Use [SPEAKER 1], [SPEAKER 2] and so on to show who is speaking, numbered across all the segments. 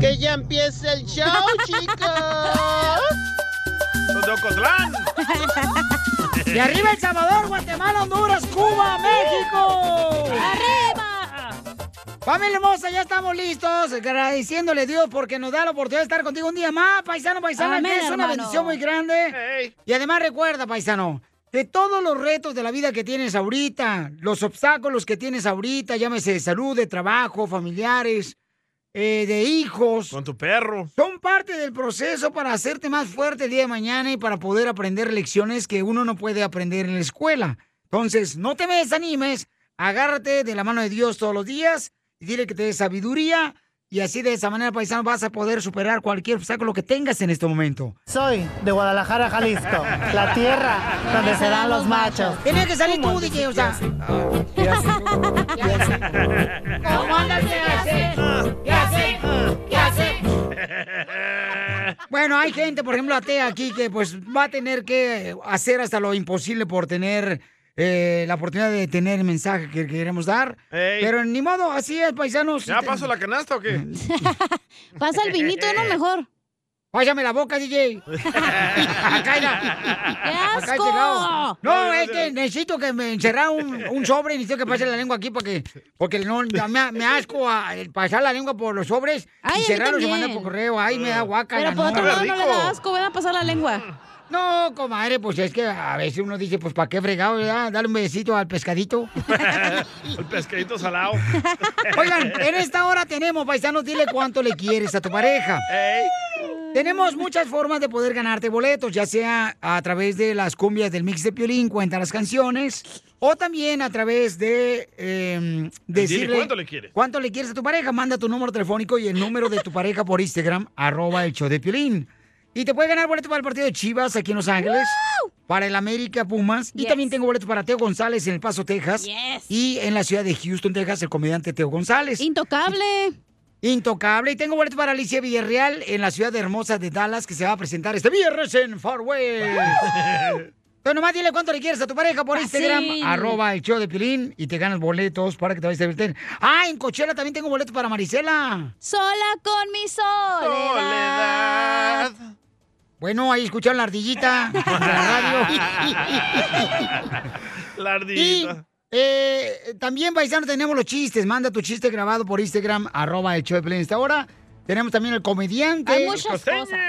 [SPEAKER 1] Que ya empiece el show, chicos.
[SPEAKER 2] de Ocotlán.
[SPEAKER 3] De arriba El Salvador, Guatemala, Honduras, Cuba, México. ¡Arriba! Familia hermosa, ya estamos listos. Agradeciéndole a Dios porque nos da la oportunidad de estar contigo un día más, paisano, paisana.
[SPEAKER 4] Amén,
[SPEAKER 3] que es una
[SPEAKER 4] hermano.
[SPEAKER 3] bendición muy grande. Y además recuerda, paisano, de todos los retos de la vida que tienes ahorita, los obstáculos que tienes ahorita, llámese de salud, de trabajo, familiares, eh, de hijos. Con tu perro. Son parte del proceso para hacerte más fuerte el día de mañana y para poder aprender lecciones que uno no puede aprender en la escuela. Entonces, no te me desanimes, agárrate de la mano de Dios todos los días y dile que te dé sabiduría. Y así de esa manera, paisano, vas a poder superar cualquier obstáculo que tengas en este momento.
[SPEAKER 5] Soy de Guadalajara, Jalisco, la tierra donde se dan los machos. Ah,
[SPEAKER 3] Tenía que salir tú, DJ, o sea.
[SPEAKER 1] ¿Cómo andas? ¿Qué hace? ¿Qué hace? ¿Qué hace?
[SPEAKER 3] Bueno, hay gente, por ejemplo, atea aquí que pues va a tener que hacer hasta lo imposible por tener eh, la oportunidad de tener el mensaje que queremos dar.
[SPEAKER 2] Ey.
[SPEAKER 3] Pero ni modo, así es, paisanos.
[SPEAKER 2] ¿Ya paso la canasta o qué?
[SPEAKER 3] Pasa el vinito, no mejor. Váyame la boca, DJ. Acá era.
[SPEAKER 1] ¡Qué
[SPEAKER 3] Acá he
[SPEAKER 1] asco!
[SPEAKER 3] llegado. No, es que necesito que me encerra un, un sobre y necesito que pase la lengua aquí porque, porque no, ya me, me asco a el pasar la lengua por los sobres
[SPEAKER 6] Ay, a
[SPEAKER 3] y
[SPEAKER 6] mí
[SPEAKER 3] cerrarlos y
[SPEAKER 6] también.
[SPEAKER 3] mandar por correo. Ay, me da guaca.
[SPEAKER 6] Pero por otro lado no le da asco, van a pasar la lengua.
[SPEAKER 3] No, comadre, pues es que a veces uno dice, pues ¿para qué fregado? ya? Dale un besito al pescadito.
[SPEAKER 2] El pescadito salado.
[SPEAKER 3] Oigan, en esta hora tenemos, paisanos, dile cuánto le quieres a tu pareja. Tenemos muchas formas de poder ganarte boletos, ya sea a través de las cumbias del mix de Piolín, cuenta las canciones, o también a través de eh, decirle...
[SPEAKER 2] cuánto le quieres.
[SPEAKER 3] ¿Cuánto le quieres a tu pareja? Manda tu número telefónico y el número de tu pareja por Instagram, arroba el show de Piolín. Y te puede ganar boleto para el partido de Chivas aquí en Los Ángeles, para el América Pumas, y también tengo boleto para Teo González en El Paso, Texas, y en la ciudad de Houston, Texas, el comediante Teo González. Intocable. Intocable. Y tengo boleto para Alicia Villarreal en la ciudad hermosa de Dallas, que se va a presentar este viernes en Far West. Entonces nomás dile cuánto le quieres a tu pareja por
[SPEAKER 5] Fácil.
[SPEAKER 3] Instagram, arroba el show de Pilín y te ganas boletos para que te vayas a divertir. Ah, en Coachella también tengo boletos para Marisela.
[SPEAKER 6] Sola con mi soledad.
[SPEAKER 3] Bueno, ahí escucharon la ardillita en la radio.
[SPEAKER 2] La
[SPEAKER 3] Y
[SPEAKER 2] ardillita.
[SPEAKER 3] eh, también, paisano, tenemos los chistes. Manda tu chiste grabado por Instagram, arroba el show de Piolín. En Esta hora tenemos también el comediante.
[SPEAKER 6] Hay muchas cosas.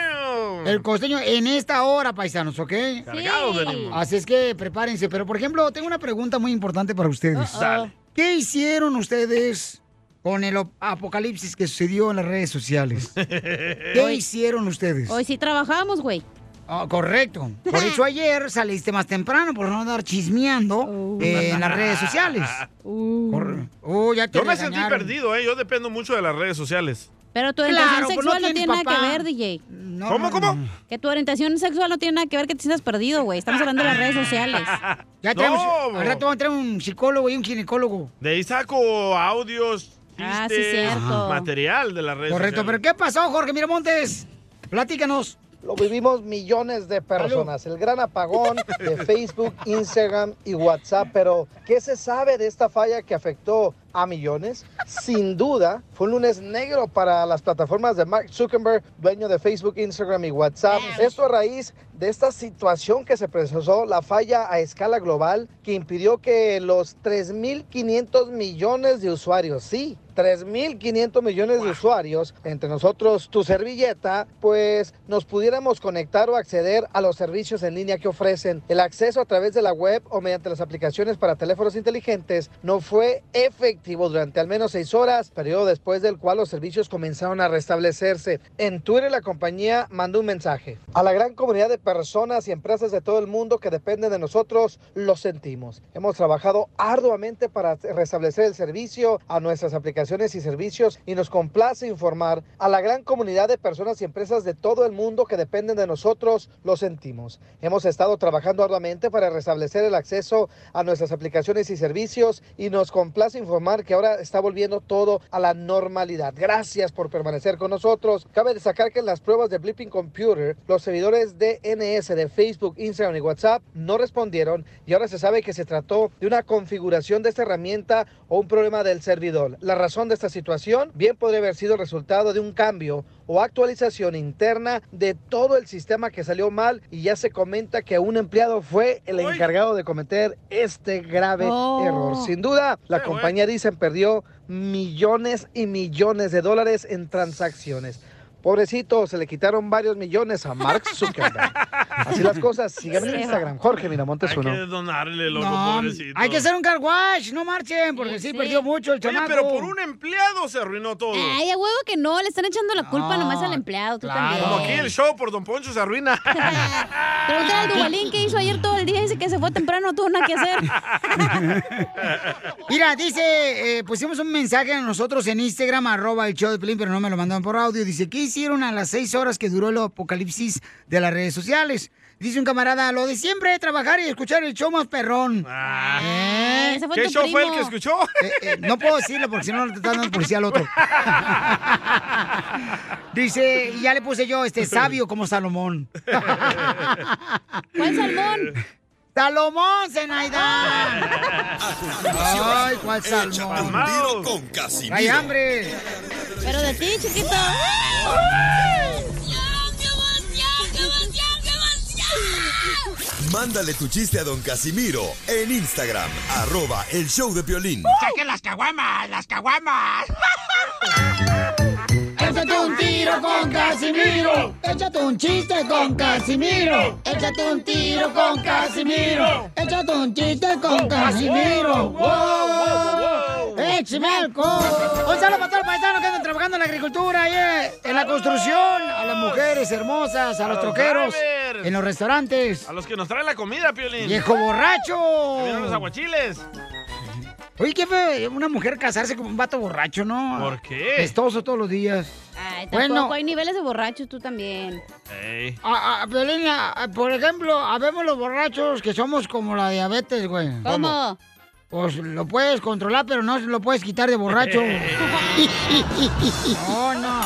[SPEAKER 3] El eh. costeño en esta hora, paisanos, ¿ok?
[SPEAKER 6] Cargado de ánimo.
[SPEAKER 3] Así es que prepárense. Pero, por ejemplo, tengo una pregunta muy importante para ustedes.
[SPEAKER 6] Uh-oh. Dale.
[SPEAKER 3] ¿Qué hicieron ustedes con el op- apocalipsis que sucedió en las redes sociales? ¿Qué hicieron ustedes?
[SPEAKER 6] Hoy sí trabajamos, güey.
[SPEAKER 3] Ah, correcto. Por eso ayer saliste más temprano por no andar chismeando
[SPEAKER 2] Oh.
[SPEAKER 3] eh, en las redes sociales. Corre- Oh, ya te
[SPEAKER 2] Yo me sentí
[SPEAKER 3] regañaron.
[SPEAKER 2] perdido, ¿eh? Yo dependo mucho de las redes sociales.
[SPEAKER 6] Pero tu
[SPEAKER 3] Claro,
[SPEAKER 6] orientación
[SPEAKER 3] pues no
[SPEAKER 6] sexual no
[SPEAKER 3] tiene
[SPEAKER 6] tiene nada que
[SPEAKER 3] papá.
[SPEAKER 6] ver, DJ.
[SPEAKER 2] ¿Cómo, no, cómo?
[SPEAKER 6] Que tu orientación sexual no tiene nada que ver que te sientas perdido, güey. Estamos hablando de las redes sociales.
[SPEAKER 3] Ya tenemos, al rato vamos a traer un psicólogo y un ginecólogo.
[SPEAKER 2] De ahí saco audios,
[SPEAKER 3] Ah, sí,
[SPEAKER 2] chistes,
[SPEAKER 3] cierto.
[SPEAKER 2] material de las redes
[SPEAKER 3] Correcto,
[SPEAKER 2] sociales.
[SPEAKER 3] pero ¿qué pasó, Jorge Miramontes? Platícanos.
[SPEAKER 7] Lo vivimos millones de personas. El gran apagón de Facebook, Instagram y WhatsApp. Pero, ¿qué se sabe de esta falla que afectó a millones. Sin duda, fue un lunes negro para las plataformas de Mark Zuckerberg, dueño de Facebook, Instagram y WhatsApp. Esto a raíz de esta situación que se procesó, la falla a escala global que impidió que los 3.500 millones de usuarios, sí, 3.500 millones de usuarios, entre nosotros tu servilleta, pues nos pudiéramos conectar o acceder a los servicios en línea que ofrecen. El acceso a través de la web o mediante las aplicaciones para teléfonos inteligentes no fue efectivo durante al menos seis horas, periodo después del cual los servicios comenzaron a restablecerse. En Twitter la compañía mandó un mensaje. A la gran comunidad de personas y empresas de todo el mundo que dependen de nosotros, lo sentimos. Hemos trabajado arduamente para restablecer el servicio a nuestras aplicaciones y servicios y nos complace informar a la gran comunidad de personas y empresas de todo el mundo que dependen de nosotros, lo sentimos. Hemos estado trabajando arduamente para restablecer el acceso a nuestras aplicaciones y servicios y nos complace informar que ahora está volviendo todo a la normalidad. Gracias por permanecer con nosotros. Cabe destacar que en las pruebas de Blipping Computer, los servidores DNS de Facebook, Instagram y WhatsApp no respondieron y ahora se sabe que se trató de una configuración de esta herramienta o un problema del servidor. La razón de esta situación bien podría haber sido el resultado de un cambio o actualización interna de todo el sistema que salió mal y ya se comenta que un empleado fue el encargado de cometer este grave
[SPEAKER 1] Oh.
[SPEAKER 7] error. Sin duda, la compañía dicen perdió millones y millones de dólares en transacciones. Pobrecito, se le quitaron varios millones a Mark Zuckerberg. Así las cosas, síganme en Instagram, Jorge Miramontes uno.
[SPEAKER 2] Hay que donarle, loco,
[SPEAKER 7] No,
[SPEAKER 2] pobrecito.
[SPEAKER 3] Hay que hacer un car wash, no marchen, porque
[SPEAKER 6] Pues
[SPEAKER 3] sí, perdió mucho el
[SPEAKER 2] Oye,
[SPEAKER 3] chamaco.
[SPEAKER 2] pero por un empleado se arruinó todo.
[SPEAKER 6] Ay, a huevo que no, le están echando la culpa nomás al empleado, tú también.
[SPEAKER 2] Como aquí el show por Don Poncho se arruina.
[SPEAKER 6] Pregúntale al Dubalín que hizo ayer todo el día, dice que se fue temprano, no tuvo nada que hacer.
[SPEAKER 3] Mira, dice, eh, pusimos un mensaje a nosotros en Instagram, arroba el show de Pelín, pero no me lo mandaron por audio. Dice, ¿qué hicieron a las seis horas que duró el apocalipsis de las redes sociales? Dice un camarada, lo de siempre, trabajar y escuchar el show más perrón. ¿Eh?
[SPEAKER 1] ese fue ¿Qué tu show fue el primo. que escuchó?
[SPEAKER 3] Eh, eh, no puedo decirlo porque si no le están dando policía al otro. Dice, y ya le puse yo, este, sabio como Salomón.
[SPEAKER 6] ¿Cuál Salmón?
[SPEAKER 3] ¡Salomón,
[SPEAKER 1] Ah.
[SPEAKER 3] Zenaida! Ay, cuál
[SPEAKER 4] Échate
[SPEAKER 3] salmón.
[SPEAKER 4] un tiro con Casimiro.
[SPEAKER 3] ¡Hay hambre!
[SPEAKER 6] Pero de ti, chiquito.
[SPEAKER 4] Mándale tu chiste a don Casimiro en Instagram, arroba el show de violín.
[SPEAKER 1] ¡Saquen las caguamas! ¡Las caguamas!
[SPEAKER 3] Échate un tiro con Casimiro. Échate un chiste con Casimiro. Échate un tiro con Casimiro. Échate un chiste
[SPEAKER 2] Oh,
[SPEAKER 3] con Casimiro.
[SPEAKER 1] wow, wow,
[SPEAKER 3] ¡Wow! ¡Échame alcohol! Un saludo para todos los paisanos que andan trabajando en la agricultura, y, eh, en la construcción, a las mujeres hermosas,
[SPEAKER 2] A
[SPEAKER 3] a los
[SPEAKER 2] los
[SPEAKER 3] troqueros,
[SPEAKER 2] drivers.
[SPEAKER 3] en los restaurantes.
[SPEAKER 2] A los que nos traen la comida, Piolín.
[SPEAKER 3] ¡Viejo
[SPEAKER 2] Que vienen los
[SPEAKER 3] borracho!
[SPEAKER 2] aguachiles.
[SPEAKER 3] Oye, qué feo, una mujer casarse con un vato borracho, ¿no?
[SPEAKER 2] ¿Por qué?
[SPEAKER 3] Pestoso todos los días.
[SPEAKER 6] Ay, tampoco,
[SPEAKER 3] Bueno.
[SPEAKER 6] hay niveles de borrachos, tú también.
[SPEAKER 3] A, a- Piolín, a- a- por ejemplo, habemos los borrachos que somos como la diabetes, güey.
[SPEAKER 6] ¿Cómo?
[SPEAKER 3] Pues lo puedes controlar, pero no lo puedes quitar de borracho. no, no.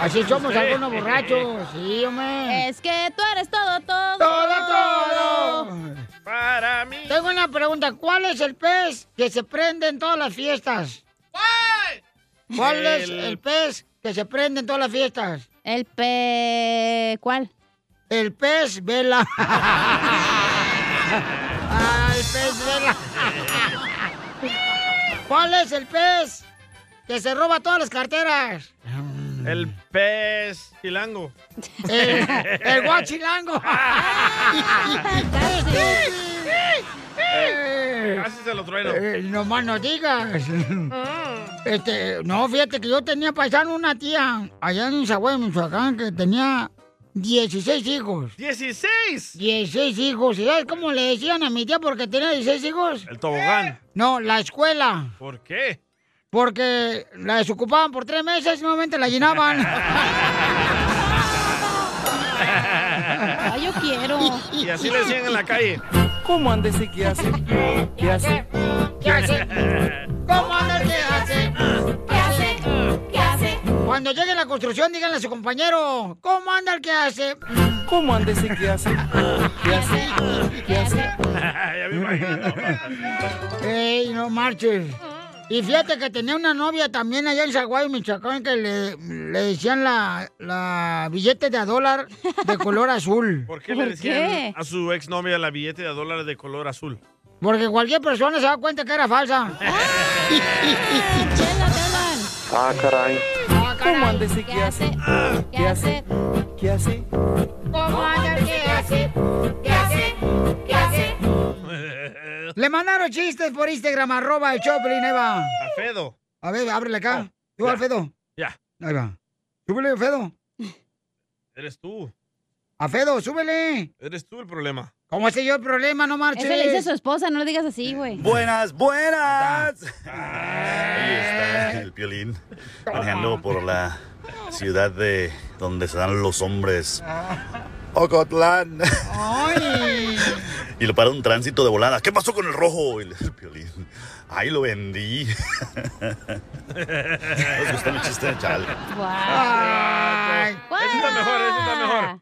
[SPEAKER 3] Así somos algunos borrachos. Sí, hombre.
[SPEAKER 6] Es que tú eres todo, todo.
[SPEAKER 3] Todo, todo. Para mí. Tengo una pregunta. ¿Cuál es el pez que se prende en todas las fiestas? ¿Cuál? ¿Cuál es
[SPEAKER 6] El-
[SPEAKER 3] el pez que se prende en todas las fiestas?
[SPEAKER 6] El pe... ¿Cuál?
[SPEAKER 3] El pez vela. Ah, el pez vela. ¿Cuál es el pez que se roba todas las carteras?
[SPEAKER 2] El pez chilango.
[SPEAKER 3] Mm. El, el guachilango.
[SPEAKER 2] Casi se lo trueno.
[SPEAKER 3] Eh, nomás no digas. Este, no, fíjate que yo tenía paisano una tía allá en Zahuel, Michoacán, que tenía 16 hijos.
[SPEAKER 2] ¡16!
[SPEAKER 3] 16 hijos. ¿Y sabes cómo le decían a mi tía porque tenía 16 hijos?
[SPEAKER 2] El tobogán.
[SPEAKER 3] No, la escuela.
[SPEAKER 2] ¿Por qué?
[SPEAKER 3] Porque la desocupaban por tres meses y nuevamente la llenaban.
[SPEAKER 6] Ay, yo quiero.
[SPEAKER 2] Y así le decían en la calle.
[SPEAKER 5] ¿Cómo andes y qué hace? ¿Qué hace?
[SPEAKER 3] ¿Qué hace? ¿Cómo anda el que hace? ¿Qué hace? ¿Qué hace? Cuando llegue la construcción, díganle a su compañero, ¿cómo anda el que hace? ¿Cómo anda ese que hace? ¿Qué hace? ¿Qué hace?
[SPEAKER 2] ya me imagino.
[SPEAKER 3] ¡Ey, no marches! Y fíjate que tenía una novia también allá en Zaguayo, Michoacán, que le, le decían la, la billete de a dólar de color azul.
[SPEAKER 2] ¿Por qué le decían a su exnovia la billete de dólares de color azul?
[SPEAKER 3] Porque cualquier persona se da cuenta que era falsa.
[SPEAKER 8] Ah, caray.
[SPEAKER 1] ¿Cómo anda ese qué hace? ¿Qué hace? ¿Qué hace? ¿Cómo anda el qué hace? ¿Qué hace? ¿Qué hace?
[SPEAKER 3] Le mandaron chistes por Instagram, arroba el Choplin, Eva.
[SPEAKER 2] Fedo.
[SPEAKER 3] A ver, ábrele acá. Tú, Alfredo.
[SPEAKER 2] Ya.
[SPEAKER 3] Ahí va. Súbele, Fedo.
[SPEAKER 2] Eres tú.
[SPEAKER 3] A Fedo, súbele.
[SPEAKER 2] Eres tú el problema.
[SPEAKER 3] ¿Cómo sé yo el problema? No marches.
[SPEAKER 6] Eso le dice a su esposa, no le digas así, güey.
[SPEAKER 8] Buenas, buenas. Ahí está el piolín manejando por la ciudad de donde se dan los hombres. Ocotlán.
[SPEAKER 3] ¡Ay!
[SPEAKER 8] Y lo para un tránsito de volada. ¿Qué pasó con el rojo? Y le dice el piolín. Ahí lo vendí. ¿Os gustó mi chiste? Chale.
[SPEAKER 2] Eso está mejor, eso está mejor.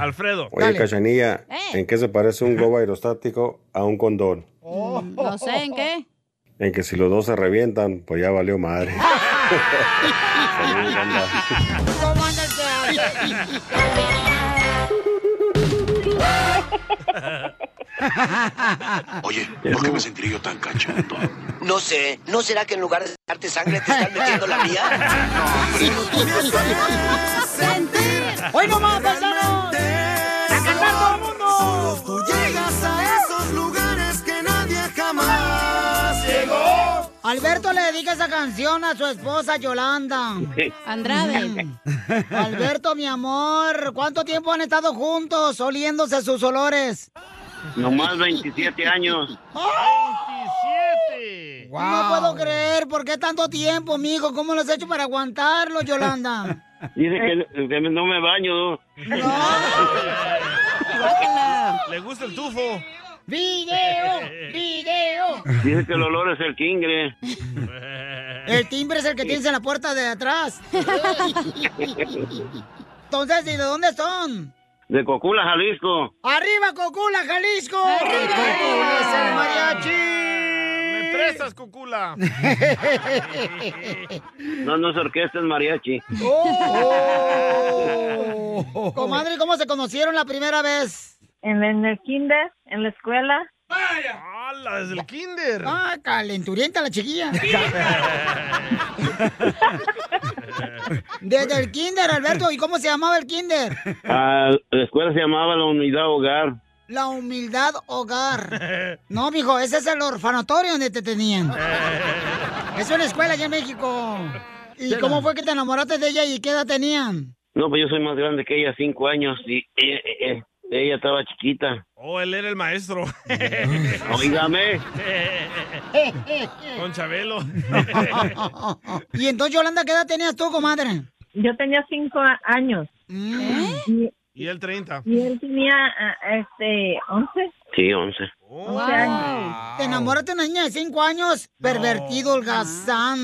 [SPEAKER 2] Alfredo.
[SPEAKER 9] Oye, Cachanilla,
[SPEAKER 6] Eh.
[SPEAKER 9] ¿en qué se parece un globo aerostático a un condón?
[SPEAKER 3] Oh.
[SPEAKER 6] Mm, No sé, ¿en qué?
[SPEAKER 9] En que si los dos se revientan, pues ya valió madre.
[SPEAKER 3] ¿Cómo anda el qué hace?
[SPEAKER 10] Oye, ¿por qué me sentiré yo tan cachondo?
[SPEAKER 11] No sé, ¿no será que en lugar de darte sangre te están metiendo la mía?
[SPEAKER 3] ¡Hoy no más, paisanos!
[SPEAKER 1] ¡A cantar todo el mundo! Tú llegas a esos lugares que nadie jamás llegó.
[SPEAKER 3] Alberto le dedica esa canción a su esposa Yolanda.
[SPEAKER 6] Andrade.
[SPEAKER 3] Alberto, mi amor, ¿cuánto tiempo han estado juntos oliéndose sus olores?
[SPEAKER 12] Nomás 27 años.
[SPEAKER 3] ¡27! No puedo creer, ¿por qué tanto tiempo, mijo? ¿Cómo lo has hecho para aguantarlo, Yolanda?
[SPEAKER 12] Dice que, que no me baño.
[SPEAKER 2] Le gusta el tufo.
[SPEAKER 3] ¡Video! ¡Video!
[SPEAKER 12] Dice que el olor es el kingre.
[SPEAKER 3] El timbre es el que tienes en la puerta de atrás. Entonces, ¿y de dónde son?
[SPEAKER 12] De Cocula, Jalisco.
[SPEAKER 3] ¡Arriba, Cocula, Jalisco! ¡Arriba! Cocula es el mariachi!
[SPEAKER 2] ¡Me prestas, Cucula!
[SPEAKER 12] No, no es orquesta, es mariachi.
[SPEAKER 3] ¡Oh! Comadre, ¿cómo se conocieron la primera vez?
[SPEAKER 13] En, en el kinder, en la escuela.
[SPEAKER 2] ¡Hala, desde el kinder!
[SPEAKER 3] ¡Ah, calenturienta la chiquilla! Desde el kinder, Alberto. ¿Y cómo se llamaba el kinder?
[SPEAKER 12] Ah, la escuela se llamaba la unidad hogar.
[SPEAKER 3] La humildad hogar. No, mijo, ese es el orfanatorio donde te tenían. Es una escuela allá en México. ¿Y cómo fue que te enamoraste de ella y qué edad tenían?
[SPEAKER 12] No, pues yo soy más grande que ella, cinco años. Y ella, eh, ella estaba chiquita.
[SPEAKER 2] Oh, él era el maestro.
[SPEAKER 12] Oígame.
[SPEAKER 2] Con Chabelo.
[SPEAKER 3] y entonces, Yolanda, ¿qué edad tenías tú, comadre? Mm.
[SPEAKER 13] Yo tenía cinco a- años. Y,
[SPEAKER 2] Y el 30.
[SPEAKER 13] y él tenía, ah, este, once.
[SPEAKER 12] Sí, once.
[SPEAKER 3] Once años. Te enamoraste de una niña de cinco años, pervertido, holgazán.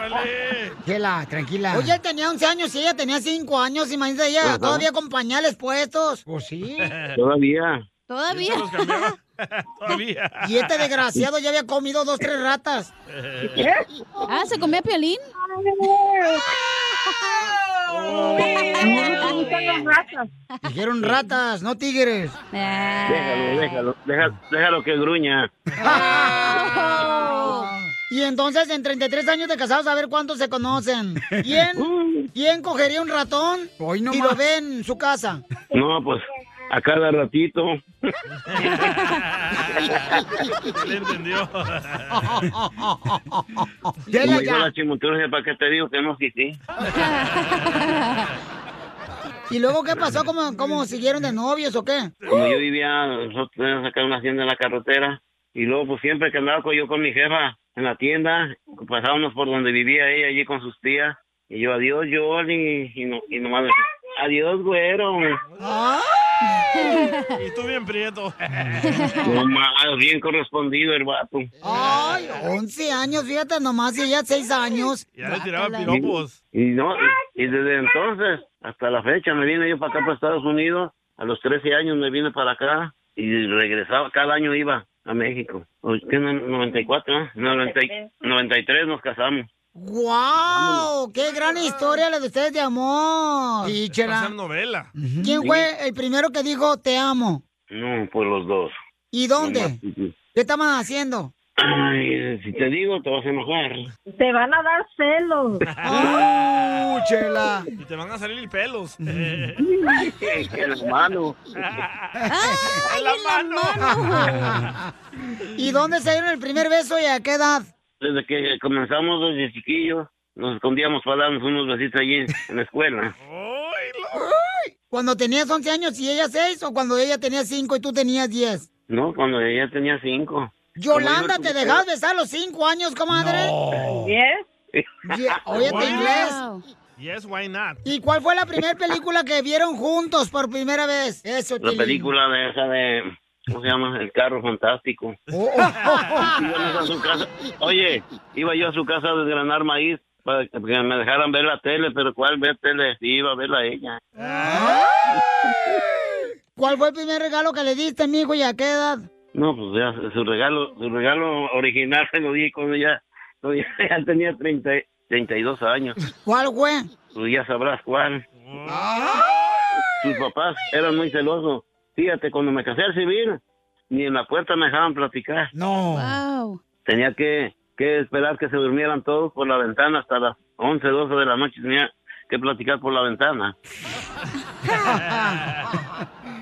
[SPEAKER 3] Chela, tranquila. Oye, él tenía 11 años y ella tenía 5 años, imagínate ella,
[SPEAKER 12] Ajá.
[SPEAKER 3] todavía con pañales puestos. Pues sí.
[SPEAKER 12] Todavía.
[SPEAKER 3] Todavía.
[SPEAKER 2] Todavía.
[SPEAKER 3] Y este desgraciado ya había comido dos, tres ratas. ¿Eh?
[SPEAKER 6] Ah, ¿se comía piolín?
[SPEAKER 3] Dijeron ratas, no tigres.
[SPEAKER 6] Ah.
[SPEAKER 12] Déjalo, déjalo, déjalo, déjalo que gruña.
[SPEAKER 3] Y entonces, en 33 años de casados, a ver cuántos se conocen. ¿Quién, ¿quién cogería un ratón y lo ve en su casa?
[SPEAKER 12] No, pues a cada ratito.
[SPEAKER 2] Le entendió.
[SPEAKER 12] Como yo la chimoturgia, ¿para qué te digo que no? Sí, sí.
[SPEAKER 3] ¿Y luego qué pasó? ¿Cómo, cómo siguieron de novios o qué?
[SPEAKER 12] Como yo vivía, nosotros teníamos acá una tienda en la carretera. Y luego, pues siempre que andaba con- yo con mi jefa en la tienda, pasábamos por donde vivía ella, allí con sus tías. Y yo, adiós, Yoli. Y, no, y nomás, me decía, adiós, güero.
[SPEAKER 2] Y tú bien prieto.
[SPEAKER 12] Nomás, bien correspondido el vato.
[SPEAKER 3] Ay, 11 años, fíjate nomás, y ella 6 años.
[SPEAKER 2] Ya le tiraba
[SPEAKER 3] Guácala.
[SPEAKER 2] piropos.
[SPEAKER 12] Y, no, y, y desde entonces hasta la fecha me vine yo para acá, para Estados Unidos. A los 13 años me vine para acá y regresaba, cada año iba. a México. O- ¿Qué? no- 94, ¿eh? 93, 93 nos casamos.
[SPEAKER 3] ¡Wow! ¡Qué gran historia la de ustedes de amor! Y
[SPEAKER 2] Pasar novela.
[SPEAKER 3] ¿Quién fue el primero que dijo te amo?
[SPEAKER 12] No, pues los dos.
[SPEAKER 3] ¿Y dónde? ¿Qué estaban haciendo?
[SPEAKER 12] Ay, si te digo, te vas a enojar.
[SPEAKER 13] Te van a dar celos.
[SPEAKER 3] ¡Uh, chela!
[SPEAKER 2] Y te van a salir pelos.
[SPEAKER 12] El mano.
[SPEAKER 3] ¡Ay,
[SPEAKER 2] la
[SPEAKER 3] mano! ¿Y dónde se dieron el primer beso y a qué edad?
[SPEAKER 12] Desde que comenzamos desde chiquillos, nos escondíamos para darnos unos besitos allí en la escuela.
[SPEAKER 3] Ay, ¿Cuando tenías 11 años y ella 6 o cuando ella tenía 5 y tú tenías 10?
[SPEAKER 12] No, cuando ella tenía cinco.
[SPEAKER 3] Yolanda,
[SPEAKER 12] Como
[SPEAKER 3] ¿te
[SPEAKER 12] yo-
[SPEAKER 3] dejas besar a los 5 años, comadre?
[SPEAKER 13] ¿Diez?
[SPEAKER 3] Ye- Oye, tu
[SPEAKER 2] Wow.
[SPEAKER 3] inglés.
[SPEAKER 2] Yes, why not?
[SPEAKER 3] ¿Y cuál fue la primera película que vieron juntos por primera vez? Eso,
[SPEAKER 12] La
[SPEAKER 3] Tilín.
[SPEAKER 12] película de esa de... ¿Cómo se llama? El carro fantástico.
[SPEAKER 3] Oh, oh,
[SPEAKER 12] Iba yo a su casa- Oye, iba yo a su casa a desgranar maíz para que me dejaran ver la tele, pero ¿cuál ver tele? Sí, iba a verla ella.
[SPEAKER 3] ¿Cuál fue el primer regalo que le diste, mijo, y a qué edad?
[SPEAKER 12] No, pues ya su regalo, su regalo original se lo di cuando ya, cuando ya, ya tenía 30, 32 años.
[SPEAKER 3] ¿Cuál fue?
[SPEAKER 12] Pues ya sabrás cuál. Sus papás eran muy celosos. Fíjate, cuando me casé al civil, ni en la puerta me dejaban platicar.
[SPEAKER 3] No.
[SPEAKER 6] Wow.
[SPEAKER 12] Tenía que, que esperar que se durmieran todos por la ventana hasta las 11, 12 de la noche. Tenía que platicar por la ventana.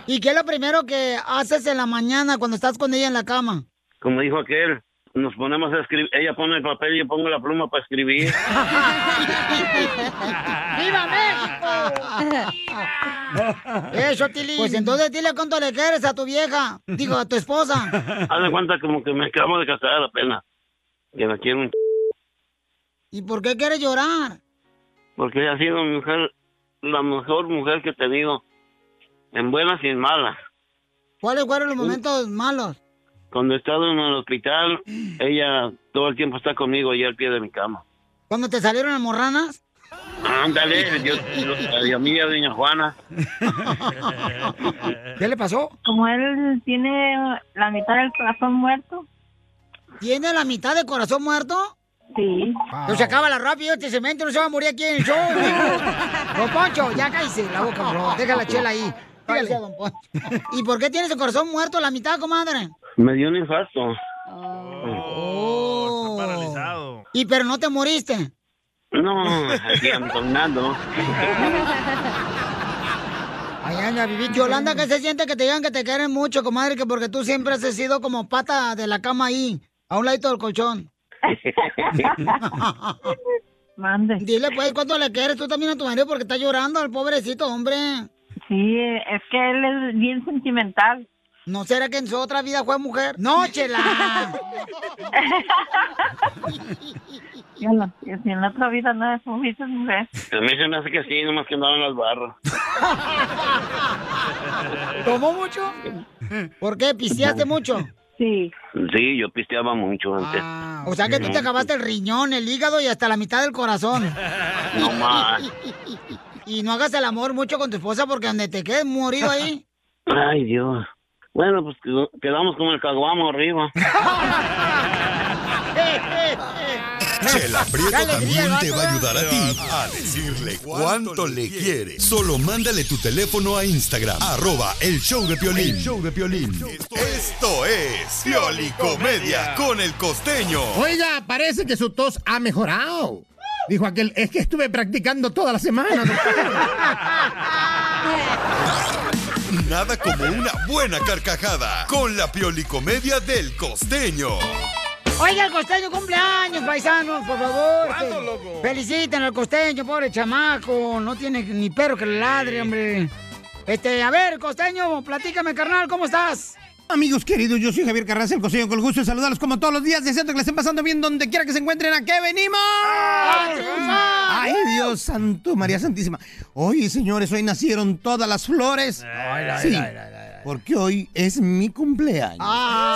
[SPEAKER 3] ¿Y qué es lo primero que haces en la mañana cuando estás con ella en la cama?
[SPEAKER 12] Como dijo aquel, nos ponemos a escribir. Ella pone el papel y yo pongo la pluma para escribir.
[SPEAKER 3] ¡Viva México! Eso, Tilín. Pues entonces dile cuánto le quieres a tu vieja. Digo, a tu esposa.
[SPEAKER 12] Haz de cuenta como que me acabo de casar apenas. Que la quiero un ch...
[SPEAKER 3] ¿Y por qué quieres llorar?
[SPEAKER 12] Porque ella ha sido mi mujer, la mejor mujer que he tenido. En buenas y en malas.
[SPEAKER 3] ¿Cuáles fueron los momentos malos?
[SPEAKER 12] Cuando he estado en el hospital, ella todo el tiempo está conmigo y al pie de mi cama.
[SPEAKER 3] ¿Cuando te salieron las morranas?
[SPEAKER 12] Ándale, Dios, la amiga doña Juana.
[SPEAKER 3] ¿Qué le pasó?
[SPEAKER 13] Como él tiene la mitad del corazón muerto.
[SPEAKER 3] ¿Tiene la mitad de corazón muerto?
[SPEAKER 13] Sí.
[SPEAKER 3] No se acaba la rápido este cemento, no se va a morir aquí en el show. mijo. don Poncho, ya cállese la boca, por favor. Deja la chela ahí. Cállese, don Poncho. ¿Y por qué tienes el corazón muerto la mitad, comadre?
[SPEAKER 12] Me dio un infarto.
[SPEAKER 3] Oh, ¿Y pero no te moriste?
[SPEAKER 12] No, aquí andando.
[SPEAKER 3] Ay, anda, viví. Yolanda, ¿qué se siente que te digan que te quieren mucho, comadre? Que porque tú siempre has sido como pata de la cama ahí, a un ladito del colchón.
[SPEAKER 13] Mande.
[SPEAKER 3] Dile, pues, ¿cuánto le quieres tú también a tu marido? Porque está llorando al pobrecito, hombre.
[SPEAKER 13] Sí, es que él es bien sentimental.
[SPEAKER 3] ¿No será que en su otra vida fue mujer? ¡No, chela!
[SPEAKER 13] Si en la- si en la otra vida no es fuiste mujer.
[SPEAKER 12] A mí se me hace que sí, nomás que andaba en las barras.
[SPEAKER 3] ¿Tomó mucho? ¿Por qué? ¿Pisteaste mucho?
[SPEAKER 13] Sí.
[SPEAKER 12] Sí, yo pisteaba mucho antes.
[SPEAKER 3] Ah. O sea que tú te acabaste el riñón, el hígado y hasta la mitad del corazón.
[SPEAKER 12] No más.
[SPEAKER 3] Y no hagas el amor mucho con tu esposa porque donde te quedes morido ahí.
[SPEAKER 12] Ay, Dios. Bueno, pues quedó- quedamos con el caguamo arriba.
[SPEAKER 4] Chela Prieto
[SPEAKER 3] Qué alegría,
[SPEAKER 4] también te
[SPEAKER 3] vato,
[SPEAKER 4] va a
[SPEAKER 3] ¿eh?
[SPEAKER 4] ayudar a ti a decirle cuánto le quiere. Solo mándale tu teléfono a Instagram, arroba el show de Piolín.
[SPEAKER 14] El
[SPEAKER 4] show de Esto es Piolicomedia con el costeño.
[SPEAKER 14] Oiga, parece que su tos ha mejorado. Dijo aquel, es que estuve practicando toda la semana.
[SPEAKER 4] Nada como una buena carcajada con la Piolicomedia del costeño.
[SPEAKER 3] Oiga, el costeño cumpleaños, paisanos, por favor.
[SPEAKER 1] ¿Cuándo,
[SPEAKER 3] Fe-
[SPEAKER 1] loco?
[SPEAKER 3] Feliciten al costeño, pobre chamaco. No tiene ni perro que le ladre, hombre. Este, a ver, costeño, platícame, carnal, ¿cómo estás?
[SPEAKER 14] Amigos queridos, yo soy Javier Carranza, el costeño, con el gusto de saludarlos como todos los días, deseando que les estén pasando bien donde quiera que se encuentren. ¿A qué venimos?
[SPEAKER 1] triunfar!
[SPEAKER 14] ¡Ay, Dios santo, María Santísima! Hoy, señores, hoy nacieron todas las flores.
[SPEAKER 1] ay,
[SPEAKER 14] Sí,
[SPEAKER 1] ay, ay,
[SPEAKER 14] porque hoy es mi cumpleaños.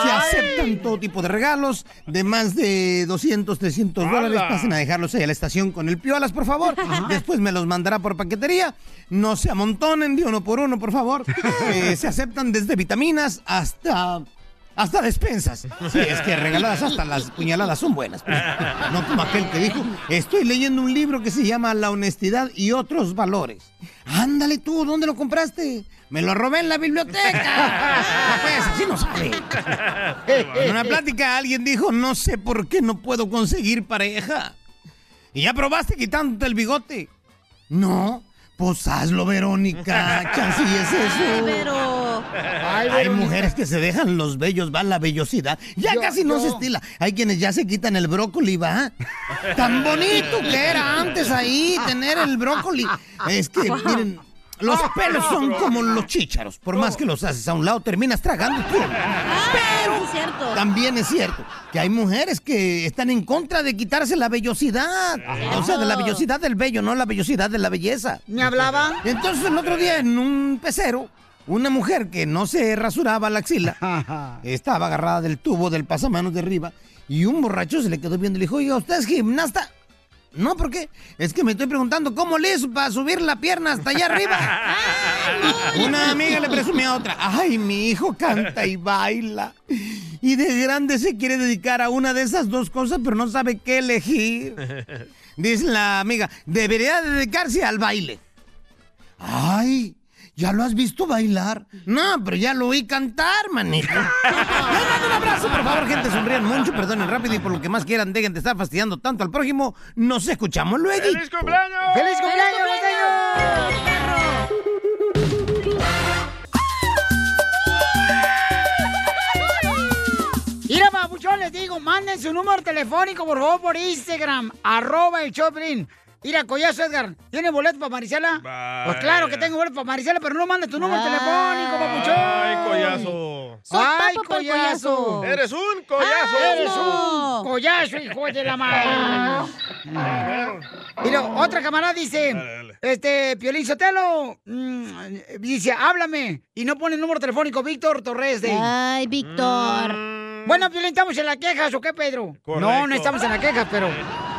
[SPEAKER 14] Se aceptan todo tipo de regalos de más de 200, 300 dólares.
[SPEAKER 1] ¡Hala!
[SPEAKER 14] Pasen a dejarlos ahí a la estación con el piolas, por favor. Después me los mandará por paquetería. No se amontonen de uno por uno, por favor. Eh, se aceptan desde vitaminas hasta Hasta despensas. Sí, es que regaladas hasta las puñaladas son buenas. pues. No como aquel que dijo, estoy leyendo un libro que se llama La honestidad y otros valores. Ándale tú, ¿dónde lo compraste? Me lo robé en la biblioteca. No, pues, así no sale. En una plática alguien dijo, no sé por qué no puedo conseguir pareja. ¿Y ya probaste quitándote el bigote? No. Pues hazlo, Verónica. Chansi es eso.
[SPEAKER 6] Pero.
[SPEAKER 14] Hay mujeres que se dejan los vellos, va la vellosidad. Ya
[SPEAKER 6] Yo-
[SPEAKER 14] casi no
[SPEAKER 6] yo-
[SPEAKER 14] se estila. Hay quienes ya se quitan el brócoli, va. Tan bonito que era antes ahí tener el brócoli. Es que,
[SPEAKER 1] Wow.
[SPEAKER 14] miren, los pelos son como los chícharos. Por más que los haces a un lado, terminas tragando tú.
[SPEAKER 6] Pero. Es cierto.
[SPEAKER 14] También es cierto que hay mujeres que están en contra de quitarse la vellosidad. O sea, de la vellosidad del vello, no la vellosidad de la belleza.
[SPEAKER 3] ¿Me hablaba?
[SPEAKER 14] Entonces el otro día en un pecero, una mujer que no se rasuraba la axila, estaba agarrada del tubo del pasamanos de arriba y un borracho se le quedó viendo y le dijo, oiga, ¿usted es gimnasta? No, ¿por qué? Es que me estoy preguntando cómo le hizo para subir la pierna hasta allá arriba. Una amiga le presumió a otra, ay, mi hijo canta y baila. Y de grande se quiere dedicar a una de esas dos cosas, pero no sabe qué elegir. Dice la amiga, debería dedicarse al baile. Ay, ¿ya lo has visto bailar? No, pero ya lo oí cantar, manito. Les mando un abrazo, por favor, gente, sonrían mucho, perdonen rápido y por lo que más quieran, dejen de estar fastidiando tanto al prójimo. Nos escuchamos luego.
[SPEAKER 1] ¡Feliz cumpleaños!
[SPEAKER 14] ¡Feliz cumpleaños,
[SPEAKER 3] Mira, papuchón, les digo, manden su número telefónico, por favor, por Instagram, arroba el Choplin. Mira, Collazo Edgar, ¿tiene boleto para Marisela? Pues claro que tengo boleto para Marisela, pero no mandes tu número telefónico, papuchón.
[SPEAKER 2] Ay, collazo.
[SPEAKER 3] ¡Ay, collazo! Ah,
[SPEAKER 2] Eres un collazo.
[SPEAKER 3] ¡Eres un collazo, hijo de la madre! Mira, otra camarada dice, este, Piolín Sotelo, mm, dice, háblame, y no pone el número telefónico, Víctor Torres de... Mm.
[SPEAKER 6] Ay, Víctor.
[SPEAKER 3] Bueno, Piolín, ¿estamos en las quejas o qué, Pedro? No,
[SPEAKER 6] Correcto.
[SPEAKER 3] no estamos en las quejas, pero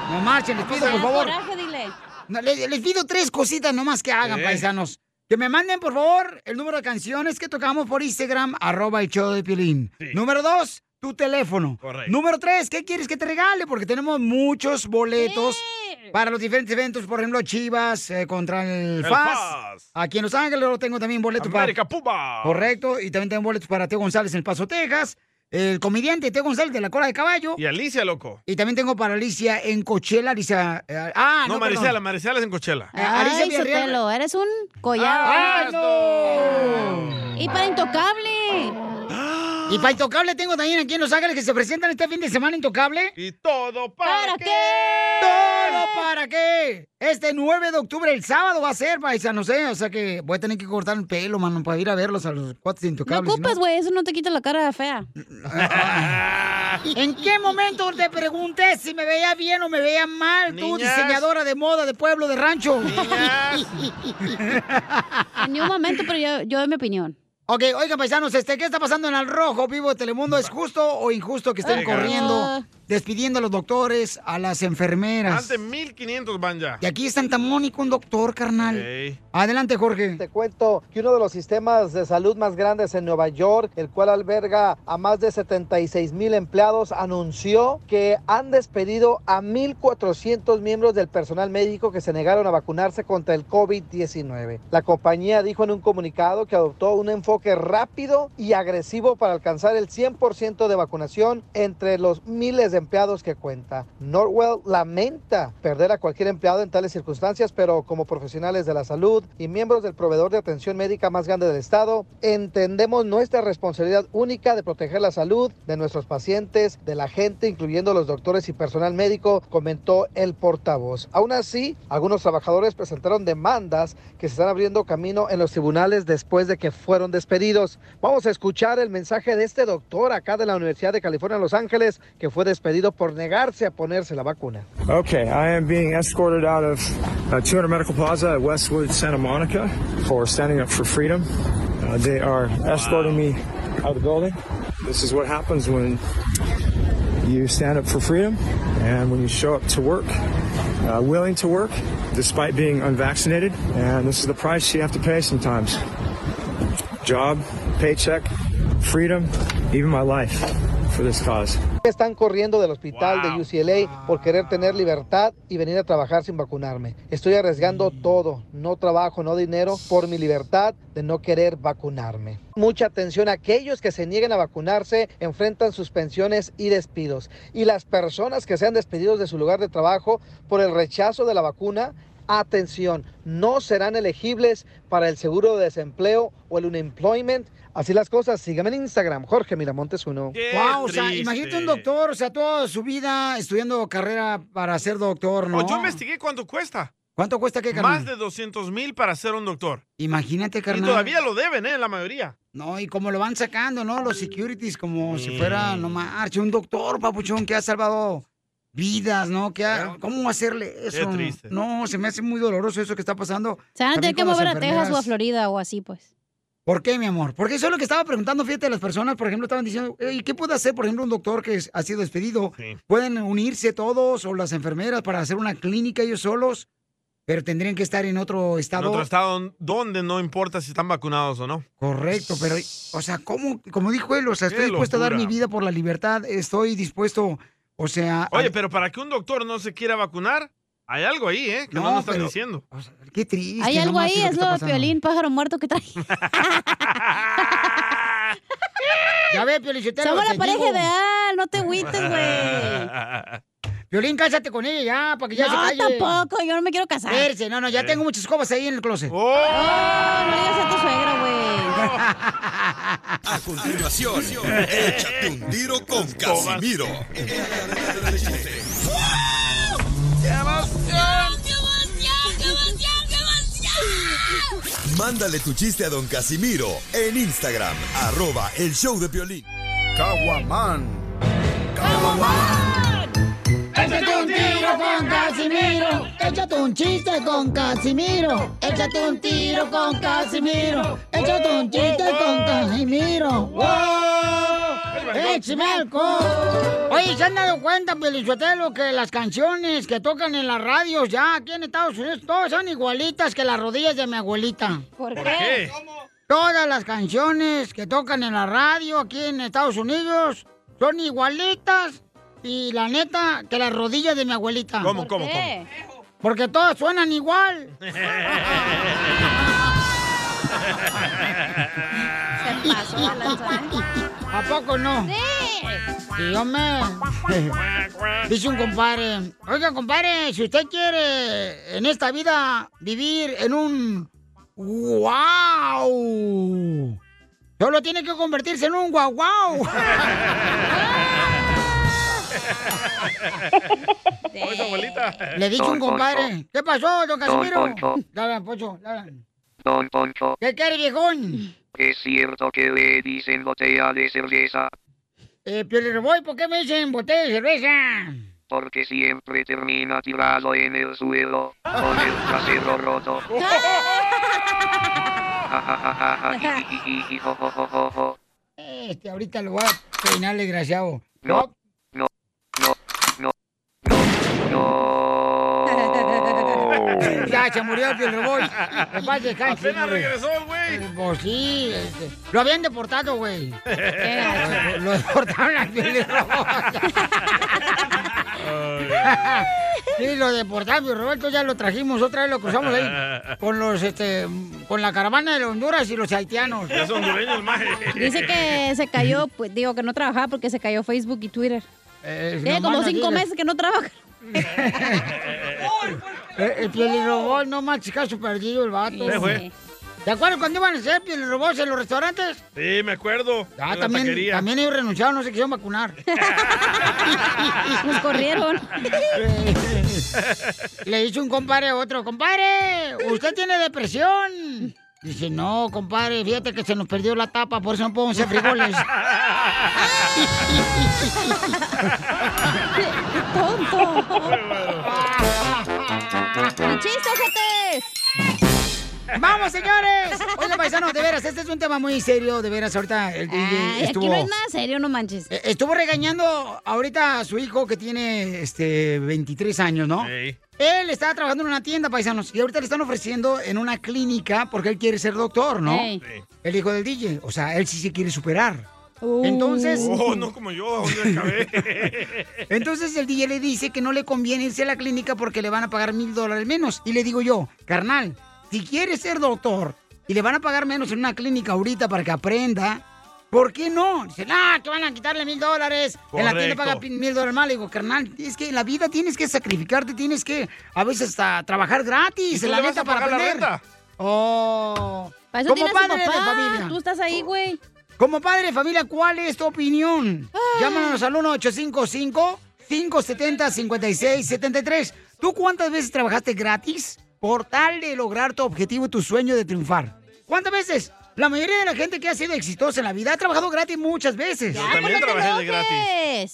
[SPEAKER 3] no marchen, les pido, por favor.
[SPEAKER 6] Coraje, dile.
[SPEAKER 3] No, le- les, pido tres cositas nomás que hagan,
[SPEAKER 6] Sí.
[SPEAKER 3] paisanos. Que me manden, por favor, el número de canciones que tocamos por Instagram, arroba el show de Piolín. Número dos, tu teléfono.
[SPEAKER 1] Correcto.
[SPEAKER 3] Número tres, ¿qué quieres que te regale? Porque tenemos muchos boletos para los diferentes eventos. Por ejemplo, Chivas eh, contra el,
[SPEAKER 1] El
[SPEAKER 3] FAS.
[SPEAKER 1] FAS.
[SPEAKER 3] Aquí en Los Ángeles luego tengo también boletos
[SPEAKER 1] América
[SPEAKER 3] para...
[SPEAKER 1] Puma.
[SPEAKER 3] Correcto. Y también tengo boletos para Teo González en El Paso, Texas. El comediante Teo González de La Cola de Caballo.
[SPEAKER 2] Y Alicia, loco.
[SPEAKER 3] Y también tengo para Alicia en Coachella, Alicia... eh, ah,
[SPEAKER 2] no,
[SPEAKER 3] no, perdón.
[SPEAKER 2] Maricela, Maricela es en Coachella.
[SPEAKER 3] Ah, Alicia
[SPEAKER 6] Ay,
[SPEAKER 3] Villarreal. Ah,
[SPEAKER 6] Sotelo, eres un collado.
[SPEAKER 3] ¡Ay,
[SPEAKER 6] no! Ah, Y para Intocable.
[SPEAKER 3] Y para Intocable tengo también aquí en Los Ángeles que se presentan este fin de semana Intocable.
[SPEAKER 2] ¿Y todo
[SPEAKER 3] para, qué? ¿Todo para qué? Este 9 de octubre, el sábado va a ser, paisano, sé. O sea que voy a tener que cortar el pelo, mano, para ir a verlos a los cuatro de
[SPEAKER 6] No
[SPEAKER 3] Intocable. si
[SPEAKER 6] ocupas, güey, eso no te quita la cara fea.
[SPEAKER 3] ¿En qué momento te pregunté si me veía bien o me veía mal? Tú,
[SPEAKER 6] Niñas.
[SPEAKER 3] diseñadora de moda de pueblo, de rancho.
[SPEAKER 6] En ningún momento, pero yo, yo doy mi opinión.
[SPEAKER 3] Ok, oigan, paisanos, este, ¿qué está pasando en el rojo vivo de Telemundo? ¿Es justo o injusto que estén
[SPEAKER 2] Oiga.
[SPEAKER 6] Ah.
[SPEAKER 3] corriendo, despidiendo a los doctores, a las enfermeras?
[SPEAKER 2] Antes 1500 van ya.
[SPEAKER 3] Y aquí en Santa Mónica un doctor, carnal. Adelante, Jorge.
[SPEAKER 7] Te cuento que uno de los sistemas de salud más grandes en Nueva York, el cual alberga a más de 76 mil empleados, anunció que han despedido a 1.400 miembros del personal médico que se negaron a vacunarse contra el COVID-19. La compañía dijo en un comunicado que adoptó un enfoque rápido y agresivo para alcanzar el 100% de vacunación entre los miles de empleados que cuenta. Norwell lamenta perder a cualquier empleado en tales circunstancias, pero como profesionales de la salud y miembros del proveedor de atención médica más grande del estado, entendemos nuestra responsabilidad única de proteger la salud de nuestros pacientes, de la gente, incluyendo los doctores y personal médico, comentó el portavoz. Aún así, algunos trabajadores presentaron demandas que se están abriendo camino en los tribunales después de que fueron despedidos. Vamos a escuchar el mensaje de este doctor acá de la Universidad de California en Los Ángeles, que fue despedido por negarse a ponerse la vacuna.
[SPEAKER 15] Okay, I am being escorted out of uh, 200 Medical Plaza at Westwood, Santa Monica for standing up for freedom. Uh, they are escorting me out of the building. This is what happens when you stand up for freedom and when you show up to work, uh, willing to work, despite being unvaccinated. And this is the price you have to pay sometimes job, paycheck, freedom, even my life, for this cause.
[SPEAKER 7] Están corriendo del hospital de UCLA por querer tener libertad y venir a trabajar sin vacunarme. Estoy arriesgando todo, no trabajo, no dinero, por mi libertad de no querer vacunarme. Mucha atención, aquellos que se nieguen a vacunarse enfrentan suspensiones y despidos. Y las personas que sean despedidos de su lugar de trabajo por el rechazo de la vacuna, atención, no serán elegibles para el seguro de desempleo o el unemployment. Así las cosas, síganme en Instagram, Jorge Miramontes uno.
[SPEAKER 3] Wow, o sea, imagínate un doctor, o sea, toda su vida estudiando carrera para ser doctor, ¿no?
[SPEAKER 2] Oh, yo investigué cuánto cuesta.
[SPEAKER 3] ¿Cuánto cuesta qué, carnal?
[SPEAKER 2] Más de 200 mil para ser un doctor.
[SPEAKER 3] Imagínate,
[SPEAKER 2] Y
[SPEAKER 3] carnal.
[SPEAKER 2] todavía lo deben, ¿eh? La mayoría.
[SPEAKER 3] No, y como lo van sacando, ¿no? Los securities, como si fuera,
[SPEAKER 2] Mm.
[SPEAKER 3] no marche, un doctor, papuchón, que ha salvado vidas, ¿no? Que ha- ¿Cómo hacerle eso?
[SPEAKER 2] triste.
[SPEAKER 3] No, se me hace muy doloroso eso que está pasando.
[SPEAKER 6] Se van a tener
[SPEAKER 3] También
[SPEAKER 6] que
[SPEAKER 3] con las
[SPEAKER 6] mover a Texas o a
[SPEAKER 3] enfermeras.
[SPEAKER 6] Florida o así, pues.
[SPEAKER 3] ¿Por qué, mi amor? Porque eso es lo que estaba preguntando, fíjate, las personas, por ejemplo, estaban diciendo, ¿y qué puede hacer, por ejemplo, un doctor que es- ha sido despedido? ¿Pueden unirse todos o las enfermeras para hacer una clínica ellos solos? Pero tendrían que estar en otro
[SPEAKER 2] En
[SPEAKER 3] estado.
[SPEAKER 2] otro estado donde no importa si están vacunados o no.
[SPEAKER 3] Correcto, pero, o sea, ¿cómo, como dijo él, o sea,
[SPEAKER 2] Qué
[SPEAKER 3] estoy dispuesto a dar mi
[SPEAKER 2] locura.
[SPEAKER 3] vida por la libertad, estoy dispuesto, o sea, a-
[SPEAKER 2] Oye, pero para que un doctor no se quiera vacunar, hay algo ahí, ¿eh? Que no,
[SPEAKER 3] No,
[SPEAKER 2] nos están
[SPEAKER 3] pero-
[SPEAKER 2] diciendo.
[SPEAKER 3] qué triste.
[SPEAKER 6] Hay
[SPEAKER 3] no
[SPEAKER 6] algo ahí, es
[SPEAKER 3] marches lo que
[SPEAKER 6] lo
[SPEAKER 3] está
[SPEAKER 6] de
[SPEAKER 3] pasando.
[SPEAKER 6] Piolín, pájaro muerto que trae.
[SPEAKER 3] Ya ve, Piolín, yo te
[SPEAKER 6] Somos
[SPEAKER 3] lo-
[SPEAKER 6] la
[SPEAKER 3] te
[SPEAKER 6] pareja
[SPEAKER 3] digo.
[SPEAKER 6] ideal, no te agüites, güey.
[SPEAKER 3] Piolín, cásate con ella ya, para que ya
[SPEAKER 6] No,
[SPEAKER 3] se calle.
[SPEAKER 6] tampoco, yo no me quiero casar.
[SPEAKER 3] Espérese, no, no, ya tengo muchas cobas ahí en el
[SPEAKER 2] Oh.
[SPEAKER 3] closet.
[SPEAKER 6] No digas a tu suegra, güey.
[SPEAKER 4] A continuación, échate un tiro con Casimiro. Mándale tu chiste a don Casimiro en Instagram, arroba el show de violín. Caguaman.
[SPEAKER 1] Échate un tiro con Casimiro.
[SPEAKER 3] Échate un chiste con Casimiro. Échate un tiro con Casimiro. Échate un chiste con Casimiro. ¡Wow! ¡Échame alcohol! Oye, ¿se han dado cuenta, Pelizotelo, que las canciones que tocan en las radios ya aquí en Estados Unidos todas son igualitas que las rodillas de mi abuelita?
[SPEAKER 6] ¿Por
[SPEAKER 1] qué?
[SPEAKER 3] Todas las canciones que tocan en la radio aquí en Estados Unidos son igualitas y la neta que las rodillas de mi abuelita.
[SPEAKER 2] ¿Cómo, ¿Por cómo, qué?
[SPEAKER 3] Porque todas suenan igual.
[SPEAKER 1] Se
[SPEAKER 6] pasó la
[SPEAKER 3] ¿A poco no? Sí, hombre. Dice un compadre, oiga compadre, si usted quiere en esta vida vivir en un wow, solo tiene que convertirse en un guau guau.
[SPEAKER 2] Oye, abuelita.
[SPEAKER 3] Le dije a un
[SPEAKER 1] Don
[SPEAKER 3] compadre, ¿qué pasó, don Casimiro?
[SPEAKER 16] Poncho.
[SPEAKER 3] Le hablan, Poncho, le hablan.
[SPEAKER 16] Don Poncho,
[SPEAKER 3] ¿Qué quiere, viejón?
[SPEAKER 16] ¿es cierto que le dicen botella de cerveza?
[SPEAKER 3] Eh, pero voy, ¿por qué me dicen botella de cerveza?
[SPEAKER 16] Porque siempre termina tirado en el suelo, con el trasero roto. Ja, ja, ja, ja, ja, ji, ji, ji, ji, jo, jo, jo, jo, jo.
[SPEAKER 3] Este, ahorita lo voy a peinar, desgraciado.
[SPEAKER 16] No, no, no, no, no, no.
[SPEAKER 3] Ya, se murió el Pielroboy. En paz descanse,
[SPEAKER 1] Apenas
[SPEAKER 3] güey.
[SPEAKER 1] regresó, güey.
[SPEAKER 3] Eh, Pues sí, este, lo habían deportado, güey. Lo- Lo deportaron al Pielroboy. Sí, lo deportaron, Piel Roberto, ya lo trajimos, otra vez lo cruzamos ahí con los, este, con la caravana de Honduras y los haitianos.
[SPEAKER 2] Ya son hondureños, maje.
[SPEAKER 6] Dice que se cayó, pues, digo que no trabajaba porque se cayó Facebook y Twitter. Tiene
[SPEAKER 3] Eh, nomás
[SPEAKER 6] eh, como
[SPEAKER 3] no
[SPEAKER 6] cinco
[SPEAKER 3] digas.
[SPEAKER 6] meses que no trabaja.
[SPEAKER 3] Eh, El pielirrobot, no más, chica, perdido el vato.
[SPEAKER 2] Sí, güey.
[SPEAKER 3] ¿Te acuerdas cuando iban a ser pielirrobots en los restaurantes?
[SPEAKER 2] Sí, me acuerdo.
[SPEAKER 3] Ah,
[SPEAKER 2] en la
[SPEAKER 3] también,
[SPEAKER 2] taquería.
[SPEAKER 3] también ellos renunciaron, no se quisieron vacunar.
[SPEAKER 6] Nos corrieron.
[SPEAKER 3] Le dice un compadre a otro, compadre, usted tiene depresión. Dice, no, compadre, fíjate que se nos perdió la tapa, por eso no podemos hacer frijoles.
[SPEAKER 6] ¡Tonto! ¡Chiste,
[SPEAKER 3] ¡Vamos, señores! Oiga, paisanos, de veras, este es un tema muy serio, de veras, ahorita el DJ
[SPEAKER 6] Ay,
[SPEAKER 3] estuvo...
[SPEAKER 6] Aquí no es nada serio, no manches.
[SPEAKER 3] Eh, Estuvo regañando ahorita a su hijo que tiene este 23 años, ¿no? Él estaba trabajando en una tienda, paisanos, y ahorita le están ofreciendo en una clínica porque él quiere ser doctor, ¿no?
[SPEAKER 1] Ey. Sí.
[SPEAKER 3] El hijo del DJ. O sea, él sí se quiere superar. Entonces.
[SPEAKER 2] Oh, no como yo, ¿dónde acabé?
[SPEAKER 3] Entonces el DJ le dice que no le conviene irse a la clínica porque le van a pagar mil dólares menos. Y le digo yo, carnal, si quieres ser doctor y le van a pagar menos en una clínica ahorita para que aprenda, ¿por qué no? Dice, ah, que van a quitarle mil dólares. En la tienda
[SPEAKER 1] Correcto.
[SPEAKER 3] paga pi- mil dólares más. Le digo, carnal, es que en la vida tienes que sacrificarte, tienes que a veces hasta trabajar
[SPEAKER 1] ¿Y
[SPEAKER 3] gratis,
[SPEAKER 1] tú
[SPEAKER 3] en la
[SPEAKER 1] le vas
[SPEAKER 3] neta,
[SPEAKER 1] a
[SPEAKER 3] para
[SPEAKER 1] pagar la
[SPEAKER 3] aprender.
[SPEAKER 1] renta?
[SPEAKER 3] Oh.
[SPEAKER 6] Para eso
[SPEAKER 3] Como
[SPEAKER 6] tiene a su
[SPEAKER 3] padre de
[SPEAKER 6] papá,
[SPEAKER 3] familia.
[SPEAKER 6] Tú estás ahí, güey.
[SPEAKER 3] Como padre de familia, ¿cuál es tu opinión? Llámanos al 1-855-570-5673. ¿Tú cuántas veces trabajaste gratis por tal de lograr tu objetivo y tu sueño de triunfar? ¿Cuántas veces? La mayoría de la gente que ha sido exitosa en la vida ha trabajado gratis muchas veces.
[SPEAKER 2] Yo también no te trabajé de gratis.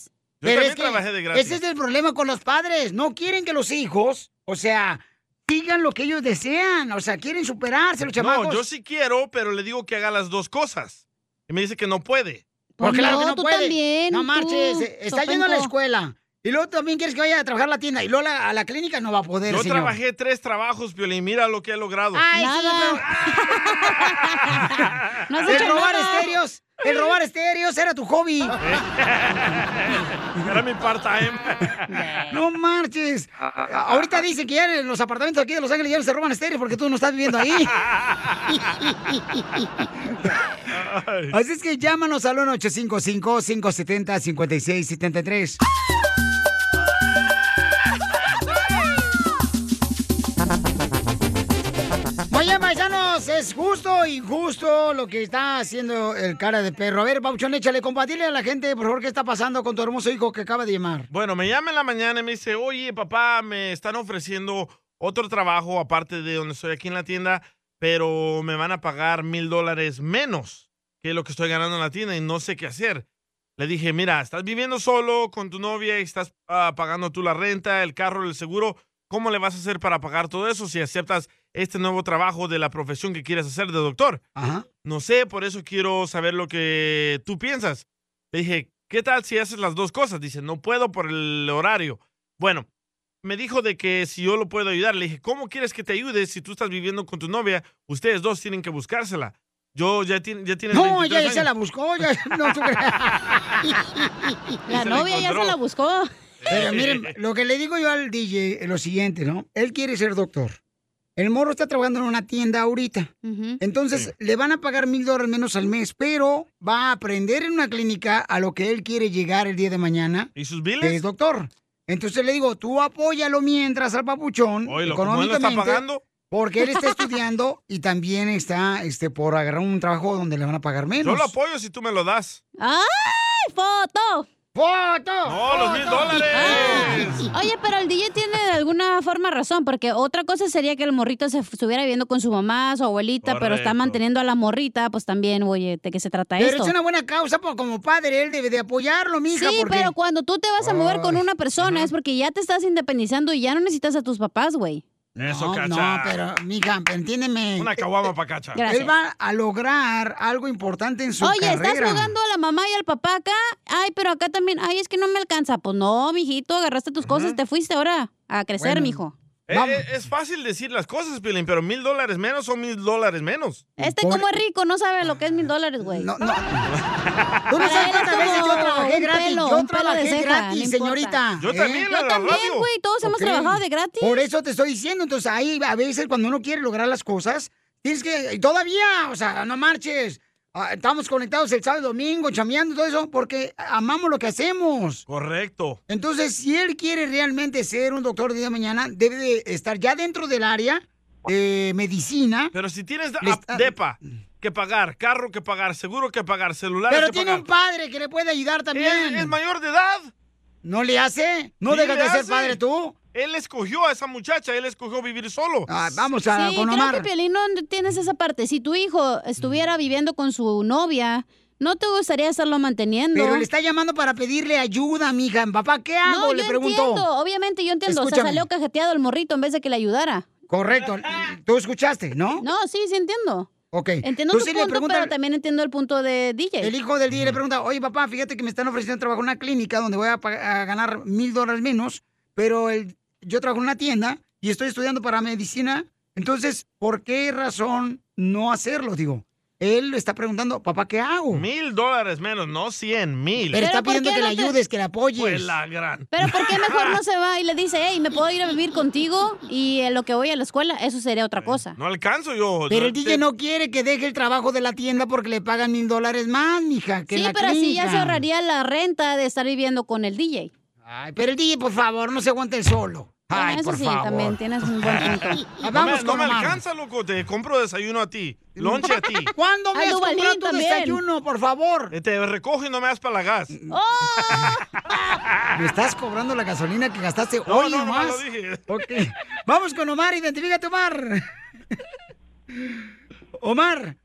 [SPEAKER 3] gratis.
[SPEAKER 2] Yo también trabajé de gratis.
[SPEAKER 3] Ese es el problema con los padres. No quieren que los hijos, o sea, digan lo que ellos desean. O sea, quieren superarse los chamacos.
[SPEAKER 2] No, yo sí quiero, pero le digo que haga las dos cosas. Y me dice que no puede.
[SPEAKER 3] Porque claro que Pues no puede. No marches. eh, Está yendo a la escuela. Y luego también quieres que vaya a trabajar a la tienda. Y luego la- a la clínica no va a poder,
[SPEAKER 2] Yo
[SPEAKER 3] señor.
[SPEAKER 2] trabajé tres trabajos, Violín. Mira lo que he logrado.
[SPEAKER 3] Ay, sí, pero-
[SPEAKER 2] No has
[SPEAKER 3] el
[SPEAKER 2] hecho
[SPEAKER 3] robar
[SPEAKER 2] nada.
[SPEAKER 3] estéreos. El robar estéreos era tu hobby. Eh.
[SPEAKER 2] Era mi part-time.
[SPEAKER 3] No marches. Ahorita dicen que ya en los apartamentos aquí de Los Ángeles ya no se roban estéreos porque tú no estás viviendo ahí. Así es que llámanos al 1-855-570-5673. Muy bien, paisanos, es justo o injusto lo que está haciendo el cara de perro. A ver, Pauchón, échale, compartirle a la gente, por favor, qué está pasando con tu hermoso hijo que acaba de llamar.
[SPEAKER 2] Bueno, me llama en la mañana y me dice, oye, papá, me están ofreciendo otro trabajo aparte de donde estoy aquí en la tienda, pero me van a pagar mil dólares menos que lo que estoy ganando en la tienda y no sé qué hacer. Le dije, mira, estás viviendo solo con tu novia y estás ah, pagando tú la renta, el carro, el seguro. ¿Cómo le vas a hacer para pagar todo eso si aceptas este nuevo trabajo de la profesión que quieres hacer de doctor? No sé, por eso quiero saber lo que tú piensas. Le dije, ¿qué tal si haces las dos cosas? Dice, no puedo por el horario. Bueno, me dijo de que si yo lo puedo ayudar. Le dije, ¿cómo quieres que te ayude si tú estás viviendo con tu novia? Ustedes dos tienen que buscársela. Yo ya, tiene, ya tienes
[SPEAKER 3] No,
[SPEAKER 2] 23
[SPEAKER 3] ya, ya
[SPEAKER 2] años.
[SPEAKER 3] se la buscó, ya no tú creas.
[SPEAKER 6] La novia ya se la buscó.
[SPEAKER 3] Pero miren, lo que le digo yo al DJ es lo siguiente, ¿no? Él quiere ser doctor. El morro está trabajando en una tienda ahorita. Entonces, le van a pagar mil dólares menos al mes, pero va a aprender en una clínica a lo que él quiere llegar el día de mañana.
[SPEAKER 2] ¿Y sus
[SPEAKER 3] que es
[SPEAKER 2] biles?
[SPEAKER 3] doctor. Entonces le digo, tú apóyalo mientras al papuchón
[SPEAKER 2] Oílo, como él lo está
[SPEAKER 3] económicamente.
[SPEAKER 2] pagando.
[SPEAKER 3] Porque él está estudiando y también está este, por agarrar un trabajo donde le van a pagar menos.
[SPEAKER 2] Yo lo apoyo si tú me lo das.
[SPEAKER 6] ¡Ay, foto!
[SPEAKER 3] ¡Foto!
[SPEAKER 2] ¡No, los mil dólares!
[SPEAKER 6] Ah. Oye, pero el DJ tiene de alguna forma razón, porque otra cosa sería que el morrito se estuviera viviendo con su mamá, su abuelita, pero está
[SPEAKER 3] Correcto.
[SPEAKER 6] manteniendo a la morrita, pues también, oye, ¿de qué se trata
[SPEAKER 3] Pero
[SPEAKER 6] esto?
[SPEAKER 3] es una buena causa, po- como padre, él debe de apoyarlo, mija.
[SPEAKER 6] Sí,
[SPEAKER 3] porque...
[SPEAKER 6] pero cuando tú te vas a mover con
[SPEAKER 3] Ay,
[SPEAKER 6] una persona es porque ya te estás independizando y ya no necesitas a tus papás, güey.
[SPEAKER 2] Eso,
[SPEAKER 3] no,
[SPEAKER 2] cacha.
[SPEAKER 3] no, pero, mija, entiéndeme.
[SPEAKER 2] Una caguama pa' cacha.
[SPEAKER 3] Él va a lograr algo importante en su
[SPEAKER 6] Oye,
[SPEAKER 3] carrera.
[SPEAKER 6] estás jugando a la mamá y al papá acá. Ay, pero acá también. Ay, es que no me alcanza. Pues no, mijito, agarraste tus cosas, te fuiste ahora a crecer,
[SPEAKER 2] Bueno.
[SPEAKER 6] mijo.
[SPEAKER 2] Eh, eh, es fácil decir las cosas, Pilín, pero mil dólares menos son mil dólares menos.
[SPEAKER 6] Este como es rico, no sabe lo que es mil dólares, güey. No, no.
[SPEAKER 3] Tú no sabes cuántas veces yo trabajé gratis. yo trabajé gratis,
[SPEAKER 6] no importa.
[SPEAKER 3] señorita. ¿eh?
[SPEAKER 6] Yo también, güey. Todos hemos
[SPEAKER 3] Ok.
[SPEAKER 6] trabajado de gratis.
[SPEAKER 3] Por eso te estoy diciendo. Entonces, ahí a veces cuando uno quiere lograr las cosas, tienes que. y Todavía, o sea, no marches. Ah, Estamos conectados el sábado y domingo, chameando, todo eso, porque amamos lo que hacemos.
[SPEAKER 2] Correcto.
[SPEAKER 3] Entonces, si él quiere realmente ser un doctor de día de mañana, debe de estar ya dentro del área de medicina.
[SPEAKER 2] Pero si tienes da-
[SPEAKER 3] Le está-
[SPEAKER 2] depa que pagar, carro que pagar, seguro que pagar, celular
[SPEAKER 3] Pero
[SPEAKER 2] que
[SPEAKER 3] tiene
[SPEAKER 2] pagar.
[SPEAKER 3] un padre que le puede ayudar también.
[SPEAKER 2] Él es mayor de edad.
[SPEAKER 3] ¿No le hace? ¿No
[SPEAKER 2] Sí
[SPEAKER 3] dejas
[SPEAKER 2] le
[SPEAKER 3] de ser
[SPEAKER 2] hace.
[SPEAKER 3] padre tú? Ah,
[SPEAKER 2] Él escogió a esa muchacha, él escogió vivir solo.
[SPEAKER 3] vamos
[SPEAKER 6] sí, creo que Piolín no tienes esa parte. Si tu hijo
[SPEAKER 3] Mm.
[SPEAKER 6] estuviera viviendo con su novia, no te gustaría estarlo manteniendo.
[SPEAKER 3] Pero le está llamando para pedirle ayuda, mija. Papá, ¿qué hago?
[SPEAKER 6] No,
[SPEAKER 3] le
[SPEAKER 6] yo
[SPEAKER 3] preguntó.
[SPEAKER 6] entiendo, obviamente yo entiendo. O sea,
[SPEAKER 3] Escúchame.
[SPEAKER 6] salió cajeteado el morrito en vez de que le ayudara.
[SPEAKER 3] Correcto. Tú escuchaste, ¿no?
[SPEAKER 6] No, sí, sí entiendo.
[SPEAKER 3] Ok.
[SPEAKER 6] Entiendo
[SPEAKER 3] Tú
[SPEAKER 6] tu
[SPEAKER 3] sí le
[SPEAKER 6] punto,
[SPEAKER 3] preguntas-
[SPEAKER 6] pero también entiendo el punto de DJ.
[SPEAKER 3] El hijo del día le pregunta, oye papá, fíjate que me están ofreciendo trabajo en una clínica donde voy a, pag- a ganar mil dólares menos, pero el- yo trabajo en una tienda y estoy estudiando para medicina, entonces, ¿por qué razón no hacerlo? Digo, Él le está preguntando, papá, ¿qué hago?
[SPEAKER 2] Mil dólares menos, no cien, mil.
[SPEAKER 3] Pero está pidiendo que le ayudes, que le apoyes.
[SPEAKER 2] Pues la gran.
[SPEAKER 6] Pero ¿por qué mejor no se va y le dice, hey, me puedo ir a vivir contigo y en lo que voy a la escuela? Eso sería otra cosa.
[SPEAKER 2] No alcanzo yo.
[SPEAKER 3] Pero
[SPEAKER 2] Yo-
[SPEAKER 3] el DJ no quiere que deje el trabajo de la tienda porque le pagan mil dólares más, mija. Que
[SPEAKER 6] Sí,
[SPEAKER 3] la
[SPEAKER 6] pero así ya
[SPEAKER 3] clínica.
[SPEAKER 6] se ahorraría la renta de estar viviendo con el DJ.
[SPEAKER 3] Ay, pero el DJ, por favor, no se aguante el solo.
[SPEAKER 6] Bueno,
[SPEAKER 3] Ay,
[SPEAKER 6] eso
[SPEAKER 3] por
[SPEAKER 6] sí,
[SPEAKER 3] favor.
[SPEAKER 6] también tienes un buen punto.
[SPEAKER 3] Ah,
[SPEAKER 2] No
[SPEAKER 3] vamos
[SPEAKER 2] me, no
[SPEAKER 3] con
[SPEAKER 2] me
[SPEAKER 3] Omar.
[SPEAKER 2] alcanza, loco. Te compro desayuno a ti. Lonche a ti.
[SPEAKER 3] ¿Cuándo me
[SPEAKER 6] Al
[SPEAKER 3] has
[SPEAKER 6] Dubalín
[SPEAKER 3] comprado tu
[SPEAKER 6] también.
[SPEAKER 3] desayuno, por favor?
[SPEAKER 2] Eh, Te recojo y no me das para la gas.
[SPEAKER 3] Me estás cobrando la gasolina que gastaste
[SPEAKER 2] Ah. No,
[SPEAKER 3] hoy
[SPEAKER 2] no,
[SPEAKER 3] no,
[SPEAKER 2] nomás
[SPEAKER 3] más.
[SPEAKER 2] lo dije.
[SPEAKER 3] Ok. Vamos con Omar, identifícate, Omar. Omar.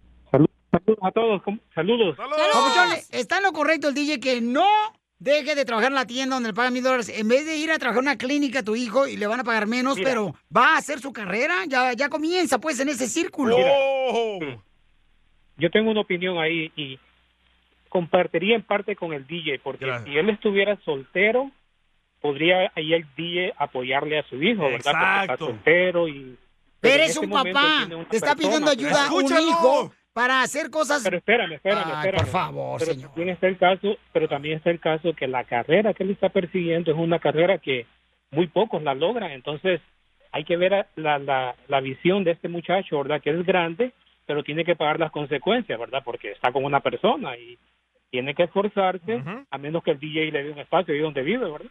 [SPEAKER 17] Saludos a todos, com- saludos.
[SPEAKER 3] Papuchón, está en lo correcto el DJ que no deje de trabajar en la tienda donde le pagan mil dólares. En vez de ir a trabajar en una clínica a tu hijo y le van a pagar menos,
[SPEAKER 17] Mira.
[SPEAKER 3] pero va a hacer su carrera, ya, ya comienza pues en ese círculo.
[SPEAKER 17] Mira. Yo tengo una opinión ahí y compartiría en parte con el DJ, porque si él estuviera soltero, podría ahí el DJ apoyarle a su hijo, ¿verdad? Porque está
[SPEAKER 3] Exacto.
[SPEAKER 17] soltero y...
[SPEAKER 3] Pero
[SPEAKER 17] en
[SPEAKER 3] eres
[SPEAKER 17] este
[SPEAKER 3] un
[SPEAKER 17] momento
[SPEAKER 3] papá,
[SPEAKER 17] tiene una
[SPEAKER 3] te está pidiendo
[SPEAKER 17] persona,
[SPEAKER 3] ayuda a un
[SPEAKER 17] ¿verdad?
[SPEAKER 3] hijo para hacer cosas.
[SPEAKER 17] Pero espérame, espérame,
[SPEAKER 3] Ay,
[SPEAKER 17] espérame.
[SPEAKER 3] por favor,
[SPEAKER 17] Pero
[SPEAKER 3] señor.
[SPEAKER 17] También está el caso, pero también está el caso que la carrera que él está persiguiendo es una carrera que muy pocos la logran. Entonces, hay que ver a- la, la, la visión de este muchacho, ¿verdad? Que es grande, pero tiene que pagar las consecuencias, ¿verdad? Porque está con una persona y tiene que esforzarse, a menos que el DJ le dé un espacio ahí donde vive, ¿verdad?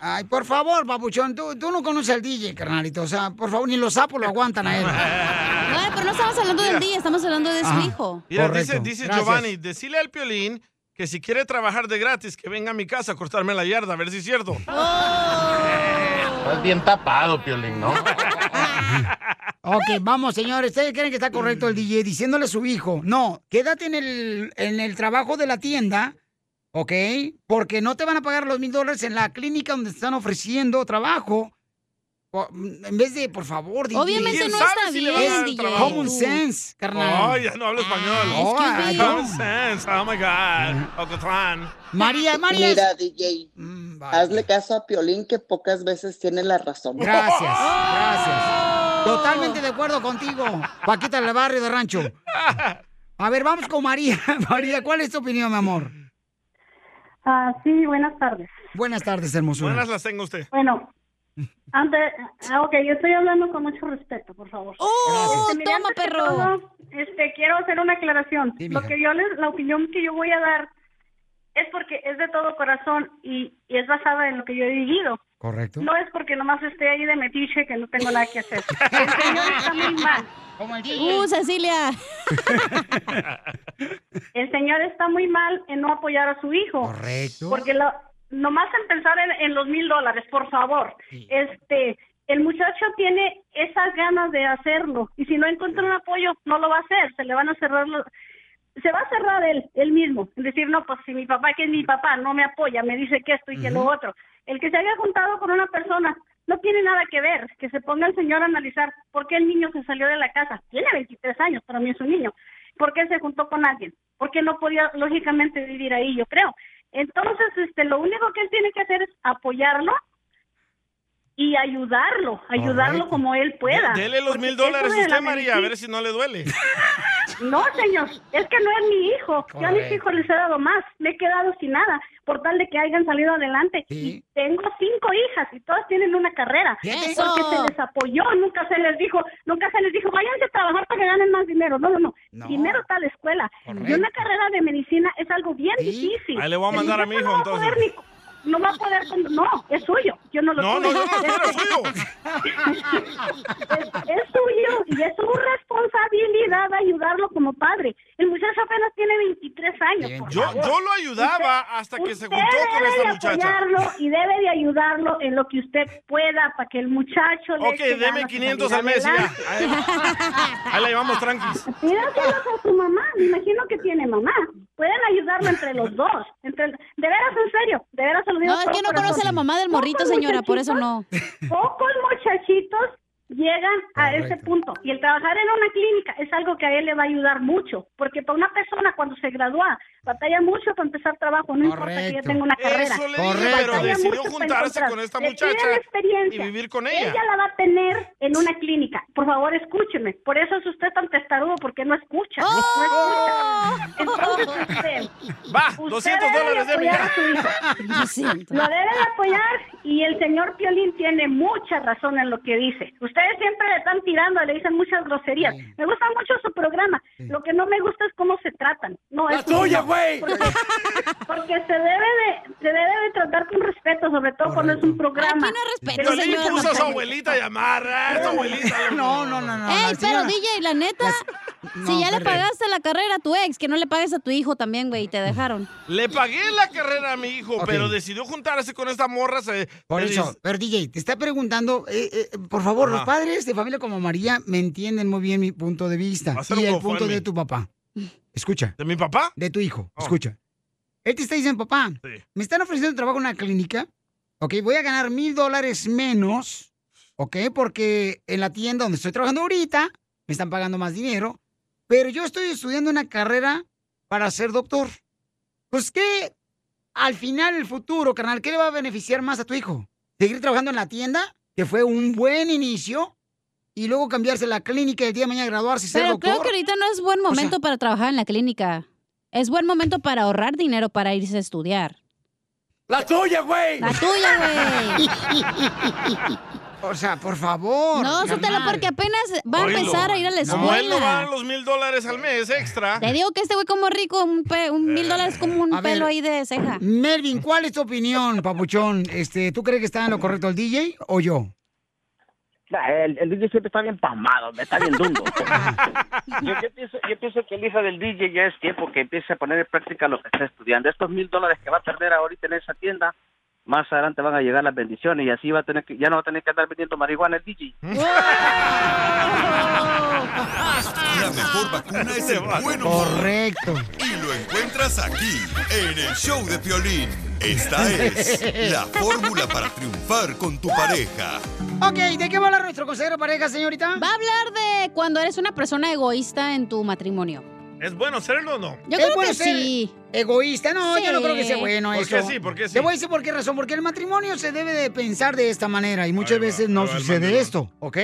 [SPEAKER 3] Ay, por favor, papuchón, tú, tú no conoces al DJ, carnalito. O sea, por favor, ni los sapos lo aguantan a él.
[SPEAKER 6] Bueno, pero no estamos hablando del DJ, estamos hablando de su
[SPEAKER 3] Ajá.
[SPEAKER 6] hijo.
[SPEAKER 2] Mira,
[SPEAKER 3] Correcto.
[SPEAKER 2] dice, dice
[SPEAKER 3] Gracias.
[SPEAKER 2] Giovanni, decile al piolín que si quiere trabajar de gratis, que venga a mi casa a cortarme la yarda, a ver si es cierto.
[SPEAKER 18] Estás bien tapado, Piolín, ¿no?
[SPEAKER 3] Ok, vamos, señores. ¿Ustedes creen que está correcto el DJ diciéndole a su hijo? No, quédate en el, en el trabajo de la tienda, ¿ok? Porque no te van a pagar los mil dólares en la clínica donde te están ofreciendo trabajo. O- En vez de, por favor, DJ.
[SPEAKER 6] Obviamente ¿Quién no sabe está si le van a bien, dar DJ, trabajo?
[SPEAKER 3] Common
[SPEAKER 6] tú.
[SPEAKER 3] sense, carnal.
[SPEAKER 2] Ay, Oh, ya no hablo español.
[SPEAKER 3] Ah, excuse
[SPEAKER 2] Oh,
[SPEAKER 3] me.
[SPEAKER 2] common sense. Oh my God. Ocotlán.
[SPEAKER 3] María, María. Mm,
[SPEAKER 19] Mira, DJ, hazle caso a Piolín que pocas veces tiene la razón.
[SPEAKER 3] Gracias,
[SPEAKER 2] Oh.
[SPEAKER 3] gracias. Totalmente de acuerdo contigo, Paquita del barrio de rancho. A ver, vamos con María. María, ¿cuál es tu opinión, mi amor?
[SPEAKER 20] Ah, sí, buenas tardes.
[SPEAKER 3] Buenas tardes, hermosura.
[SPEAKER 2] Buenas las tengo usted.
[SPEAKER 20] Bueno, antes, ah, ok, yo estoy hablando con mucho respeto, por favor.
[SPEAKER 6] ¡Oh,
[SPEAKER 20] Este, mira,
[SPEAKER 6] toma,
[SPEAKER 20] antes que
[SPEAKER 6] perro!
[SPEAKER 20] todo, este, quiero hacer una aclaración. Lo que yo les- la opinión que yo voy a dar es porque es de todo corazón y, y es basada en lo que yo he vivido.
[SPEAKER 3] Correcto.
[SPEAKER 20] No es porque nomás esté ahí de metiche que no tengo nada que hacer. El señor está muy mal.
[SPEAKER 6] Uh, Cecilia.
[SPEAKER 20] el señor está muy mal en no apoyar a su hijo.
[SPEAKER 3] Correcto.
[SPEAKER 20] Porque lo, nomás en pensar en, en los mil dólares, por favor. Este, el muchacho tiene esas ganas de hacerlo y si no encuentra un apoyo, no lo va a hacer. Se le van a cerrar los, se va a cerrar él, él mismo. Es decir, no, pues si mi papá, que es mi papá, no me apoya, me dice que esto y que lo
[SPEAKER 21] Ujú.
[SPEAKER 20] otro. El que se haya juntado con una persona no tiene nada que ver. Que se ponga el señor a analizar por qué el niño se salió de la casa. Tiene 23 años, para mí es un niño. ¿Por qué se juntó con alguien? Porque no podía, lógicamente, vivir ahí, yo creo. Entonces, este, lo único que él tiene que hacer es apoyarlo y ayudarlo, ayudarlo
[SPEAKER 2] Correcto.
[SPEAKER 20] como él pueda.
[SPEAKER 2] Dele los
[SPEAKER 20] Porque
[SPEAKER 2] mil dólares
[SPEAKER 20] eso
[SPEAKER 2] a
[SPEAKER 20] de
[SPEAKER 2] usted,
[SPEAKER 20] la
[SPEAKER 2] María, a
[SPEAKER 20] medicina-
[SPEAKER 2] ver si no le duele.
[SPEAKER 20] no, señor, es que no es mi hijo. Yo a mis
[SPEAKER 2] Correcto.
[SPEAKER 20] hijos les he dado más. Me he quedado sin nada por tal de que hayan salido adelante. Y tengo cinco hijas y todas tienen una carrera.
[SPEAKER 6] ¡Eso!
[SPEAKER 20] Porque se les apoyó, nunca se les dijo, nunca se les dijo, váyanse a trabajar para que ganen más dinero. No, no, no.
[SPEAKER 2] No.
[SPEAKER 20] Dinero está la escuela. Y una carrera de medicina es algo bien difícil.
[SPEAKER 2] Ahí le voy a
[SPEAKER 20] El
[SPEAKER 2] mandar a mi hijo,
[SPEAKER 20] no va poder
[SPEAKER 2] entonces.
[SPEAKER 20] ni- No va a poder, no, es suyo. Yo no lo
[SPEAKER 2] No,
[SPEAKER 20] tuve.
[SPEAKER 2] no, yo no lo quiero, es suyo.
[SPEAKER 20] es suyo y es su responsabilidad ayudarlo como padre. El muchacho apenas tiene 23 años. por
[SPEAKER 2] Yo-
[SPEAKER 20] favor.
[SPEAKER 2] yo lo ayudaba
[SPEAKER 20] Usted-
[SPEAKER 2] hasta que se
[SPEAKER 20] usted
[SPEAKER 2] juntó con
[SPEAKER 20] debe
[SPEAKER 2] esa
[SPEAKER 20] de
[SPEAKER 2] muchacha.
[SPEAKER 20] apoyarlo y debe de ayudarlo en lo que usted pueda para que el muchacho le
[SPEAKER 2] Ok,
[SPEAKER 20] eche ganas
[SPEAKER 2] deme
[SPEAKER 20] a
[SPEAKER 2] 500 al
[SPEAKER 20] salir
[SPEAKER 2] mes y ya.
[SPEAKER 20] adelante.
[SPEAKER 2] Ahí, ahí la llevamos tranquis.
[SPEAKER 20] Pídaselos a su mamá, me imagino que tiene mamá. Pueden ayudarlo entre los dos. Entre, de veras, en serio, de veras se lo digo
[SPEAKER 6] No, es
[SPEAKER 20] de
[SPEAKER 6] que
[SPEAKER 20] todo
[SPEAKER 6] no conoce
[SPEAKER 20] corazón.
[SPEAKER 6] la mamá del morrito,
[SPEAKER 20] Pocos
[SPEAKER 6] señora, por eso no.
[SPEAKER 20] muchachitos- Pocos muchachitos llegan a ese punto. Y el trabajar en una clínica es algo que a él le va a ayudar mucho. Porque para una persona cuando se gradúa Batalla mucho para empezar trabajo, no importa que yo tenga una carrera.
[SPEAKER 2] Eso le dije, pero
[SPEAKER 20] Batalla
[SPEAKER 2] decidió
[SPEAKER 20] mucho para
[SPEAKER 2] juntarse
[SPEAKER 20] encontrar.
[SPEAKER 2] con esta
[SPEAKER 20] Le piden
[SPEAKER 2] muchacha
[SPEAKER 20] experiencia.
[SPEAKER 2] y vivir con ella.
[SPEAKER 20] Ella la va a tener en una clínica. Por favor, escúcheme. Por eso es usted tan testarudo, porque no escucha.
[SPEAKER 1] ¡Oh!
[SPEAKER 20] No escucha. Entonces usted...
[SPEAKER 2] Va,
[SPEAKER 20] Usted
[SPEAKER 2] 200
[SPEAKER 20] debe
[SPEAKER 2] dólares de mi
[SPEAKER 20] apoyar a su hijo. Lo debe de apoyar y el señor Piolín tiene mucha razón en lo que dice. Ustedes siempre le están tirando, le dicen muchas groserías. Me gusta mucho su programa. Lo que no me gusta es cómo se tratan. No,
[SPEAKER 1] ¡La
[SPEAKER 20] es
[SPEAKER 1] tuya, güey!
[SPEAKER 20] Porque, porque se debe de se debe de tratar con respeto, sobre todo cuando es un programa.
[SPEAKER 2] Yo le puso a su abuelita a llamar. ah, tu abuelita.
[SPEAKER 3] No, no, no, no.
[SPEAKER 6] Ey,
[SPEAKER 3] la
[SPEAKER 6] pero
[SPEAKER 3] señora-
[SPEAKER 6] DJ, la neta, si
[SPEAKER 2] No,
[SPEAKER 6] ya le
[SPEAKER 2] perdón.
[SPEAKER 6] pagaste la carrera a tu ex, que no le pagues a tu hijo también, güey, y te dejaron.
[SPEAKER 2] Le pagué la carrera a mi hijo, pero decidió juntarse con esta morra. Se,
[SPEAKER 3] Por
[SPEAKER 2] se
[SPEAKER 3] eso,
[SPEAKER 2] dis-
[SPEAKER 3] pero DJ, te está preguntando, eh, eh, por favor,
[SPEAKER 2] Ajá.
[SPEAKER 3] los padres de familia como María me entienden muy bien mi punto de vista
[SPEAKER 2] ser
[SPEAKER 3] y
[SPEAKER 2] un
[SPEAKER 3] el
[SPEAKER 2] GoFundMe.
[SPEAKER 3] punto de tu papá. Escucha.
[SPEAKER 2] ¿De mi papá? Oh.
[SPEAKER 3] De tu hijo, escucha. Él te está diciendo, papá, me están ofreciendo trabajo en una clínica, ok, voy a ganar mil dólares menos, ok, porque en la tienda donde estoy trabajando ahorita me están pagando más dinero, pero yo estoy estudiando una carrera para ser doctor. Pues que al final, el futuro, carnal, ¿qué le va a beneficiar más a tu hijo? ¿Seguir trabajando en la tienda? Que fue un buen inicio. Y luego cambiarse a la clínica y el día de mañana graduarse y ser
[SPEAKER 6] Pero
[SPEAKER 3] doctor.
[SPEAKER 6] creo que ahorita no es buen momento para trabajar en la clínica. Es buen momento para ahorrar dinero para irse a estudiar.
[SPEAKER 3] ¡La tuya, güey!
[SPEAKER 6] La tuya, güey.
[SPEAKER 3] O sea, por favor.
[SPEAKER 6] No, Sotelo,
[SPEAKER 2] carnal.
[SPEAKER 6] porque apenas va a
[SPEAKER 2] Oílo.
[SPEAKER 6] empezar a ir a la
[SPEAKER 2] Como él no va a
[SPEAKER 6] escuela.
[SPEAKER 2] dar los mil dólares al mes extra.
[SPEAKER 6] Te digo que este güey como rico, un, pe- un mil dólares es como un
[SPEAKER 3] A ver.
[SPEAKER 6] pelo ahí de ceja.
[SPEAKER 3] Melvin, ¿cuál es tu opinión, papuchón? Este, ¿Tú crees que está en lo correcto el DJ o yo?
[SPEAKER 22] Nah, El, el DJ siempre está bien pasmado, está bien dundo. yo, yo pienso, yo pienso que el hijo del DJ ya es tiempo que empiece a poner en práctica lo que está estudiando. Estos mil dólares que va a perder ahorita en esa tienda, más adelante van a llegar las bendiciones y así va a tener que, ya no va a tener que andar vendiendo marihuana el DJ.
[SPEAKER 4] La mejor vacuna es el buen humor.
[SPEAKER 3] Correcto.
[SPEAKER 4] Y lo encuentras aquí, en el show de Piolín. Esta es la fórmula para triunfar con tu pareja.
[SPEAKER 3] Ok, ¿de qué va a hablar nuestro consejero pareja, señorita?
[SPEAKER 6] Va a hablar de cuando eres una persona egoísta en tu matrimonio.
[SPEAKER 2] ¿Es bueno serlo o no?
[SPEAKER 6] Yo
[SPEAKER 3] ¿Es
[SPEAKER 6] creo
[SPEAKER 3] bueno
[SPEAKER 6] que
[SPEAKER 3] ser
[SPEAKER 6] sí.
[SPEAKER 3] Egoísta, no, yo no
[SPEAKER 6] Sí.
[SPEAKER 3] creo que sea bueno
[SPEAKER 2] ¿Eh? ¿Por
[SPEAKER 3] eso.
[SPEAKER 2] qué sí? ¿Por qué sí?
[SPEAKER 3] Te voy a decir por qué razón, porque el matrimonio se debe de pensar de esta manera y muchas veces no sucede esto, ¿ok?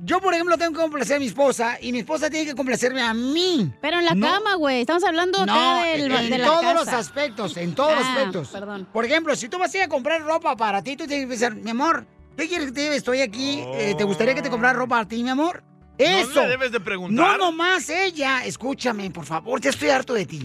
[SPEAKER 3] Yo, por ejemplo, tengo que complacer a mi esposa y mi esposa tiene que complacerme a mí.
[SPEAKER 6] Pero en la cama, güey, estamos hablando acá del-
[SPEAKER 3] en
[SPEAKER 6] de la
[SPEAKER 3] todos
[SPEAKER 6] casa.
[SPEAKER 3] los aspectos, en todos los
[SPEAKER 6] Ah,
[SPEAKER 3] aspectos.
[SPEAKER 6] perdón.
[SPEAKER 3] Por ejemplo, si tú vas a ir a comprar ropa para ti, tú tienes que pensar, mi amor, ¿qué quieres que te lleve? Estoy aquí, eh, ¿te gustaría que te comprara ropa para ti, mi amor? Eso.
[SPEAKER 2] No le debes de
[SPEAKER 3] No
[SPEAKER 2] preguntar.
[SPEAKER 3] nomás ella, escúchame, por favor, ya estoy harto de ti.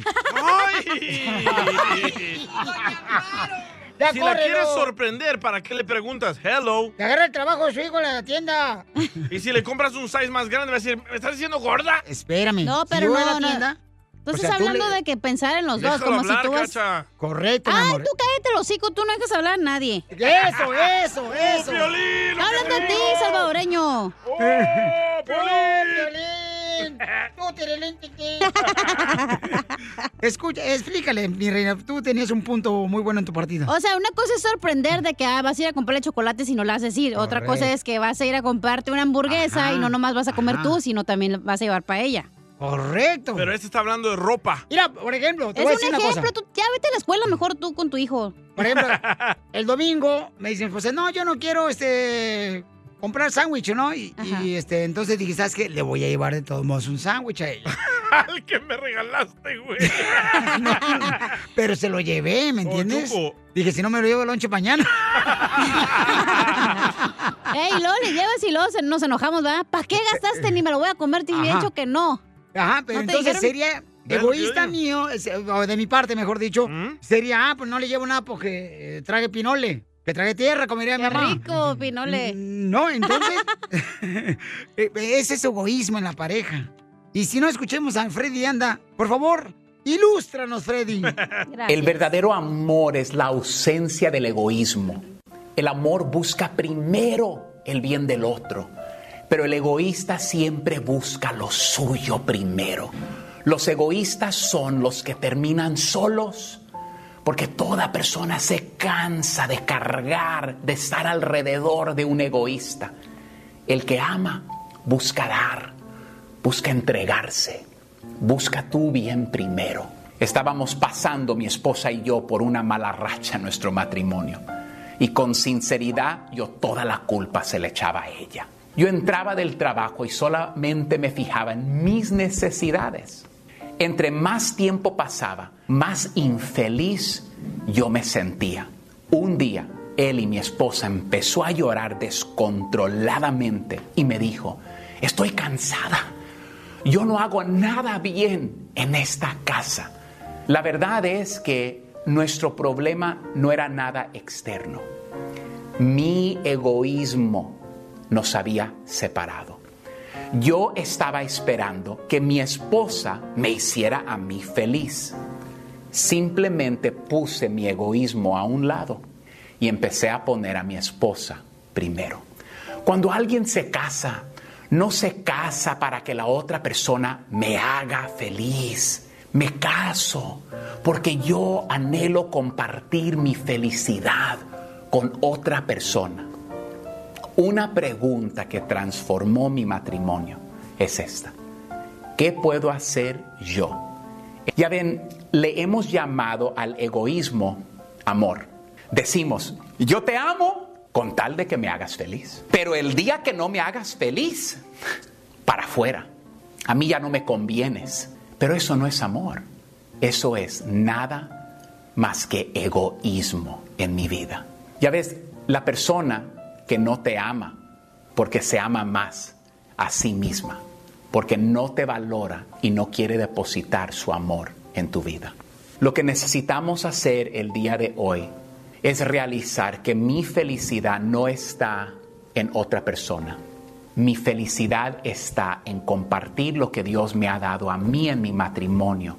[SPEAKER 3] Ya
[SPEAKER 2] si la
[SPEAKER 3] córrelo.
[SPEAKER 2] quieres sorprender, ¿para qué le preguntas? Hello.
[SPEAKER 3] Te agarra el trabajo de su hijo en la tienda.
[SPEAKER 2] Y si le compras un size más grande, va a decir, ¿me estás diciendo gorda?
[SPEAKER 3] Espérame.
[SPEAKER 6] No, pero
[SPEAKER 3] yo voy a la
[SPEAKER 6] no, no.
[SPEAKER 3] tienda,
[SPEAKER 6] Tú
[SPEAKER 3] o
[SPEAKER 6] estás
[SPEAKER 3] sea, tú
[SPEAKER 6] hablando
[SPEAKER 3] le-
[SPEAKER 6] de que pensar en los dos,
[SPEAKER 2] Déjalo
[SPEAKER 6] como
[SPEAKER 2] hablar,
[SPEAKER 6] si tú vas...
[SPEAKER 2] Cacha.
[SPEAKER 3] Correcto, mi
[SPEAKER 6] Ay,
[SPEAKER 3] amor.
[SPEAKER 6] tú cállate el hocico, tú no dejas hablar a nadie.
[SPEAKER 3] Eso, eso, eso.
[SPEAKER 2] Piolín,
[SPEAKER 6] Está hablando a ti, salvadoreño.
[SPEAKER 2] Oh.
[SPEAKER 3] Piolín! Tú, tirelín, tin, tin. Escucha, explícale, mi reina. Tú tenías un punto muy bueno en tu partida.
[SPEAKER 6] O sea, una cosa es sorprender de que ah, vas a ir a comprarle chocolate si no le haces ir. Otra
[SPEAKER 3] Correcto.
[SPEAKER 6] cosa es que vas a ir a comprarte una hamburguesa
[SPEAKER 3] Ajá,
[SPEAKER 6] y no nomás vas a comer
[SPEAKER 2] ajá.
[SPEAKER 6] tú, sino también vas a llevar para ella.
[SPEAKER 3] Correcto.
[SPEAKER 2] Pero este está hablando de ropa.
[SPEAKER 3] Mira, por ejemplo, te
[SPEAKER 6] es
[SPEAKER 3] voy
[SPEAKER 6] un
[SPEAKER 3] a decir
[SPEAKER 6] ejemplo,
[SPEAKER 3] una cosa.
[SPEAKER 6] tú ya vete a la escuela mejor tú con tu hijo.
[SPEAKER 3] Por ejemplo, el domingo me dicen, José, no, yo no quiero este comprar sándwich, ¿no? Y, y, este, entonces dije, ¿sabes qué? Le voy a llevar de todos modos un sándwich a ella.
[SPEAKER 2] Al que me regalaste, güey. Oh,
[SPEAKER 3] Pero se lo llevé, ¿me entiendes? dije, si no me lo llevo el lonche mañana.
[SPEAKER 6] Ey, luego le llevas y luego se- nos enojamos, ¿verdad? ¿Para qué gastaste? Ni me lo voy a comer, te había
[SPEAKER 3] Ajá.
[SPEAKER 6] dicho que no.
[SPEAKER 3] Ajá, pero
[SPEAKER 6] ¿No te dijeron?
[SPEAKER 3] entonces sería
[SPEAKER 6] ¿Ves lo que
[SPEAKER 3] egoísta
[SPEAKER 6] yo
[SPEAKER 3] mío, es- eh, o de mi parte, mejor dicho, sería, ah, pues no le llevo nada porque eh, trague pinole, que trague tierra, comería mi
[SPEAKER 6] Qué
[SPEAKER 3] mamá.
[SPEAKER 6] rico, Pinole.
[SPEAKER 3] Mm, No, entonces, eh, ese es egoísmo en la pareja. Y si no escuchemos a Freddy Anda, por favor, ilústranos, Freddy.
[SPEAKER 23] El verdadero amor es la ausencia del egoísmo. El amor busca primero el bien del otro, pero el egoísta siempre busca lo suyo primero. Los egoístas son los que terminan solos porque toda persona se cansa de cargar, de estar alrededor de un egoísta. El que ama busca dar, busca entregarse, busca tu bien primero. Estábamos pasando mi esposa y yo por una mala racha en nuestro matrimonio. Y con sinceridad yo toda la culpa se le echaba a ella. Yo entraba del trabajo y solamente me fijaba en mis necesidades. Entre más tiempo pasaba, más infeliz yo me sentía. Un día, él y mi esposa empezó a llorar descontroladamente y me dijo, estoy cansada. Yo no hago nada bien en esta casa. La verdad es que nuestro problema no era nada externo. Mi egoísmo nos había separado. Yo estaba esperando que mi esposa me hiciera a mí feliz. Simplemente puse mi egoísmo a un lado y empecé a poner a mi esposa primero. Cuando alguien se casa, no se casa para que la otra persona me haga feliz. Me caso porque yo anhelo compartir mi felicidad con otra persona. Una pregunta que transformó mi matrimonio es esta. ¿Qué puedo hacer yo? Ya ven, le hemos llamado al egoísmo amor. Decimos, yo te amo con tal de que me hagas feliz. Pero el día que no me hagas feliz, para afuera. A mí ya no me convienes. Pero eso no es amor. Eso es nada más que egoísmo en mi vida. Ya ves, la persona que no te ama porque se ama más a sí misma, porque no te valora y no quiere depositar su amor en tu vida. Lo que necesitamos hacer el día de hoy es realizar que mi felicidad no está en otra persona. Mi felicidad está en compartir lo que Dios me ha dado a mí en mi matrimonio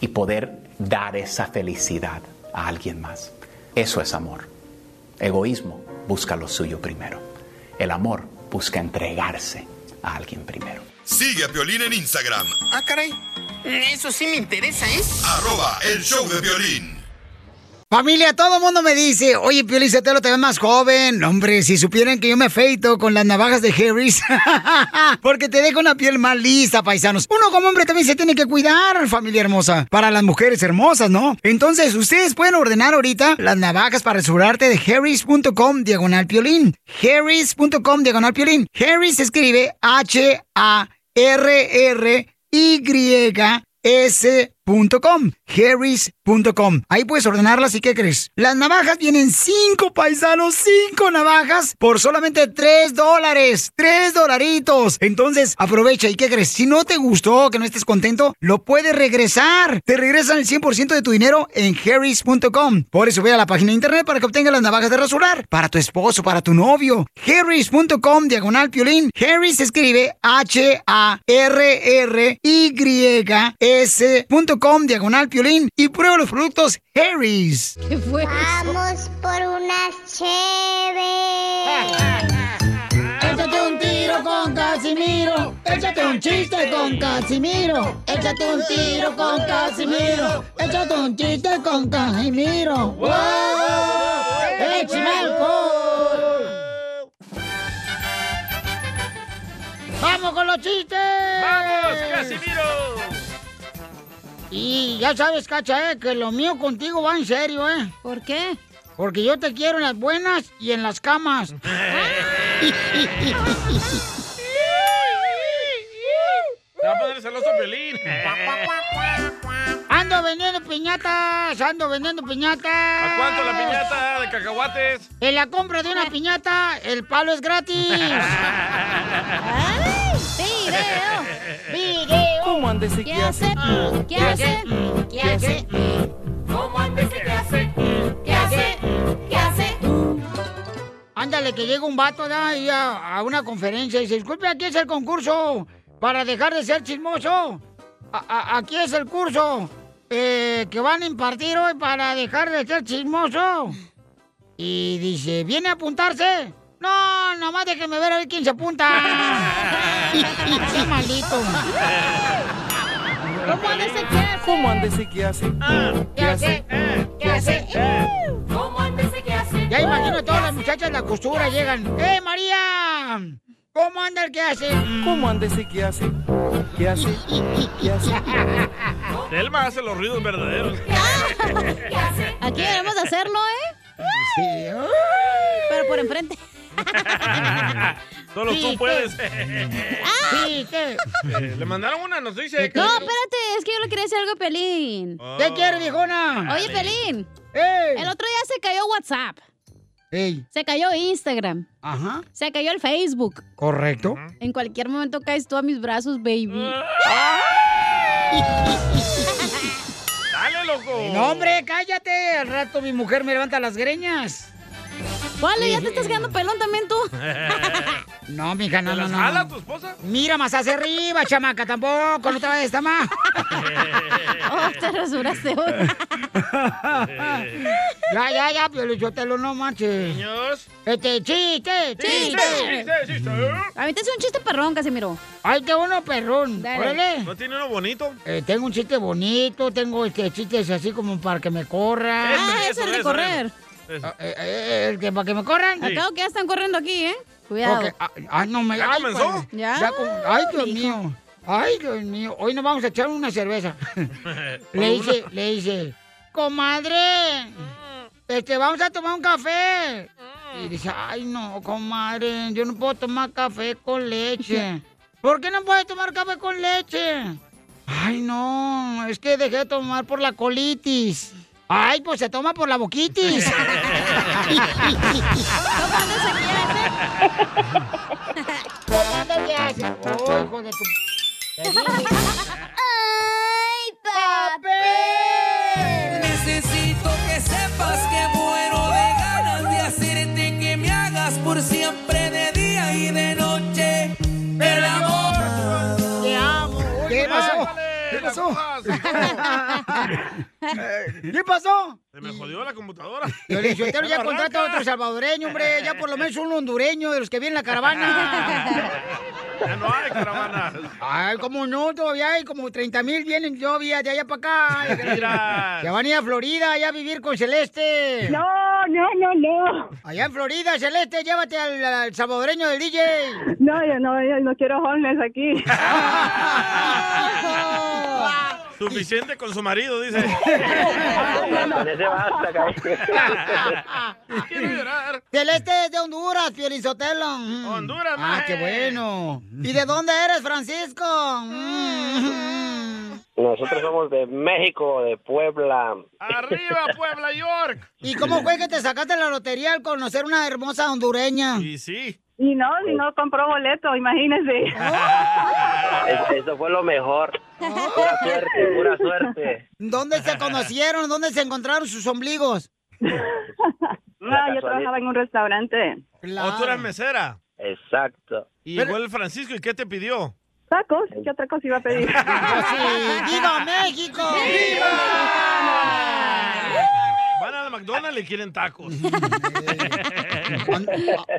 [SPEAKER 23] y poder dar esa felicidad a alguien más. Eso es amor. Egoísmo busca lo suyo primero. El amor busca entregarse a alguien primero.
[SPEAKER 4] Sigue a Piolín en Instagram.
[SPEAKER 5] Ah, caray. Eso sí me interesa, ¿eh?
[SPEAKER 4] Arroba el show de violín.
[SPEAKER 3] Familia, todo el mundo me dice, oye, Piolín Sotelo, te ves más joven. No, hombre, si supieran que yo me afeito con las navajas de Harris, porque te dejo una piel más lista, paisanos. Uno como hombre también se tiene que cuidar, familia hermosa, para las mujeres hermosas, ¿no? Entonces, ustedes pueden ordenar ahorita las navajas para asegurarte de harris.com diagonal piolín. harris.com diagonal piolín. Harris se escribe H-A-R-R-Y. S.com, Harris.com. Ahí puedes ordenarlas y ¿qué crees? Las navajas vienen cinco paisanos, cinco navajas por solamente tres dólares, tres dolaritos. Entonces, aprovecha y ¿qué crees? Si no te gustó, que no estés contento, lo puedes regresar. Te regresan el 100% de tu dinero en Harris.com. Por eso ve a la página de internet para que obtengas las navajas de rasurar para tu esposo, para tu novio. Harris.com, diagonal piolín. Harris se escribe H-A-R-R-Y. S.com diagonal piolín y prueba los productos Harry's.
[SPEAKER 1] ¿Qué fue Vamos por unas cheves.
[SPEAKER 3] Échate un tiro con Casimiro. Échate un chiste con Casimiro. Échate un tiro con Casimiro. Échate un chiste con Casimiro. ¡Eh, ¡Wow! ¡Échame alcohol! ¡Vamos con los chistes!
[SPEAKER 2] ¡Vamos, Casimiro!
[SPEAKER 3] Y ya sabes, Cacha, eh, que lo mío contigo va en serio, ¿eh?
[SPEAKER 6] ¿Por qué?
[SPEAKER 3] Porque yo te quiero en las buenas y en las camas.
[SPEAKER 2] Te va a poner celoso Pelín.
[SPEAKER 3] Ando vendiendo piñatas, ando vendiendo piñatas. ¿A
[SPEAKER 2] cuánto la piñata de cacahuates?
[SPEAKER 3] En la compra de una piñata, el palo es gratis.
[SPEAKER 1] ¡Ay! ¡Video! ¡Video!
[SPEAKER 5] ¿Cómo andes y qué hace?
[SPEAKER 1] ¿Qué hace? ¿Qué hace? ¿Cómo andes y qué hace? ¿Qué hace? ¿Qué hace?
[SPEAKER 3] Ándale, que llega un vato ¿da? ahí a, a una conferencia y dice, disculpe, aquí es el concurso para dejar de ser chismoso. A- a- aquí es el curso eh, que van a impartir hoy para dejar de ser chismoso. Y dice, ¿viene a apuntarse? No, nomás déjeme ver a ver quién se apunta. ¡Qué maldito!
[SPEAKER 5] ¿Cómo andes y qué hace? ¿Cómo andes y qué hace?
[SPEAKER 3] Ah,
[SPEAKER 5] ¿Qué hace?
[SPEAKER 3] ¿Qué hace?
[SPEAKER 5] ¿Cómo andes y qué hace?
[SPEAKER 3] Ya imagino todas las muchachas en la costura llegan. ¡Eh, María! ¿Cómo anda el que hace?
[SPEAKER 5] ¿Cómo andes y qué hace? ¿Qué hace? ¿Qué hace?
[SPEAKER 2] Telma hace los ruidos verdaderos.
[SPEAKER 6] Aquí debemos de hacerlo, ¿eh? Pero por enfrente.
[SPEAKER 2] Solo
[SPEAKER 6] Sí,
[SPEAKER 2] tú puedes.
[SPEAKER 3] Sí, ¿qué?
[SPEAKER 2] Eh, Le mandaron una noticia. de que-
[SPEAKER 6] No, espérate, es que yo le quería decir algo a Pelín.
[SPEAKER 2] ¿Qué quiere,
[SPEAKER 3] viejona?
[SPEAKER 6] Oye,
[SPEAKER 3] Dale.
[SPEAKER 6] Pelín. El otro día se cayó WhatsApp.
[SPEAKER 3] Ey,
[SPEAKER 6] Se cayó Instagram.
[SPEAKER 3] Ajá.
[SPEAKER 6] Se cayó el Facebook.
[SPEAKER 3] Correcto.
[SPEAKER 6] En cualquier momento caes tú a mis brazos, baby.
[SPEAKER 3] Ah.
[SPEAKER 2] Dale, loco.
[SPEAKER 3] No, hombre, cállate. Al rato mi mujer me levanta las greñas.
[SPEAKER 6] Vale, ya te estás quedando pelón también tú.
[SPEAKER 3] No, mija, no,
[SPEAKER 6] ¿Te
[SPEAKER 3] no,
[SPEAKER 6] las
[SPEAKER 3] no.
[SPEAKER 6] jala tu
[SPEAKER 2] esposa?
[SPEAKER 3] Mira más hacia arriba, chamaca, tampoco. No te vayas esta más.
[SPEAKER 6] Oh, te rasuraste hoy.
[SPEAKER 3] Ya, ya, ya, Piolichotelo, no manches.
[SPEAKER 2] Niños.
[SPEAKER 3] Este, chiste, chiste.
[SPEAKER 6] A mí te hace un chiste este perrón, Casimiro.
[SPEAKER 3] Ay, qué uno perrón. Órale.
[SPEAKER 2] ¿No tiene uno bonito?
[SPEAKER 3] Eh, tengo un chiste bonito, tengo este chistes así como para que me corran.
[SPEAKER 6] Ah, ese es de correr.
[SPEAKER 3] Ah, eh, eh, ¿El que para que me corran?
[SPEAKER 6] Acabo que ya están corriendo aquí, ¿eh? Cuidado.
[SPEAKER 3] Ok, ah, Ay, no me.
[SPEAKER 6] ¿Ya
[SPEAKER 3] ay,
[SPEAKER 6] comenzó?
[SPEAKER 3] pues,
[SPEAKER 6] Ya,
[SPEAKER 3] com- ay, Dios mío. Ay, Dios mío. Hoy nos vamos a echar una cerveza.
[SPEAKER 5] eh?
[SPEAKER 3] le dice, le dice, comadre, este, vamos a tomar un café. Y dice, ay, no, comadre, yo no puedo tomar café con leche. ¿Por qué no puedes tomar café con leche? Ay, no, es que dejé de tomar por la colitis. Ay, pues se toma por la boquitis. ¿Qué haces? Oh, hijo de tu...
[SPEAKER 1] ¡Ay, papel! Necesito que sepas que muero de ganas de hacerte que me hagas por siempre de día y de noche. El amor.
[SPEAKER 3] Te amo. ¿Qué pasó? ¿Qué pasó? ¿Qué pasó?
[SPEAKER 2] Se me jodió la computadora.
[SPEAKER 3] Piolichotelo ya contrata a otro salvadoreño, hombre. Ya por lo menos un hondureño de los que viene en la caravana.
[SPEAKER 2] Ya no hay caravanas.
[SPEAKER 3] Ay, como no, todavía hay como 30 mil vienen todavía de allá para acá.
[SPEAKER 2] Mentiras.
[SPEAKER 3] Ya van a ir a Florida, allá a vivir con Celeste.
[SPEAKER 13] No, no, no, no.
[SPEAKER 3] Allá en Florida, Celeste, llévate al, al salvadoreño del DJ.
[SPEAKER 13] No, yo no, yo no quiero homeless aquí.
[SPEAKER 2] Ah. Suficiente con su marido, dice.
[SPEAKER 3] Celeste es de Honduras, Piorizotelo. Honduras, Ah, qué bueno. ¿Y de dónde eres, Francisco? Mm.
[SPEAKER 8] Nosotros somos de México, de Puebla.
[SPEAKER 22] Ah,
[SPEAKER 2] ¡Arriba, Puebla, York!
[SPEAKER 3] ¿Y cómo fue que te sacaste la lotería al conocer una hermosa hondureña?
[SPEAKER 2] Y sí.
[SPEAKER 13] Y no, y no compró boleto, imagínese.
[SPEAKER 8] Es- Eso fue lo mejor. Pura suerte, pura suerte.
[SPEAKER 3] ¿Dónde se Ah, conocieron? ¿Dónde se encontraron sus ombligos?
[SPEAKER 13] No, yo trabajaba en un restaurante.
[SPEAKER 2] O tú eras mesera.
[SPEAKER 8] Exacto.
[SPEAKER 2] Y llegó el Francisco, ¿y qué te pidió?
[SPEAKER 13] Tacos, ¿qué otra cosa iba a pedir?
[SPEAKER 3] ¡Viva México!
[SPEAKER 2] Van a la McDonald's y quieren tacos.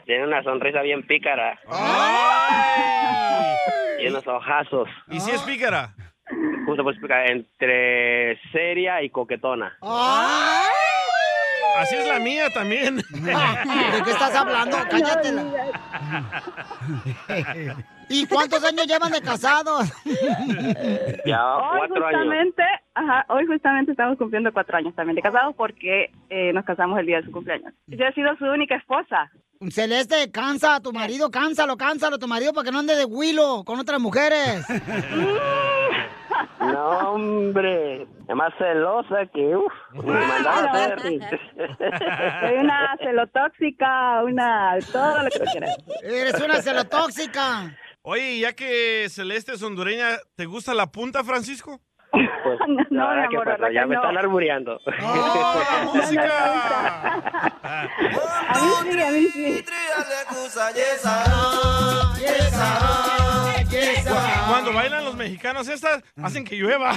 [SPEAKER 8] Tiene una sonrisa bien pícara. Y unos ojazos.
[SPEAKER 2] ¿Y si es pícara?
[SPEAKER 8] Justo pues pícara, entre seria y coquetona.
[SPEAKER 2] Así es la mía también.
[SPEAKER 3] ¿De qué estás hablando? Cállate. ¿Y cuántos años llevan de casados?
[SPEAKER 8] Ya
[SPEAKER 13] Hoy
[SPEAKER 8] Ah, cuatro años.
[SPEAKER 13] justamente, ajá, hoy justamente estamos cumpliendo cuatro años también de casados porque eh, nos casamos el día de su cumpleaños. Yo he sido su única esposa.
[SPEAKER 3] Celeste, cansa a tu marido, cánsalo, cánsalo a tu marido para que no ande de huilo con otras mujeres.
[SPEAKER 8] No, hombre. Es más celosa que... Uf, me mandaba a hacer.
[SPEAKER 13] Soy una celotóxica, una todo lo que tú quieras.
[SPEAKER 3] Eres una celotóxica.
[SPEAKER 2] Oye, ya que Celeste es hondureña, ¿te gusta la punta, Francisco?
[SPEAKER 8] Pues, la
[SPEAKER 2] No,
[SPEAKER 8] verdad
[SPEAKER 2] mi
[SPEAKER 8] que,
[SPEAKER 2] amor,
[SPEAKER 8] pues,
[SPEAKER 2] ¿verdad
[SPEAKER 8] ya
[SPEAKER 2] que
[SPEAKER 8] me
[SPEAKER 2] no?
[SPEAKER 8] están arbureando.
[SPEAKER 13] A mí sí, a mí sí.
[SPEAKER 2] Cuando bailan los mexicanos estas, hacen que llueva.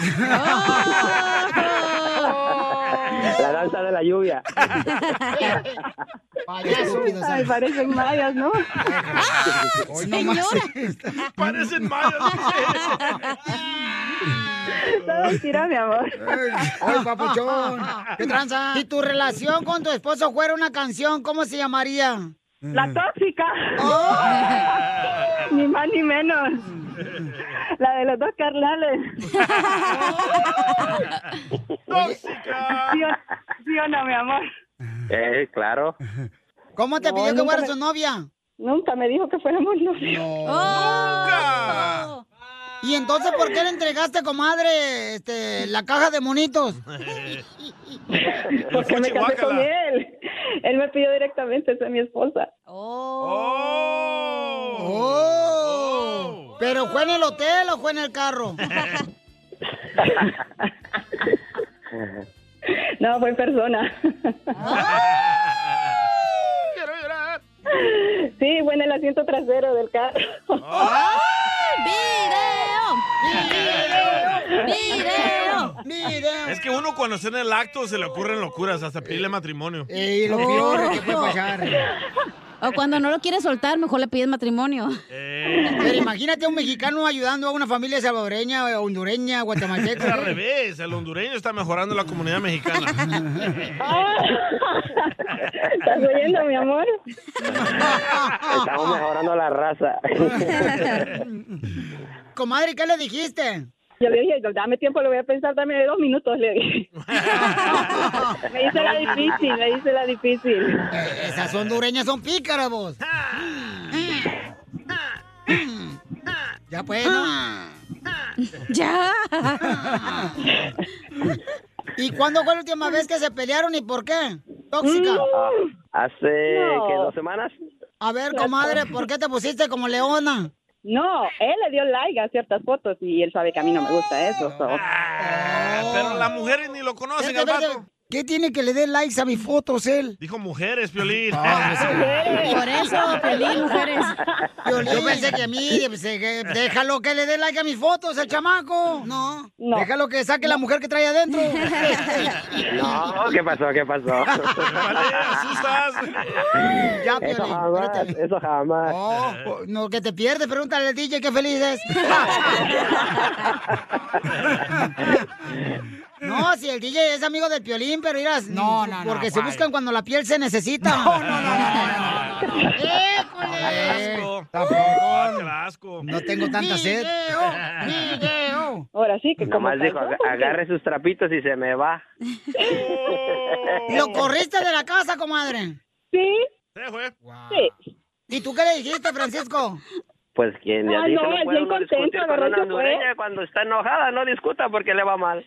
[SPEAKER 8] La danza de la lluvia.
[SPEAKER 13] Ay, parecen mayas, ¿no?
[SPEAKER 2] Parecen mayas.
[SPEAKER 13] Todo mentira, mi amor.
[SPEAKER 3] Ay, papuchón. ¿Qué tranza? Si tu relación con tu esposo fuera una canción, ¿cómo se llamaría? Mm. Oh.
[SPEAKER 13] La tóxica.
[SPEAKER 1] Oh.
[SPEAKER 13] ni más ni menos. La de los dos carnales. ¡Tóxica! ¿Sí o, sí o no, mi amor?
[SPEAKER 8] Eh, claro.
[SPEAKER 3] ¿Cómo te
[SPEAKER 13] No,
[SPEAKER 3] pidió que
[SPEAKER 13] nunca
[SPEAKER 3] fuera
[SPEAKER 13] me-
[SPEAKER 3] su novia?
[SPEAKER 13] Nunca me dijo que fuéramos novios.
[SPEAKER 3] ¿Y entonces por qué le entregaste, comadre, este, la caja de monitos?
[SPEAKER 13] Porque me casé con él. Él me pidió directamente ser mi esposa.
[SPEAKER 3] ¡Oh! ¿Pero fue en el hotel o fue en el carro?
[SPEAKER 13] No, fue en persona.
[SPEAKER 1] Quiero llorar.
[SPEAKER 13] Sí, fue en el asiento trasero del carro.
[SPEAKER 1] ¡Video!
[SPEAKER 13] ¡Video!
[SPEAKER 3] ¡Video!
[SPEAKER 2] Es que uno cuando está en el acto se le ocurren locuras, hasta pedirle matrimonio.
[SPEAKER 3] Y
[SPEAKER 6] lo peor es que puede pasar. O cuando no lo quieres soltar, mejor le pides matrimonio.
[SPEAKER 3] Pero imagínate a un mexicano ayudando a una familia salvadoreña, hondureña,
[SPEAKER 2] Es
[SPEAKER 3] guatemalteca.
[SPEAKER 2] al revés, el hondureño está mejorando la comunidad mexicana.
[SPEAKER 13] ¿Estás oyendo, mi amor?
[SPEAKER 8] Estamos mejorando la raza.
[SPEAKER 3] Comadre, ¿qué le dijiste?
[SPEAKER 13] Yo le dije, dame tiempo, lo voy a pensar, dame dos minutos, le dije. me hice la difícil, me hice la difícil.
[SPEAKER 3] Eh, Esas hondureñas son pícaras, vos.
[SPEAKER 2] Ah.
[SPEAKER 3] ya pues, ¿no?
[SPEAKER 1] Ya.
[SPEAKER 3] ¿Y cuándo fue la última vez que se pelearon y por qué? Tóxica.
[SPEAKER 13] Mm,
[SPEAKER 8] Ah, Hace
[SPEAKER 3] No.
[SPEAKER 8] ¿qué, dos semanas.
[SPEAKER 3] A ver, comadre, ¿por qué te pusiste como leona?
[SPEAKER 13] No, él le dio like a ciertas fotos y él sabe que a mí no me gusta eso. so.
[SPEAKER 3] Ah.
[SPEAKER 2] Pero las mujeres ni lo conocen al
[SPEAKER 3] Espérate,
[SPEAKER 2] vato.
[SPEAKER 3] ¿Qué tiene que le dé likes a mis fotos él?
[SPEAKER 2] Dijo mujeres, Piolín. Ah.
[SPEAKER 3] Por eso, Piolín, mujeres. Yo pensé que a mí, pensé que- déjalo que le dé like a mis fotos, el chamaco. No, déjalo que saque la mujer que trae adentro.
[SPEAKER 8] No, ¿qué pasó? ¿Qué pasó?
[SPEAKER 3] ya,
[SPEAKER 8] Eso
[SPEAKER 3] Piolín,
[SPEAKER 8] jamás, eso jamás.
[SPEAKER 3] Oh, no, que te pierdes, pregúntale al DJ qué feliz es. No, si el DJ es amigo del piolín, pero irás. No, no, Porque se buscan cuando la piel se necesita. No, no, no,
[SPEAKER 2] Asco. Ah, qué asco.
[SPEAKER 3] No tengo tanta sed.
[SPEAKER 13] Ahora sí que como
[SPEAKER 8] Nomás dijo,
[SPEAKER 13] casó,
[SPEAKER 8] "Aga-
[SPEAKER 13] porque-
[SPEAKER 8] agarre sus trapitos y se me va.
[SPEAKER 3] ¿Lo corriste de la casa, comadre?
[SPEAKER 13] Sí.
[SPEAKER 3] Sí. ¿Y tú qué le dijiste, Francisco?
[SPEAKER 8] Pues quien le
[SPEAKER 3] Ah,
[SPEAKER 8] dice
[SPEAKER 3] no,
[SPEAKER 8] no,
[SPEAKER 3] es
[SPEAKER 8] puede
[SPEAKER 3] bien
[SPEAKER 8] uno discutir
[SPEAKER 3] contento,
[SPEAKER 8] con
[SPEAKER 3] agarró
[SPEAKER 8] una
[SPEAKER 3] y se fue.
[SPEAKER 8] hondureña cuando está enojada, no discuta porque le va mal.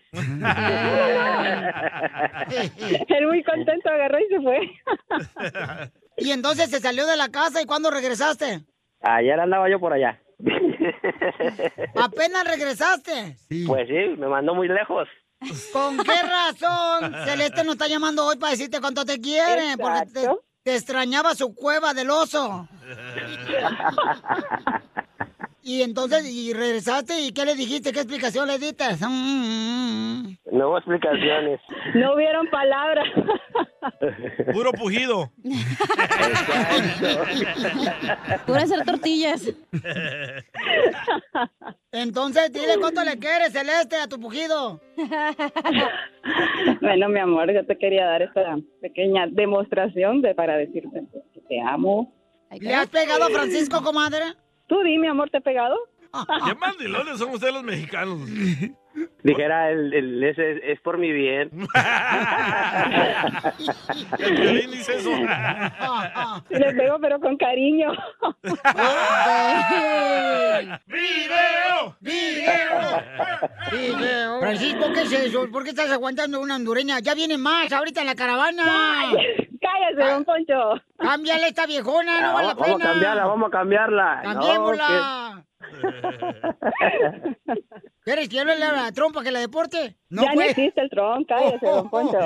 [SPEAKER 13] Él muy contento agarró y se fue.
[SPEAKER 3] Y entonces se salió de la casa y cuando regresaste,
[SPEAKER 8] Ayer andaba yo por allá.
[SPEAKER 3] apenas regresaste.
[SPEAKER 8] Pues sí, me mandó muy lejos.
[SPEAKER 3] ¿Con qué razón Celeste nos está llamando hoy para decirte cuánto te quiere? Porque te, te extrañaba su cueva del oso. Y entonces, y regresaste y ¿qué le dijiste? ¿Qué explicación le diste? Mm, mm, mm.
[SPEAKER 8] No hubo explicaciones.
[SPEAKER 13] No hubieron palabras.
[SPEAKER 2] Puro pujido.
[SPEAKER 6] Pura hacer tortillas.
[SPEAKER 3] Entonces, dile cuánto le quieres, Celeste, a tu pujido.
[SPEAKER 13] Bueno, mi amor, yo te quería dar esta pequeña demostración de para decirte que te amo.
[SPEAKER 3] ¿Le has pegado a Francisco, comadre?
[SPEAKER 13] Tú dime, amor, ¿te he pegado?
[SPEAKER 2] ¿Qué mandilones son ustedes los mexicanos?
[SPEAKER 8] Dijera, el, el- ese es, es por mi bien.
[SPEAKER 2] El Piolín dice eso.
[SPEAKER 13] Sí le pego, pero con cariño.
[SPEAKER 2] ¡Video!
[SPEAKER 3] ¡Video! ¡Video! Francisco, ¿qué es eso? ¿Por qué estás aguantando una hondureña? Ya vienen más ahorita en la caravana. Ah,
[SPEAKER 13] Cállese, don Poncho.
[SPEAKER 3] Cámbiale esta viejona, no
[SPEAKER 8] Ah,
[SPEAKER 3] vale la
[SPEAKER 8] vamos, vamos a
[SPEAKER 3] pena.
[SPEAKER 8] cambiarla, vamos a cambiarla.
[SPEAKER 3] Cambiémosla. ¿Quieres que yo le la trompa que la deporte?
[SPEAKER 13] ya no
[SPEAKER 3] pues.
[SPEAKER 13] existe el tron, cállese, don Poncho.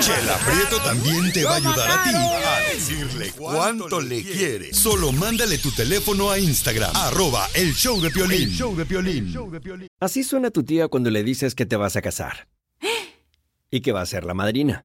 [SPEAKER 4] Chela Prieto también te va a ayudar a ti a decirle cuánto le quiere. Solo mándale tu teléfono a Instagram, arroba el show de Piolín. show de
[SPEAKER 9] Así suena tu tía cuando le dices que te vas a casar. Y que va a ser la madrina.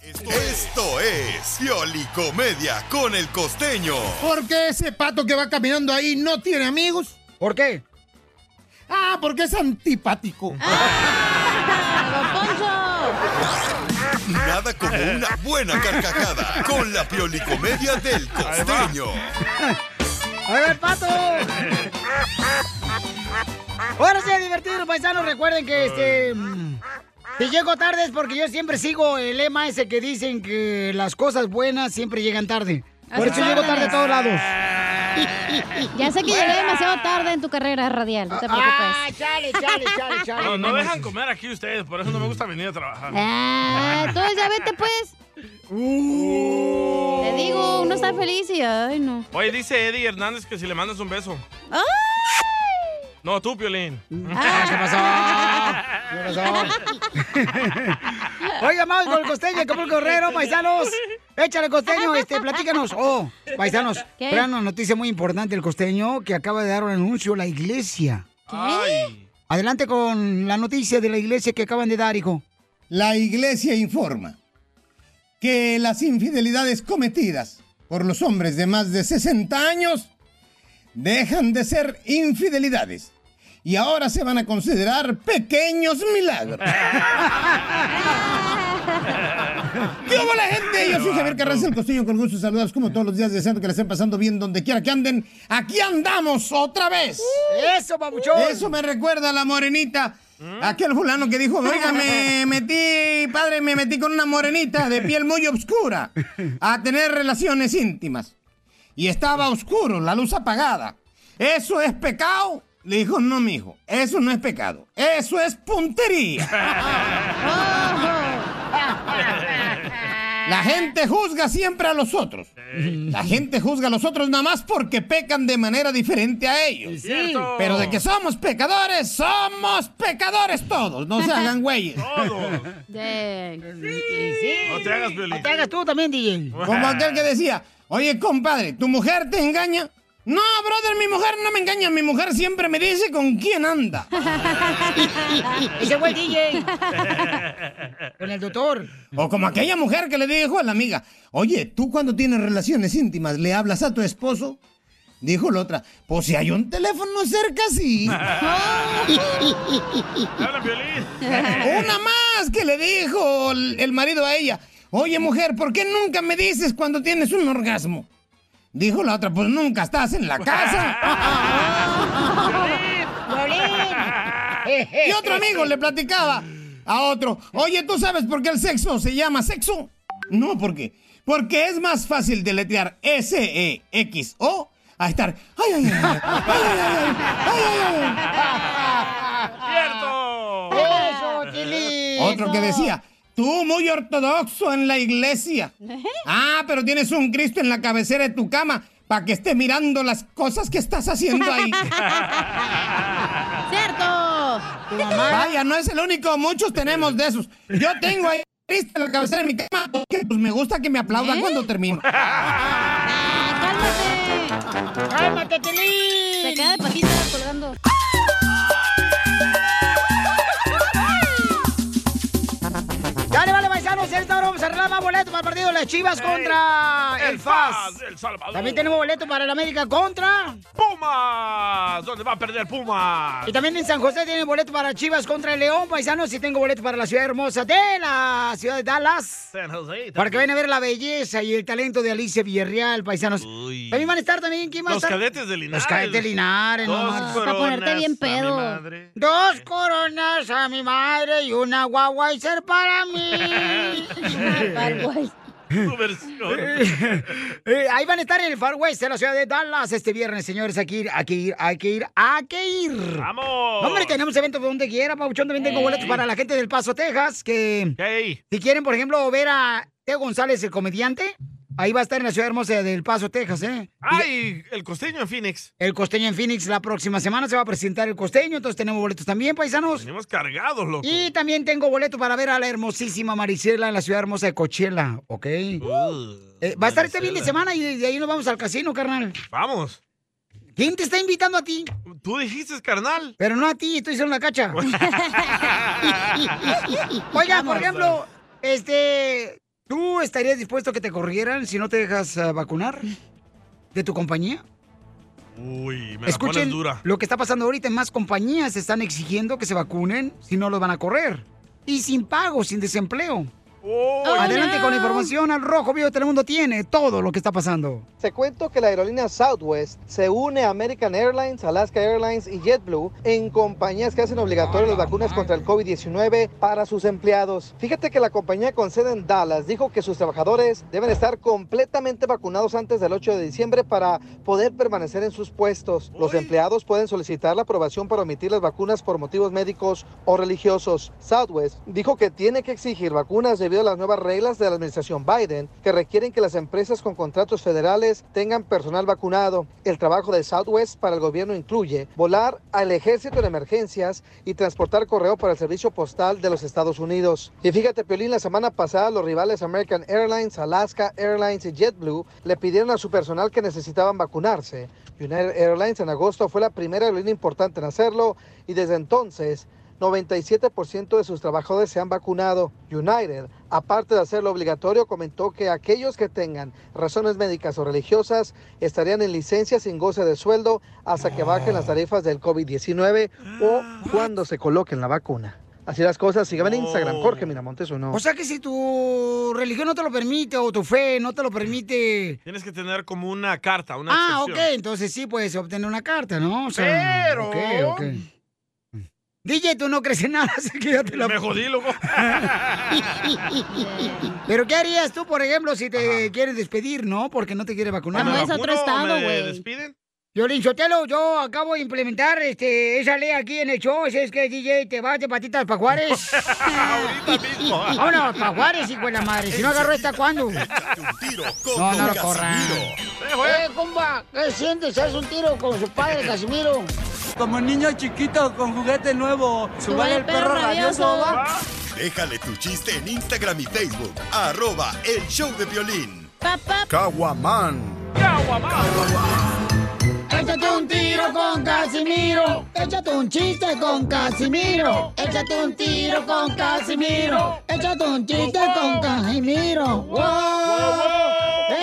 [SPEAKER 4] Esto es Pioli Comedia con el costeño.
[SPEAKER 14] ¿Por qué ese pato que va caminando ahí no tiene amigos? ¿Por qué? Ah, porque es antipático.
[SPEAKER 4] Nada como una buena carcajada con la Pioli Comedia del costeño.
[SPEAKER 3] ¡A ver, pato! Ahora sí, a divertirnos, paisanos. Recuerden que este. mm, Si llego tarde es porque yo siempre sigo el lema ese que dicen que las cosas buenas siempre llegan tarde. Por
[SPEAKER 6] Así
[SPEAKER 3] eso llego
[SPEAKER 6] es.
[SPEAKER 3] tarde a todos lados.
[SPEAKER 6] Ya sé que llegué demasiado tarde en tu carrera radial, no te preocupes.
[SPEAKER 3] Ah, chale, chale, chale, chale.
[SPEAKER 2] No, no dejan comer aquí ustedes, por eso no me gusta venir a trabajar.
[SPEAKER 6] Ah, entonces ya vete pues.
[SPEAKER 3] Uh.
[SPEAKER 6] Te digo, uno está feliz y ay no.
[SPEAKER 2] Oye, dice Eddie Hernández que si le mandas un beso.
[SPEAKER 6] ¡Ay!
[SPEAKER 2] No, tú, Piolín.
[SPEAKER 3] Ah. ¿Qué Oiga, más con el costeño, como el correro, paisanos. Échale costeño, este, platícanos. Oh, paisanos,
[SPEAKER 1] ¿Qué?
[SPEAKER 3] vean una noticia muy importante el costeño que acaba de dar un anuncio la iglesia. Adelante con la noticia de la iglesia que acaban de dar, hijo.
[SPEAKER 14] La iglesia informa que las infidelidades cometidas por los hombres de más de 60 años dejan de ser infidelidades y ahora se van a considerar pequeños milagros. ¿Qué hubo la gente? Yo soy Javier Carranza, el costeño, con gusto de saludarlos como todos los días, deseando que la estén pasando bien donde quiera que anden. ¡Aquí andamos otra vez!
[SPEAKER 3] ¡Eso, papuchón! ¿Mm?
[SPEAKER 14] Eso me recuerda a la morenita, aquel fulano que dijo, oiga, me metí, padre, me metí con una morenita de piel muy oscura a tener relaciones íntimas. Y estaba oscuro, la luz apagada. ¿Eso es pecado? Le dijo, no, mijo, eso no es pecado. Eso es puntería. La gente juzga siempre a los otros. La gente juzga a los otros nada más porque pecan de manera diferente a ellos.
[SPEAKER 1] Cierto.
[SPEAKER 14] Pero de que somos pecadores, somos pecadores todos. No se hagan güeyes.
[SPEAKER 2] No te hagas, Piolín.
[SPEAKER 14] te hagas tú también, DJ. Como aquel que decía, oye, compadre, ¿tu mujer te engaña? No, brother, mi mujer no me engaña. Mi mujer siempre me dice con quién anda.
[SPEAKER 3] Ese fue el DJ. Con el doctor.
[SPEAKER 14] O como aquella mujer que le dijo a la amiga, oye, tú cuando tienes relaciones íntimas le hablas a tu esposo. Dijo la otra, pues si hay un teléfono cerca, sí. Una más que le dijo el el marido a ella, oye mujer, ¿por qué nunca me dices cuando tienes un orgasmo? Dijo la otra, pues nunca estás en la casa.
[SPEAKER 1] ¡Violín!
[SPEAKER 14] Y otro amigo le platicaba a otro, oye, ¿tú sabes por qué el sexo se llama sexo? No, ¿por qué? Porque es más fácil deletrear S-E-X-O a estar, ay, ay, ay, ay, ay, ay, ay, ay, ay, ay". Otro que decía, tú muy ortodoxo en la iglesia. Ah, pero tienes un Cristo en la cabecera de tu cama para que esté mirando las cosas que estás haciendo ahí.
[SPEAKER 6] ¡Cierto!
[SPEAKER 14] Vaya, no es el único, muchos tenemos de esos. Yo tengo ahí a Cristo en la cabecera de mi cama porque pues, me gusta que me aplaudan cuando termino.
[SPEAKER 3] ¡Cálmate! ¡Cálmate, Tilín!
[SPEAKER 6] Se queda de patita colgando.
[SPEAKER 3] Dale, vale, paisanos. Esta hora vamos a arreglar más boletos para el partido de las Chivas contra el, FAS.
[SPEAKER 2] El Salvador.
[SPEAKER 3] También tenemos boletos para el América contra.
[SPEAKER 2] Pumas. Ah, ¿Dónde va a perder Pumas?
[SPEAKER 3] Y también en San José tienen boletos para Chivas contra el León, paisanos. Y tengo boletos para la ciudad hermosa de la ciudad de Dallas.
[SPEAKER 2] San José.
[SPEAKER 3] Para que vayan a ver la belleza y el talento de Alicia Villarreal, paisanos. También van a estar también, ¿quién va a
[SPEAKER 2] Los
[SPEAKER 3] estar?
[SPEAKER 2] cadetes de Linares.
[SPEAKER 3] Los cadetes de Linares, no
[SPEAKER 2] Dos
[SPEAKER 3] marches.
[SPEAKER 2] coronas Para ponerte bien a mi pedo. madre.
[SPEAKER 3] Dos coronas a mi madre y una guagua y ser para mí.
[SPEAKER 2] Far West. Tu versión.
[SPEAKER 3] Eh, ahí van a estar en el Far West, en la ciudad de Dallas, este viernes, señores. Hay que ir, hay que ir, hay que ir, hay que ir.
[SPEAKER 2] ¡Vamos!
[SPEAKER 3] hombre, tenemos eventos donde quiera, Pauchón. También tengo
[SPEAKER 2] Ey.
[SPEAKER 3] boletos para la gente del Paso, Texas, que si quieren, por ejemplo, ver a Teo González, el comediante, ahí va a estar en la ciudad hermosa del Paso, Texas, ¿eh?
[SPEAKER 2] Ay, el costeño en Phoenix.
[SPEAKER 3] El costeño en Phoenix, la próxima semana se va a presentar el costeño, entonces tenemos boletos también, paisanos.
[SPEAKER 2] Tenemos cargados, loco.
[SPEAKER 3] Y también tengo boleto para ver a la hermosísima Marisela en la ciudad hermosa de Coachella, ¿ok?
[SPEAKER 2] Uh,
[SPEAKER 3] Eh, va a estar este fin de semana y de ahí nos vamos al casino, carnal.
[SPEAKER 2] Vamos.
[SPEAKER 3] ¿Quién te está invitando a ti?
[SPEAKER 2] Tú dijiste, carnal.
[SPEAKER 3] Pero no a ti, estoy en la cacha. Oiga, por ejemplo,
[SPEAKER 2] pues.
[SPEAKER 3] este, ¿tú estarías dispuesto a que te corrieran si no te dejas ah, vacunar de tu compañía?
[SPEAKER 2] Uy, me la
[SPEAKER 3] Escuchen
[SPEAKER 2] pones dura.
[SPEAKER 3] lo que está pasando ahorita. En más compañías están exigiendo que se vacunen si no los van a correr. Y sin pago, sin desempleo. Oh,
[SPEAKER 7] Oh,
[SPEAKER 3] Adelante con la información al Rojo Vivo de Telemundo. Tiene todo lo que está pasando.
[SPEAKER 7] Te cuento que la aerolínea Southwest se une a American Airlines, Alaska Airlines y JetBlue en compañías que hacen obligatorias las vacunas contra el COVID-19 para sus empleados. Fíjate que la compañía con sede en Dallas dijo que sus trabajadores deben estar completamente vacunados antes del 8 de diciembre para poder permanecer en sus puestos. Los empleados pueden solicitar la aprobación para omitir las vacunas por motivos médicos o religiosos. Southwest dijo que tiene que exigir vacunas debido a las nuevas reglas de la administración Biden que requieren que las empresas con contratos federales tengan personal vacunado. El trabajo de Southwest para el gobierno incluye volar al ejército en emergencias y transportar correo para el servicio postal de los Estados Unidos. Y fíjate, Piolín, la semana pasada los rivales American Airlines, Alaska Airlines y JetBlue le pidieron a su personal que necesitaban vacunarse. United Airlines en agosto fue la primera aerolínea importante en hacerlo y desde entonces 97% de sus trabajadores se han vacunado. United, aparte de hacerlo obligatorio, comentó que aquellos que tengan razones médicas o religiosas estarían en licencia sin goce de sueldo hasta que bajen las tarifas del COVID-19 o cuando se coloquen la vacuna. Así las cosas, síganme en Instagram, Jorge Miramontes o no.
[SPEAKER 3] O sea que si tu religión no te lo permite o tu fe no te lo permite.
[SPEAKER 2] Tienes que tener como una carta, una
[SPEAKER 3] Ah, ok,
[SPEAKER 2] excepción.
[SPEAKER 3] entonces sí puedes obtener una carta, ¿no? O sea,
[SPEAKER 2] Pero-
[SPEAKER 3] ok, ok. DJ, tú no crees en nada, así que ya te la...
[SPEAKER 2] Me jodí, loco.
[SPEAKER 3] Pero ¿qué harías tú, por ejemplo, si te quieres despedir, no? Porque no te quieres vacunar.
[SPEAKER 2] ¿Me vacuno o me despiden?
[SPEAKER 3] Yo, Linchotelo, yo acabo de implementar este, esa ley aquí en el show. si Es que, DJ, te vas de patitas pa' Juárez. Vámonos, pa' Juárez, hijo de la madre. Si no agarró esta, ¿cuándo? No, no lo corran. Eh, compa, ¿qué sientes? ¿Haz un tiro con su padre, Casimiro?
[SPEAKER 5] Como niño chiquito con juguete nuevo,
[SPEAKER 3] Súbale el perro rabioso, va.
[SPEAKER 4] Déjale tu chiste en Instagram y Facebook. Arroba el show de violín.
[SPEAKER 6] Papá.
[SPEAKER 4] Caguaman.
[SPEAKER 3] Échate un tiro con Casimiro. Échate un chiste con Casimiro. Échate un tiro con Casimiro. Échate un chiste con Casimiro. ¡Wow!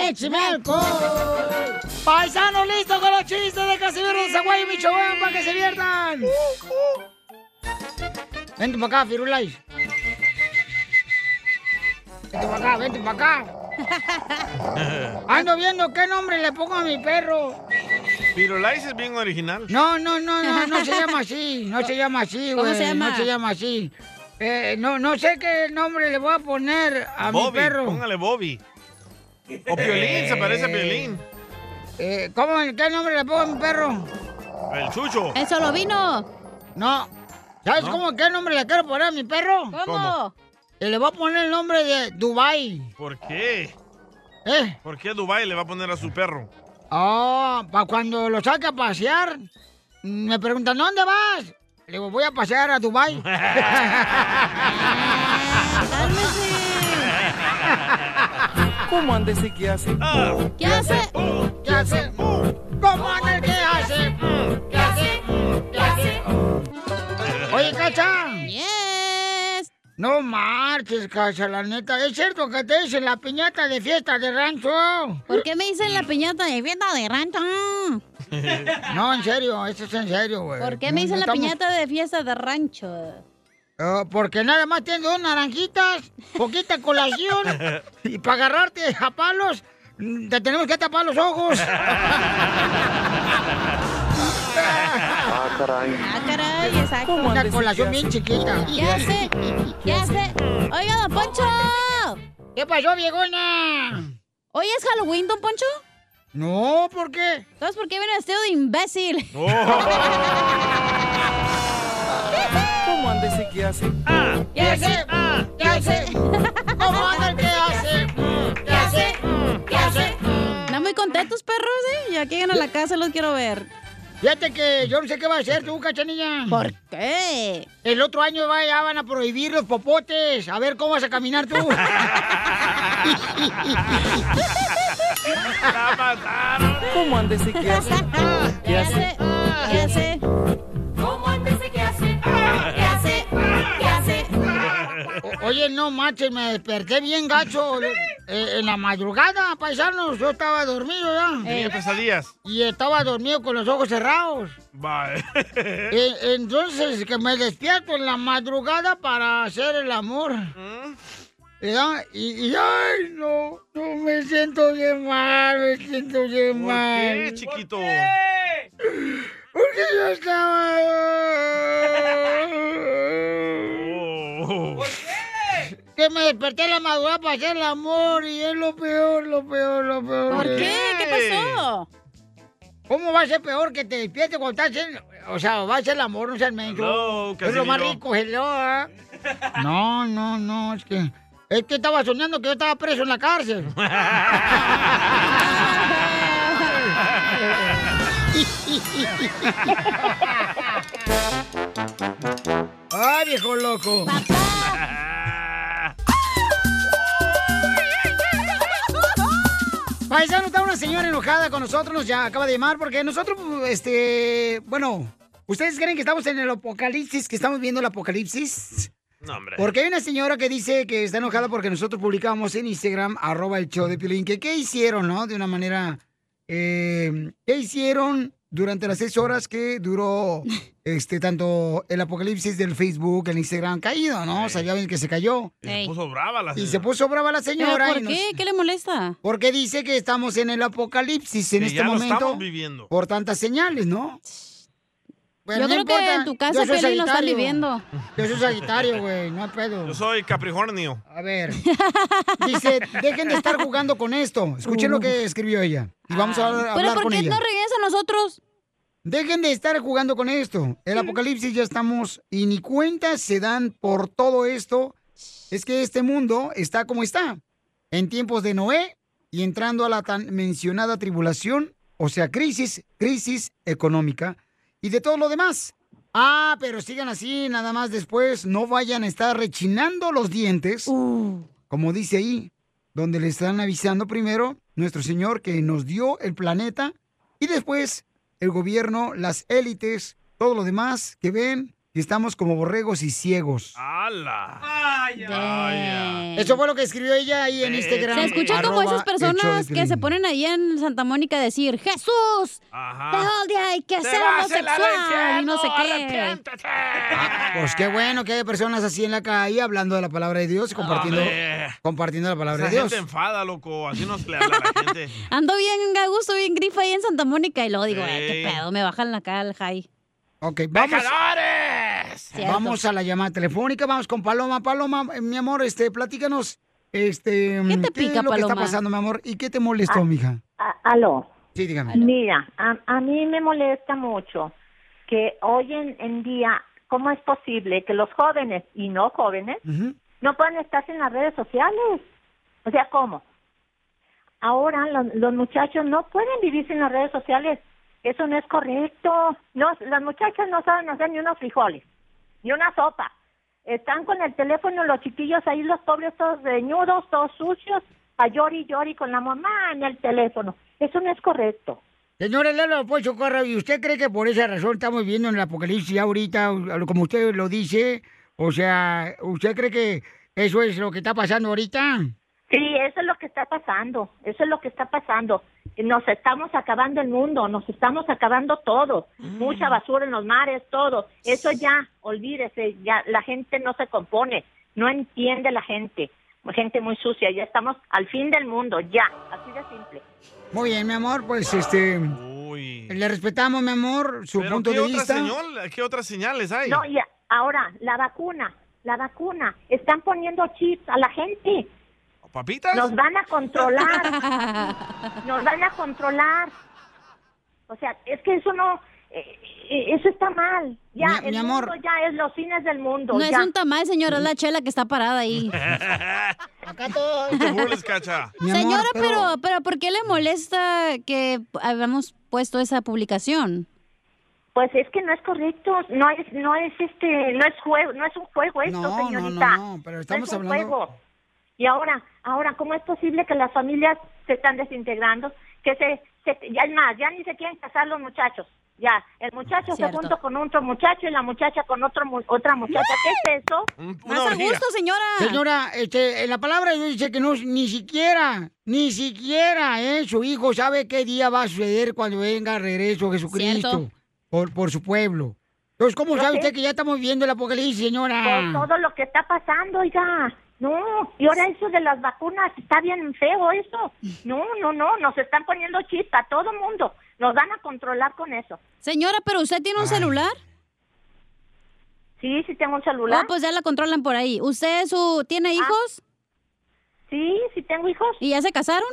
[SPEAKER 3] ¡Échame alcohol! ¡Paisanos listos con los chistes de Casimiro de Zaguay, Michoacán, para que se viertan! uh. Vente para acá, Firulais. Vente para acá, vente para acá. Ando viendo qué nombre le pongo a mi perro.
[SPEAKER 2] Firulais es bien original.
[SPEAKER 3] No, no, no, no, no se llama así, no se llama así,
[SPEAKER 2] ¿Cómo
[SPEAKER 3] güey.
[SPEAKER 2] se llama?
[SPEAKER 3] No se llama así. Eh, no, no sé qué nombre le voy a poner a mi
[SPEAKER 2] Bobby,
[SPEAKER 3] perro.
[SPEAKER 2] póngale Bobby. O Piolín, se parece a Piolín.
[SPEAKER 3] Eh, ¿Cómo? ¿Qué nombre le pongo a mi perro?
[SPEAKER 2] El Chucho.
[SPEAKER 3] El Solovino. No. ¿Sabes
[SPEAKER 2] ¿No?
[SPEAKER 3] cómo qué nombre le quiero poner a mi perro?
[SPEAKER 2] ¿Cómo?
[SPEAKER 3] Que le voy a poner el nombre de Dubai.
[SPEAKER 2] ¿Por qué?
[SPEAKER 3] ¿Eh?
[SPEAKER 2] ¿Por qué Dubai le va a poner a su perro?
[SPEAKER 3] Oh, para cuando lo saque a pasear, mm, me preguntan, ¿dónde vas? Le digo, voy a pasear a Dubai.
[SPEAKER 5] ¿Cómo anda ese que hace?
[SPEAKER 3] ¿Qué hace? Ah. ¿Qué hace? ¿Cómo anda el que hace? ¿Qué hace? ¿Qué hace? Oye, Cacha. Yes. No marches, Cacha, la neta. Es cierto que te dicen la piñata de fiesta de rancho.
[SPEAKER 6] ¿Por qué me dicen la piñata de fiesta de rancho?
[SPEAKER 3] No, en serio, esto es en serio, güey.
[SPEAKER 6] ¿Por qué me dicen la piñata de fiesta de rancho?
[SPEAKER 3] Oh, porque nada más tienes dos naranjitas, poquita colación, y para agarrarte a palos, mm, te tenemos que tapar los ojos.
[SPEAKER 1] Ah, caray.
[SPEAKER 6] Ah, caray, exacto.
[SPEAKER 3] ¿Cómo Una andes colación bien chiquita.
[SPEAKER 6] Ya sé, ya sé. Oiga, don Poncho.
[SPEAKER 3] ¿Qué pasó, viejona?
[SPEAKER 6] ¿Hoy es Halloween, don Poncho?
[SPEAKER 3] No, ¿por qué?
[SPEAKER 6] Entonces, ¿por qué viene vestido de imbécil?
[SPEAKER 5] ¿Cómo anda ese que hace?
[SPEAKER 6] Ah.
[SPEAKER 3] ¿Qué hace? ¿Qué hace? ah, ¿Cómo anda el que hace? ¿Qué hace? ¿Qué hace?
[SPEAKER 6] Están muy contentos, perros, ¿eh? Ya que llegan a la casa los quiero ver.
[SPEAKER 3] Fíjate que yo no sé qué va a hacer tú, cachanilla.
[SPEAKER 6] ¿Por qué?
[SPEAKER 3] El otro año va- ya van a prohibir los popotes. A ver cómo vas a caminar tú.
[SPEAKER 5] ¿Cómo anda ese que hace? ¿Qué hace?
[SPEAKER 6] ¿Qué hace?
[SPEAKER 1] ¿Cómo antes de que hace?
[SPEAKER 3] ¿Qué hace? ¿Qué hace? Oye, no manches, me desperté bien gacho eh, en la madrugada, paisanos. Yo estaba dormido ya.
[SPEAKER 2] Tenía pesadillas.
[SPEAKER 3] Y estaba dormido con los ojos cerrados.
[SPEAKER 2] Bye.
[SPEAKER 3] Eh, entonces, que me despierto en la madrugada para hacer el amor. ¿Verdad? Y, y, ay, no, no me siento bien mal, me siento bien
[SPEAKER 2] ¿Por
[SPEAKER 3] mal.
[SPEAKER 2] qué, chiquito?
[SPEAKER 3] Porque yo
[SPEAKER 2] Oh.
[SPEAKER 3] estaba. Que me desperté en la madrugada para hacer el amor y es lo peor, lo peor, lo peor.
[SPEAKER 6] ¿Por qué? ¿Qué pasó?
[SPEAKER 3] ¿Cómo va a ser peor que te despiertes cuando estás en... O sea, va a ser el amor, no seas menso.
[SPEAKER 2] Hello,
[SPEAKER 3] Es lo más
[SPEAKER 2] Casimiro.
[SPEAKER 3] rico, hello. ¿ah? No, no, no, es que... Es que estaba soñando que yo estaba preso en la cárcel. ¡Ay, viejo loco! Paisano, está una señora enojada con nosotros, ya acaba de llamar, porque nosotros, este, bueno, ¿ustedes creen que estamos en el apocalipsis, que estamos viendo el apocalipsis?
[SPEAKER 2] No, hombre.
[SPEAKER 3] Porque hay una señora que dice que está enojada porque nosotros publicamos en Instagram, arroba el show de Piolín, que qué hicieron, ¿no? De una manera, eh, ¿qué hicieron durante las seis horas que duró, este, tanto el apocalipsis del Facebook, el Instagram caído, ¿no? O sea, ya ven que se cayó.
[SPEAKER 6] Ey.
[SPEAKER 2] Puso brava la
[SPEAKER 3] Y se puso brava la señora.
[SPEAKER 6] ¿Pero
[SPEAKER 3] y
[SPEAKER 6] por
[SPEAKER 3] nos-
[SPEAKER 6] qué? ¿Qué le molesta?
[SPEAKER 3] porque dice que estamos en el apocalipsis en
[SPEAKER 2] Que
[SPEAKER 3] este
[SPEAKER 2] ya lo
[SPEAKER 3] momento.
[SPEAKER 2] estamos viviendo.
[SPEAKER 3] Por tantas señales, ¿no?
[SPEAKER 6] Yo
[SPEAKER 3] Bueno, no
[SPEAKER 6] creo que
[SPEAKER 3] importa,
[SPEAKER 6] en tu
[SPEAKER 3] yo
[SPEAKER 6] casa,
[SPEAKER 3] soy
[SPEAKER 6] Pelín, lo están
[SPEAKER 3] sagitario.
[SPEAKER 6] viviendo.
[SPEAKER 3] Yo soy sagitario, güey, no hay pedo.
[SPEAKER 2] Yo soy Capricornio.
[SPEAKER 3] A ver. Dice, dejen de estar jugando con esto. Escuchen lo que escribió ella. Y vamos a hablar,
[SPEAKER 6] ¿Pero
[SPEAKER 3] hablar
[SPEAKER 6] por
[SPEAKER 3] con
[SPEAKER 6] qué
[SPEAKER 3] ella.
[SPEAKER 6] no regresa a nosotros?
[SPEAKER 3] Dejen de estar jugando con esto. El apocalipsis ya estamos y ni cuenta se dan por todo esto. Es que este mundo está como está. En tiempos de Noé y entrando a la tan mencionada tribulación, o sea, crisis, crisis económica y de todo lo demás. Ah, pero sigan así, nada más después no vayan a estar rechinando los dientes,
[SPEAKER 6] Uh.
[SPEAKER 3] como dice ahí, donde le están avisando primero nuestro Señor que nos dio el planeta y después el gobierno, las élites, todo lo demás que ven y estamos como borregos y ciegos.
[SPEAKER 2] Ah. ¡Hala!
[SPEAKER 3] Eso fue lo que escribió ella ahí en Instagram.
[SPEAKER 6] Se escucha como
[SPEAKER 3] arroba
[SPEAKER 6] esas
[SPEAKER 3] el show de
[SPEAKER 6] personas que
[SPEAKER 3] Piolín.
[SPEAKER 6] se ponen ahí en Santa Mónica a decir, Jesús, te odia y que
[SPEAKER 24] Te
[SPEAKER 6] ser
[SPEAKER 24] vas al
[SPEAKER 6] homosexual y no sé qué.
[SPEAKER 24] infierno,
[SPEAKER 3] Pues qué bueno que hay personas así en la calle hablando de la palabra de Dios y compartiendo,
[SPEAKER 2] Hombre.
[SPEAKER 3] compartiendo la palabra
[SPEAKER 2] Esa
[SPEAKER 3] de Dios.
[SPEAKER 2] gente enfada, loco. Así no se le habla a la gente.
[SPEAKER 6] Ando bien a gusto, bien grifa ahí en Santa Mónica y luego digo, "Ay, qué pedo, me bajan la cara al high.
[SPEAKER 3] Ok, vamos.
[SPEAKER 6] Cierto.
[SPEAKER 3] Vamos a la llamada telefónica, vamos con Paloma. Paloma, eh, mi amor, este, platícanos, este, ¿qué
[SPEAKER 25] te
[SPEAKER 3] es
[SPEAKER 25] pica,
[SPEAKER 3] lo que está
[SPEAKER 25] Paloma?
[SPEAKER 3] pasando, mi amor? ¿Y qué te molestó,
[SPEAKER 25] Ah.
[SPEAKER 3] mija?
[SPEAKER 25] A- aló.
[SPEAKER 3] Sí, dígame.
[SPEAKER 25] Mira, a, a mí me molesta mucho que hoy en, en día, ¿cómo es posible que los jóvenes y no jóvenes no puedan estar en las redes sociales? O sea, ¿cómo? Ahora lo- los muchachos no pueden vivir sin las redes sociales. Eso no es correcto. No, las muchachas no saben hacer ni unos frijoles, ni una sopa. Están con el teléfono los chiquillos ahí, los pobres todos reñudos, todos sucios, a llori y llori con la mamá en el teléfono. Eso no es correcto.
[SPEAKER 3] Señora Lalo Pocho Corra, ¿y usted cree que por esa razón estamos viviendo en el apocalipsis ahorita, o- como usted lo dice? O sea, ¿usted cree que eso es lo que está pasando ahorita?
[SPEAKER 25] Sí, eso es lo que está pasando, eso es lo que está pasando. Nos estamos acabando el mundo, nos estamos acabando todo. Mucha basura en los mares, todo. Eso ya, olvídese, ya la gente no se compone, no entiende la gente. Gente muy sucia, ya estamos al fin del mundo, ya, así de simple.
[SPEAKER 3] Muy bien, mi amor, pues este... Le respetamos, mi amor, su
[SPEAKER 2] Pero
[SPEAKER 3] punto
[SPEAKER 2] ¿qué
[SPEAKER 3] de
[SPEAKER 2] otra
[SPEAKER 3] vista.
[SPEAKER 2] señal? ¿Qué otras señales hay?
[SPEAKER 25] No, y a- ahora, la vacuna, la vacuna. Están poniendo chips a la gente.
[SPEAKER 2] ¿Papitas?
[SPEAKER 25] Nos van a controlar. Nos van a controlar. O sea, es que eso no... eh, eh, Eso está mal. Ya,
[SPEAKER 6] Mi-
[SPEAKER 25] el
[SPEAKER 6] mi amor.
[SPEAKER 25] mundo ya es los cines del mundo.
[SPEAKER 6] No
[SPEAKER 25] ya.
[SPEAKER 6] es un tamal, señora, es la chela que está parada ahí.
[SPEAKER 3] Acá todo.
[SPEAKER 2] No te burles, cacha.
[SPEAKER 6] Señora, pero, pero ¿por qué le molesta que habíamos puesto esa publicación?
[SPEAKER 25] Pues es que no es correcto, no es, no es este, no es juego, no es un juego esto,
[SPEAKER 3] No, no,
[SPEAKER 25] señorita.
[SPEAKER 3] no, no, pero estamos
[SPEAKER 25] es un
[SPEAKER 3] hablando-
[SPEAKER 25] juego. Y ahora, ahora, ¿cómo es posible que las familias se están desintegrando? Que se, se- ya es más, ya ni se quieren casar los muchachos. Ya, el muchacho
[SPEAKER 6] Cierto.
[SPEAKER 25] se junta con otro muchacho y la muchacha con otro mu- otra muchacha. ¿Qué es eso?
[SPEAKER 6] Más a orgía. gusto, señora.
[SPEAKER 3] Señora, este, en la palabra de Dios dice que no, ni siquiera, ni siquiera, ¿eh? Su hijo sabe qué día va a suceder cuando venga regreso Jesucristo
[SPEAKER 25] Cierto.
[SPEAKER 3] por, por su pueblo. Entonces, ¿cómo
[SPEAKER 25] Yo
[SPEAKER 3] sabe
[SPEAKER 25] sé.
[SPEAKER 3] usted que ya estamos viendo el apocalipsis,
[SPEAKER 25] Por
[SPEAKER 3] señora?
[SPEAKER 25] todo lo que está pasando, oiga. No, y ahora eso de las vacunas, está bien feo eso. No, no, no, nos están poniendo chip a todo mundo. Nos van a controlar con eso.
[SPEAKER 6] Señora, pero usted tiene un celular.
[SPEAKER 25] Sí, sí tengo un celular.
[SPEAKER 6] Oh, pues ya la controlan por ahí. ¿Usted su, tiene hijos?
[SPEAKER 25] Ah. Sí, sí tengo hijos.
[SPEAKER 6] ¿Y ya se casaron?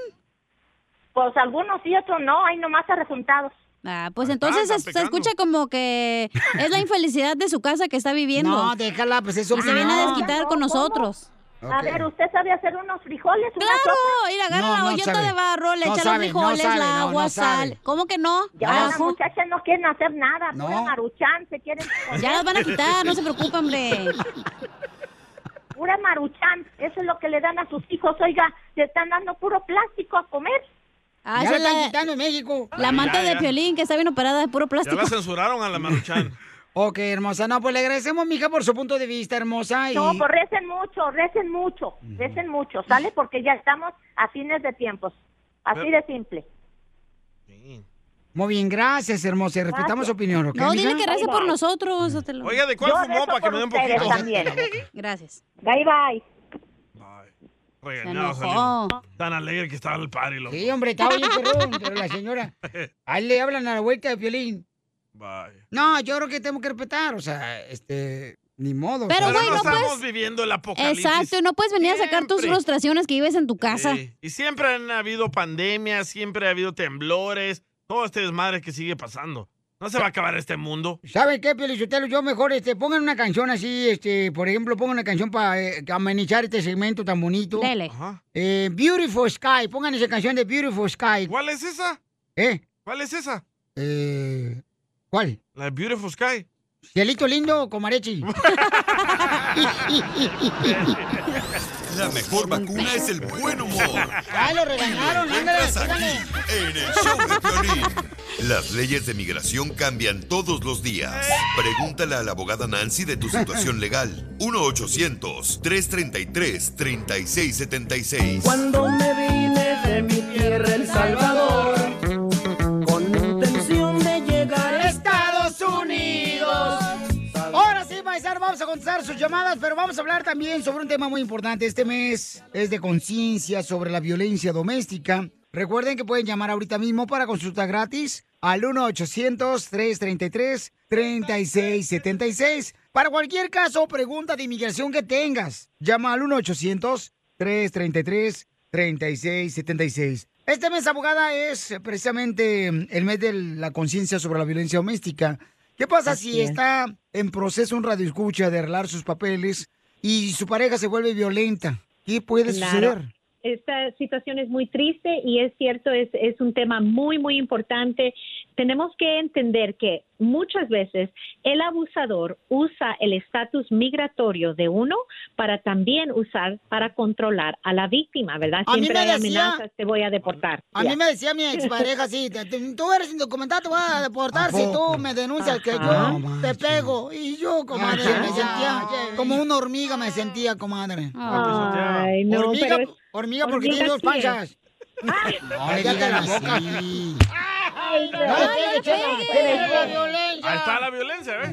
[SPEAKER 25] Pues algunos sí, otros no, hay nomás arrejuntados.
[SPEAKER 6] Ah, pues entonces
[SPEAKER 25] están
[SPEAKER 6] se, se escucha como que es la infelicidad de su casa que está viviendo.
[SPEAKER 25] No,
[SPEAKER 3] déjala, pues eso
[SPEAKER 6] Y se viene a
[SPEAKER 25] opinión.
[SPEAKER 6] desquitar con
[SPEAKER 25] ¿Cómo?
[SPEAKER 6] nosotros.
[SPEAKER 25] A ver, ¿usted sabe hacer unos frijoles? una
[SPEAKER 6] Claro,
[SPEAKER 25] sopa?
[SPEAKER 6] ir a agarrar la olleta de barro, le
[SPEAKER 25] No
[SPEAKER 6] echar
[SPEAKER 25] sabe,
[SPEAKER 6] los
[SPEAKER 25] no
[SPEAKER 6] frijoles,
[SPEAKER 25] sabe,
[SPEAKER 6] la
[SPEAKER 25] no,
[SPEAKER 6] agua,
[SPEAKER 25] no sabe.
[SPEAKER 6] sal. ¿Cómo que no?
[SPEAKER 25] Ya las
[SPEAKER 6] Ajo.
[SPEAKER 25] muchachas no quieren hacer nada,
[SPEAKER 6] No.
[SPEAKER 25] pura maruchan, se quieren...
[SPEAKER 6] Ya las van a quitar, no se preocupe, hombre.
[SPEAKER 25] Pura maruchan, eso es lo que le dan a sus hijos, oiga, le están dando puro plástico a comer.
[SPEAKER 6] Ah, Ya esa la es están la- quitando
[SPEAKER 3] en México.
[SPEAKER 6] La amante
[SPEAKER 2] Ya,
[SPEAKER 6] de
[SPEAKER 2] ya.
[SPEAKER 6] Piolín, que está bien operada de puro
[SPEAKER 2] Ya
[SPEAKER 6] plástico.
[SPEAKER 2] la censuraron a la Maruchan.
[SPEAKER 3] Ok, hermosa. No, pues le agradecemos, mija, por su punto de vista, hermosa. Y...
[SPEAKER 25] No, pues recen mucho, recen mucho, recen mucho, ¿sale? Porque ya estamos a fines de tiempos, así de simple.
[SPEAKER 3] Muy bien, gracias, hermosa. y Respetamos su opinión, ¿ok?
[SPEAKER 6] No, dile que
[SPEAKER 3] mija?
[SPEAKER 6] reza por nosotros. Otelo.
[SPEAKER 3] Oiga, ¿de cuál Yo fumó rezo para que por me dé un ustedes poquito? también.
[SPEAKER 6] Gracias.
[SPEAKER 25] Bye, bye.
[SPEAKER 2] Regañado,
[SPEAKER 3] Se
[SPEAKER 2] salió. Tan alegre que estaba el party, loco.
[SPEAKER 3] Sí, hombre, estaba bien perrón, pero la señora... Ahí le hablan a la vuelta de Piolín.
[SPEAKER 2] Bye.
[SPEAKER 3] No, yo creo que tenemos que respetar, o sea, este... Ni modo. o
[SPEAKER 6] Pero,
[SPEAKER 3] sea.
[SPEAKER 6] güey, no
[SPEAKER 2] estamos
[SPEAKER 6] puedes-
[SPEAKER 2] viviendo el apocalipsis.
[SPEAKER 6] Exacto, no puedes venir a sacar tus
[SPEAKER 2] Siempre.
[SPEAKER 6] frustraciones que vives en tu casa.
[SPEAKER 2] Sí. Y siempre han habido pandemias, siempre ha habido temblores, todo este desmadre que sigue pasando. No se va a acabar este mundo.
[SPEAKER 3] ¿Saben qué, Pielichotelo? Yo mejor, este, pongan una canción así, este, por ejemplo, pongan una canción para amenizar este segmento tan bonito.
[SPEAKER 2] Dele. Ajá.
[SPEAKER 3] Eh, Beautiful Sky, pongan esa canción de Beautiful Sky.
[SPEAKER 2] ¿Cuál es esa?
[SPEAKER 3] ¿Eh?
[SPEAKER 2] ¿Cuál es esa?
[SPEAKER 3] Eh, ¿Cuál?
[SPEAKER 2] La Beautiful Sky.
[SPEAKER 3] Cielito lindo, comarechi.
[SPEAKER 4] La mejor vacuna es el buen humor.
[SPEAKER 3] Ay, lo regañaron, ándale,
[SPEAKER 4] Estás aquí
[SPEAKER 3] síganle.
[SPEAKER 4] en el show de Piolín. Las leyes de migración cambian todos los días. Pregúntale a la abogada Nancy de tu situación legal. 1-800-333-3676.
[SPEAKER 1] Cuando me vine de mi tierra, El Salvador, con intención de llegar a
[SPEAKER 3] Estados Unidos. Ahora sí, paisano, vamos a contestar sus llamadas, pero vamos a hablar también sobre un tema muy importante. Este mes es de conciencia sobre la violencia doméstica. Recuerden que pueden llamar ahorita mismo para consulta gratis al 1-800-333-3676. Para cualquier caso o pregunta de inmigración que tengas, llama al 1-800-333-3676. Este mes, abogada, es precisamente el mes de la conciencia sobre la violencia doméstica. ¿Qué pasa
[SPEAKER 15] Así
[SPEAKER 3] si este
[SPEAKER 15] es.
[SPEAKER 3] está en proceso un radio escucha de arreglar sus papeles y su pareja se vuelve violenta? ¿Qué puede suceder?
[SPEAKER 15] Esta situación es muy triste y es cierto, es, es un tema muy, muy importante. Tenemos que entender que muchas veces el abusador usa el estatus migratorio de uno para también usar, para controlar a la víctima, ¿verdad?
[SPEAKER 3] A mí
[SPEAKER 15] Siempre
[SPEAKER 3] me
[SPEAKER 15] hay
[SPEAKER 3] decía-
[SPEAKER 15] amenazas, te voy a deportar.
[SPEAKER 3] A
[SPEAKER 15] Ya.
[SPEAKER 3] mí me decía mi expareja así, "Te- te- tú eres indocumentado, te voy a Ah, deportar si tú me denuncias que
[SPEAKER 15] Ajá.
[SPEAKER 3] yo te pego. Y yo, comadre, me sentía como una hormiga, me sentía, comadre.
[SPEAKER 15] Ay, no,
[SPEAKER 3] pues, hormiga,
[SPEAKER 15] pero es-
[SPEAKER 3] hormiga porque tiene
[SPEAKER 15] hormiga
[SPEAKER 3] dos
[SPEAKER 15] sí es.
[SPEAKER 3] panchas. No le digan así. No le pegues, Chela,
[SPEAKER 15] pegues.
[SPEAKER 3] es la violencia.
[SPEAKER 2] Ahí está la violencia, ¿ves?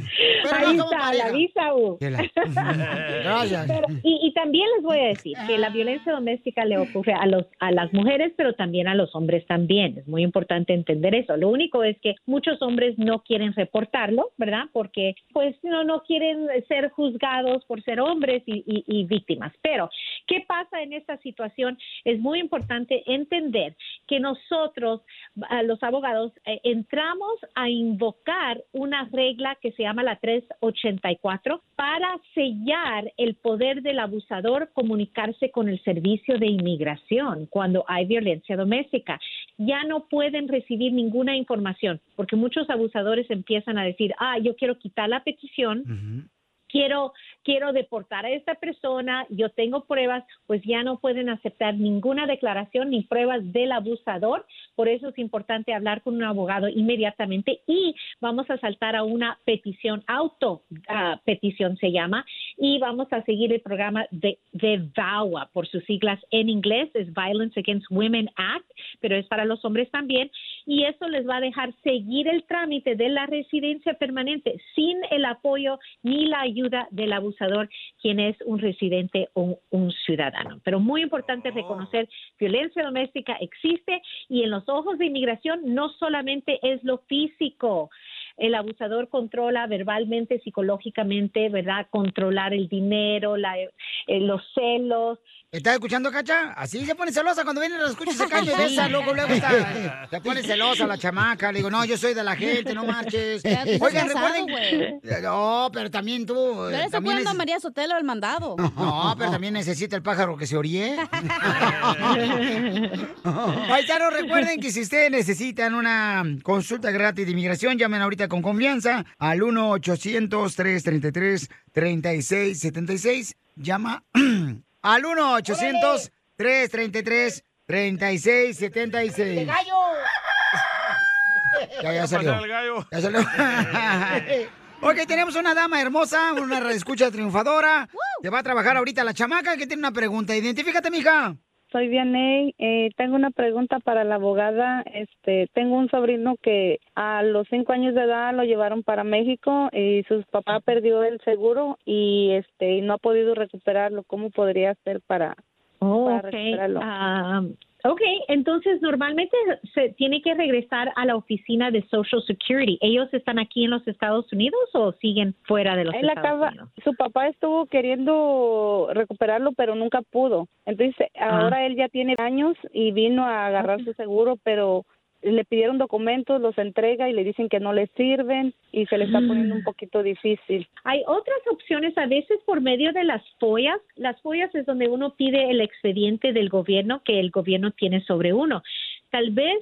[SPEAKER 15] Ahí está, la visa U.
[SPEAKER 2] Gracias.
[SPEAKER 15] Pero- y, y también les voy a decir que la violencia doméstica le ocurre a, los, a las mujeres, pero también a los hombres también. Es muy importante entender eso. Lo único es que muchos hombres no quieren reportarlo, ¿verdad? Porque pues no, no quieren ser juzgados por ser hombres y, y- y víctimas. Pero, ¿qué pasa en esta situación? Es muy importante entender que nosotros, a los abogados, eh, entramos a invocar una regla que se llama la 384 para sellar el poder del abusador comunicarse con el servicio de inmigración cuando hay violencia doméstica. Ya no pueden recibir ninguna información porque muchos abusadores empiezan a decir, ah, yo quiero quitar la petición quiero quiero deportar a esta persona, yo tengo pruebas, pues ya no pueden aceptar ninguna declaración ni pruebas del abusador, por eso es importante hablar con un abogado inmediatamente y vamos a saltar a una petición auto ah, petición se llama y vamos a seguir el programa de, de VAWA por sus siglas en inglés, es Violence Against Women Act, pero es para los hombres también y eso les va a dejar seguir el trámite de la residencia permanente sin el apoyo ni la ayuda del abusador, quien es un residente o un, un ciudadano. Pero muy
[SPEAKER 3] Oh.
[SPEAKER 15] importante reconocer, violencia doméstica existe y en los ojos de inmigración no solamente es lo físico, el abusador controla verbalmente, psicológicamente, ¿verdad? Controlar el dinero, la- eh, los celos.
[SPEAKER 3] ¿Estás escuchando, Cacha? Así se pone celosa cuando viene los escucha y se calla y
[SPEAKER 15] Sí.
[SPEAKER 3] besa, luego, luego está. Se pone celosa la chamaca. Le digo, no, yo soy de la gente, no
[SPEAKER 6] Pues
[SPEAKER 3] marches.
[SPEAKER 6] Ya, tú estás
[SPEAKER 3] Oigan,
[SPEAKER 6] casado,
[SPEAKER 3] recuerden. No, pero también tú.
[SPEAKER 6] Yo
[SPEAKER 3] eh,
[SPEAKER 6] le estoy
[SPEAKER 3] también
[SPEAKER 6] poniendo a
[SPEAKER 3] es-
[SPEAKER 6] María Sotelo al mandado.
[SPEAKER 3] No, pero también necesita el pájaro que se oríe. Paisanos, recuerden que si ustedes necesitan una consulta gratis de inmigración, llamen ahorita con confianza al 1-800-333-3676. Llama al 1-800-333-3676. Ya, ya salió.
[SPEAKER 2] Pasar al gallo.
[SPEAKER 3] Ya salió. ok, tenemos una dama hermosa, una escucha triunfadora. Te va a trabajar ahorita la chamaca que tiene una pregunta. Identifícate, mija.
[SPEAKER 16] Soy Vianey, eh, tengo una pregunta para la abogada. Este, tengo un sobrino que a los cinco años de edad lo llevaron para México y su papá perdió el seguro y este y no ha podido recuperarlo. ¿Cómo podría hacer para,
[SPEAKER 15] Oh,
[SPEAKER 16] para
[SPEAKER 15] ok.
[SPEAKER 16] recuperarlo?
[SPEAKER 15] Ah, ok, entonces normalmente se tiene que regresar a la oficina de Social Security. ¿Ellos están aquí en los Estados Unidos o siguen fuera de los
[SPEAKER 16] Él
[SPEAKER 15] Estados
[SPEAKER 16] acaba-
[SPEAKER 15] Unidos?
[SPEAKER 16] su papá estuvo queriendo recuperarlo, pero nunca pudo. Entonces,
[SPEAKER 15] Ah.
[SPEAKER 16] ahora él ya tiene años y vino a agarrar su seguro, pero le pidieron documentos, los entrega y le dicen que no le sirven y se le está poniendo
[SPEAKER 15] Mm.
[SPEAKER 16] un poquito difícil.
[SPEAKER 15] Hay otras opciones a veces por medio de las follas. Las follas es donde uno pide el expediente del gobierno que el gobierno tiene sobre uno. Tal vez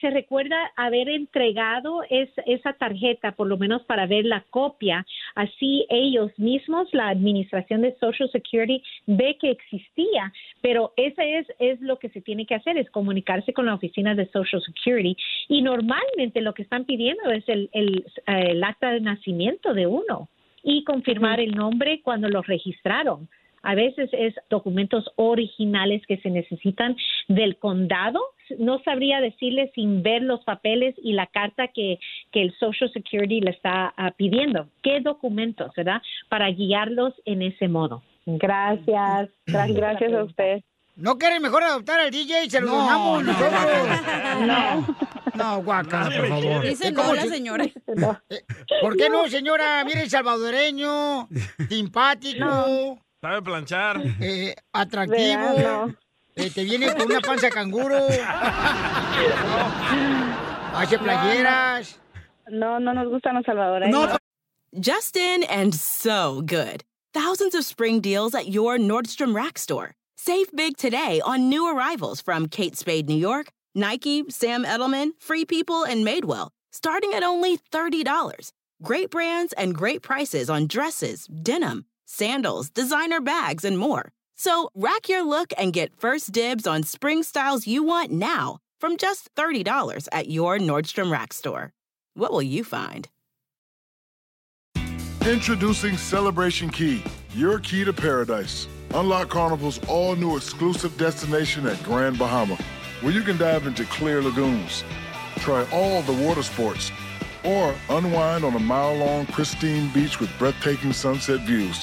[SPEAKER 15] se recuerda haber entregado es- esa tarjeta, por lo menos para ver la copia. Así ellos mismos, la administración de Social Security, ve que existía. Pero ese es, es lo que se tiene que hacer, es comunicarse con la oficina de Social Security. Y normalmente lo que están pidiendo es el, el, eh, el acta de nacimiento de uno y confirmar el nombre cuando lo registraron. A veces es documentos originales que se necesitan del condado. No sabría decirle sin ver los papeles y la carta que, que el Social Security le está ah, pidiendo. ¿Qué documentos, verdad? Para guiarlos en ese modo. Gracias.
[SPEAKER 3] Gracias. Gracias a
[SPEAKER 15] usted.
[SPEAKER 3] ¿No quieren mejor adoptar al DJ? Se lo
[SPEAKER 15] No,
[SPEAKER 3] donamos
[SPEAKER 15] no,
[SPEAKER 3] nosotros.
[SPEAKER 15] no.
[SPEAKER 3] No, guaca, por favor.
[SPEAKER 6] Dice
[SPEAKER 3] Es
[SPEAKER 6] no
[SPEAKER 3] como
[SPEAKER 6] la
[SPEAKER 3] si-
[SPEAKER 6] señora.
[SPEAKER 3] Eh, ¿Por qué no, señora? Mire, salvadoreño, simpático,
[SPEAKER 2] Sabe planchar.
[SPEAKER 3] Eh, atractivo.
[SPEAKER 2] ¿Verdad? No.
[SPEAKER 3] Eh, te viene con una panza de canguro. Hace playeras.
[SPEAKER 16] No, no nos gustan los salvadoreños.
[SPEAKER 26] Justin and so good. Thousands of spring deals at your Nordstrom Rack store. Save big today on new arrivals from Kate Spade, New York, Nike, Sam Edelman, Free People, and Madewell, starting at only $30. Great brands and great prices on dresses, denim, sandals, designer bags, and more. So rack your look and get first dibs on spring styles you want now from just $30 at your Nordstrom Rack store. What will you find?
[SPEAKER 27] Introducing Celebration Key, your key to paradise. Unlock Carnival's all new exclusive destination at Grand Bahama, where you can dive into clear lagoons, try all the water sports, or unwind on a mile long, pristine beach with breathtaking sunset views.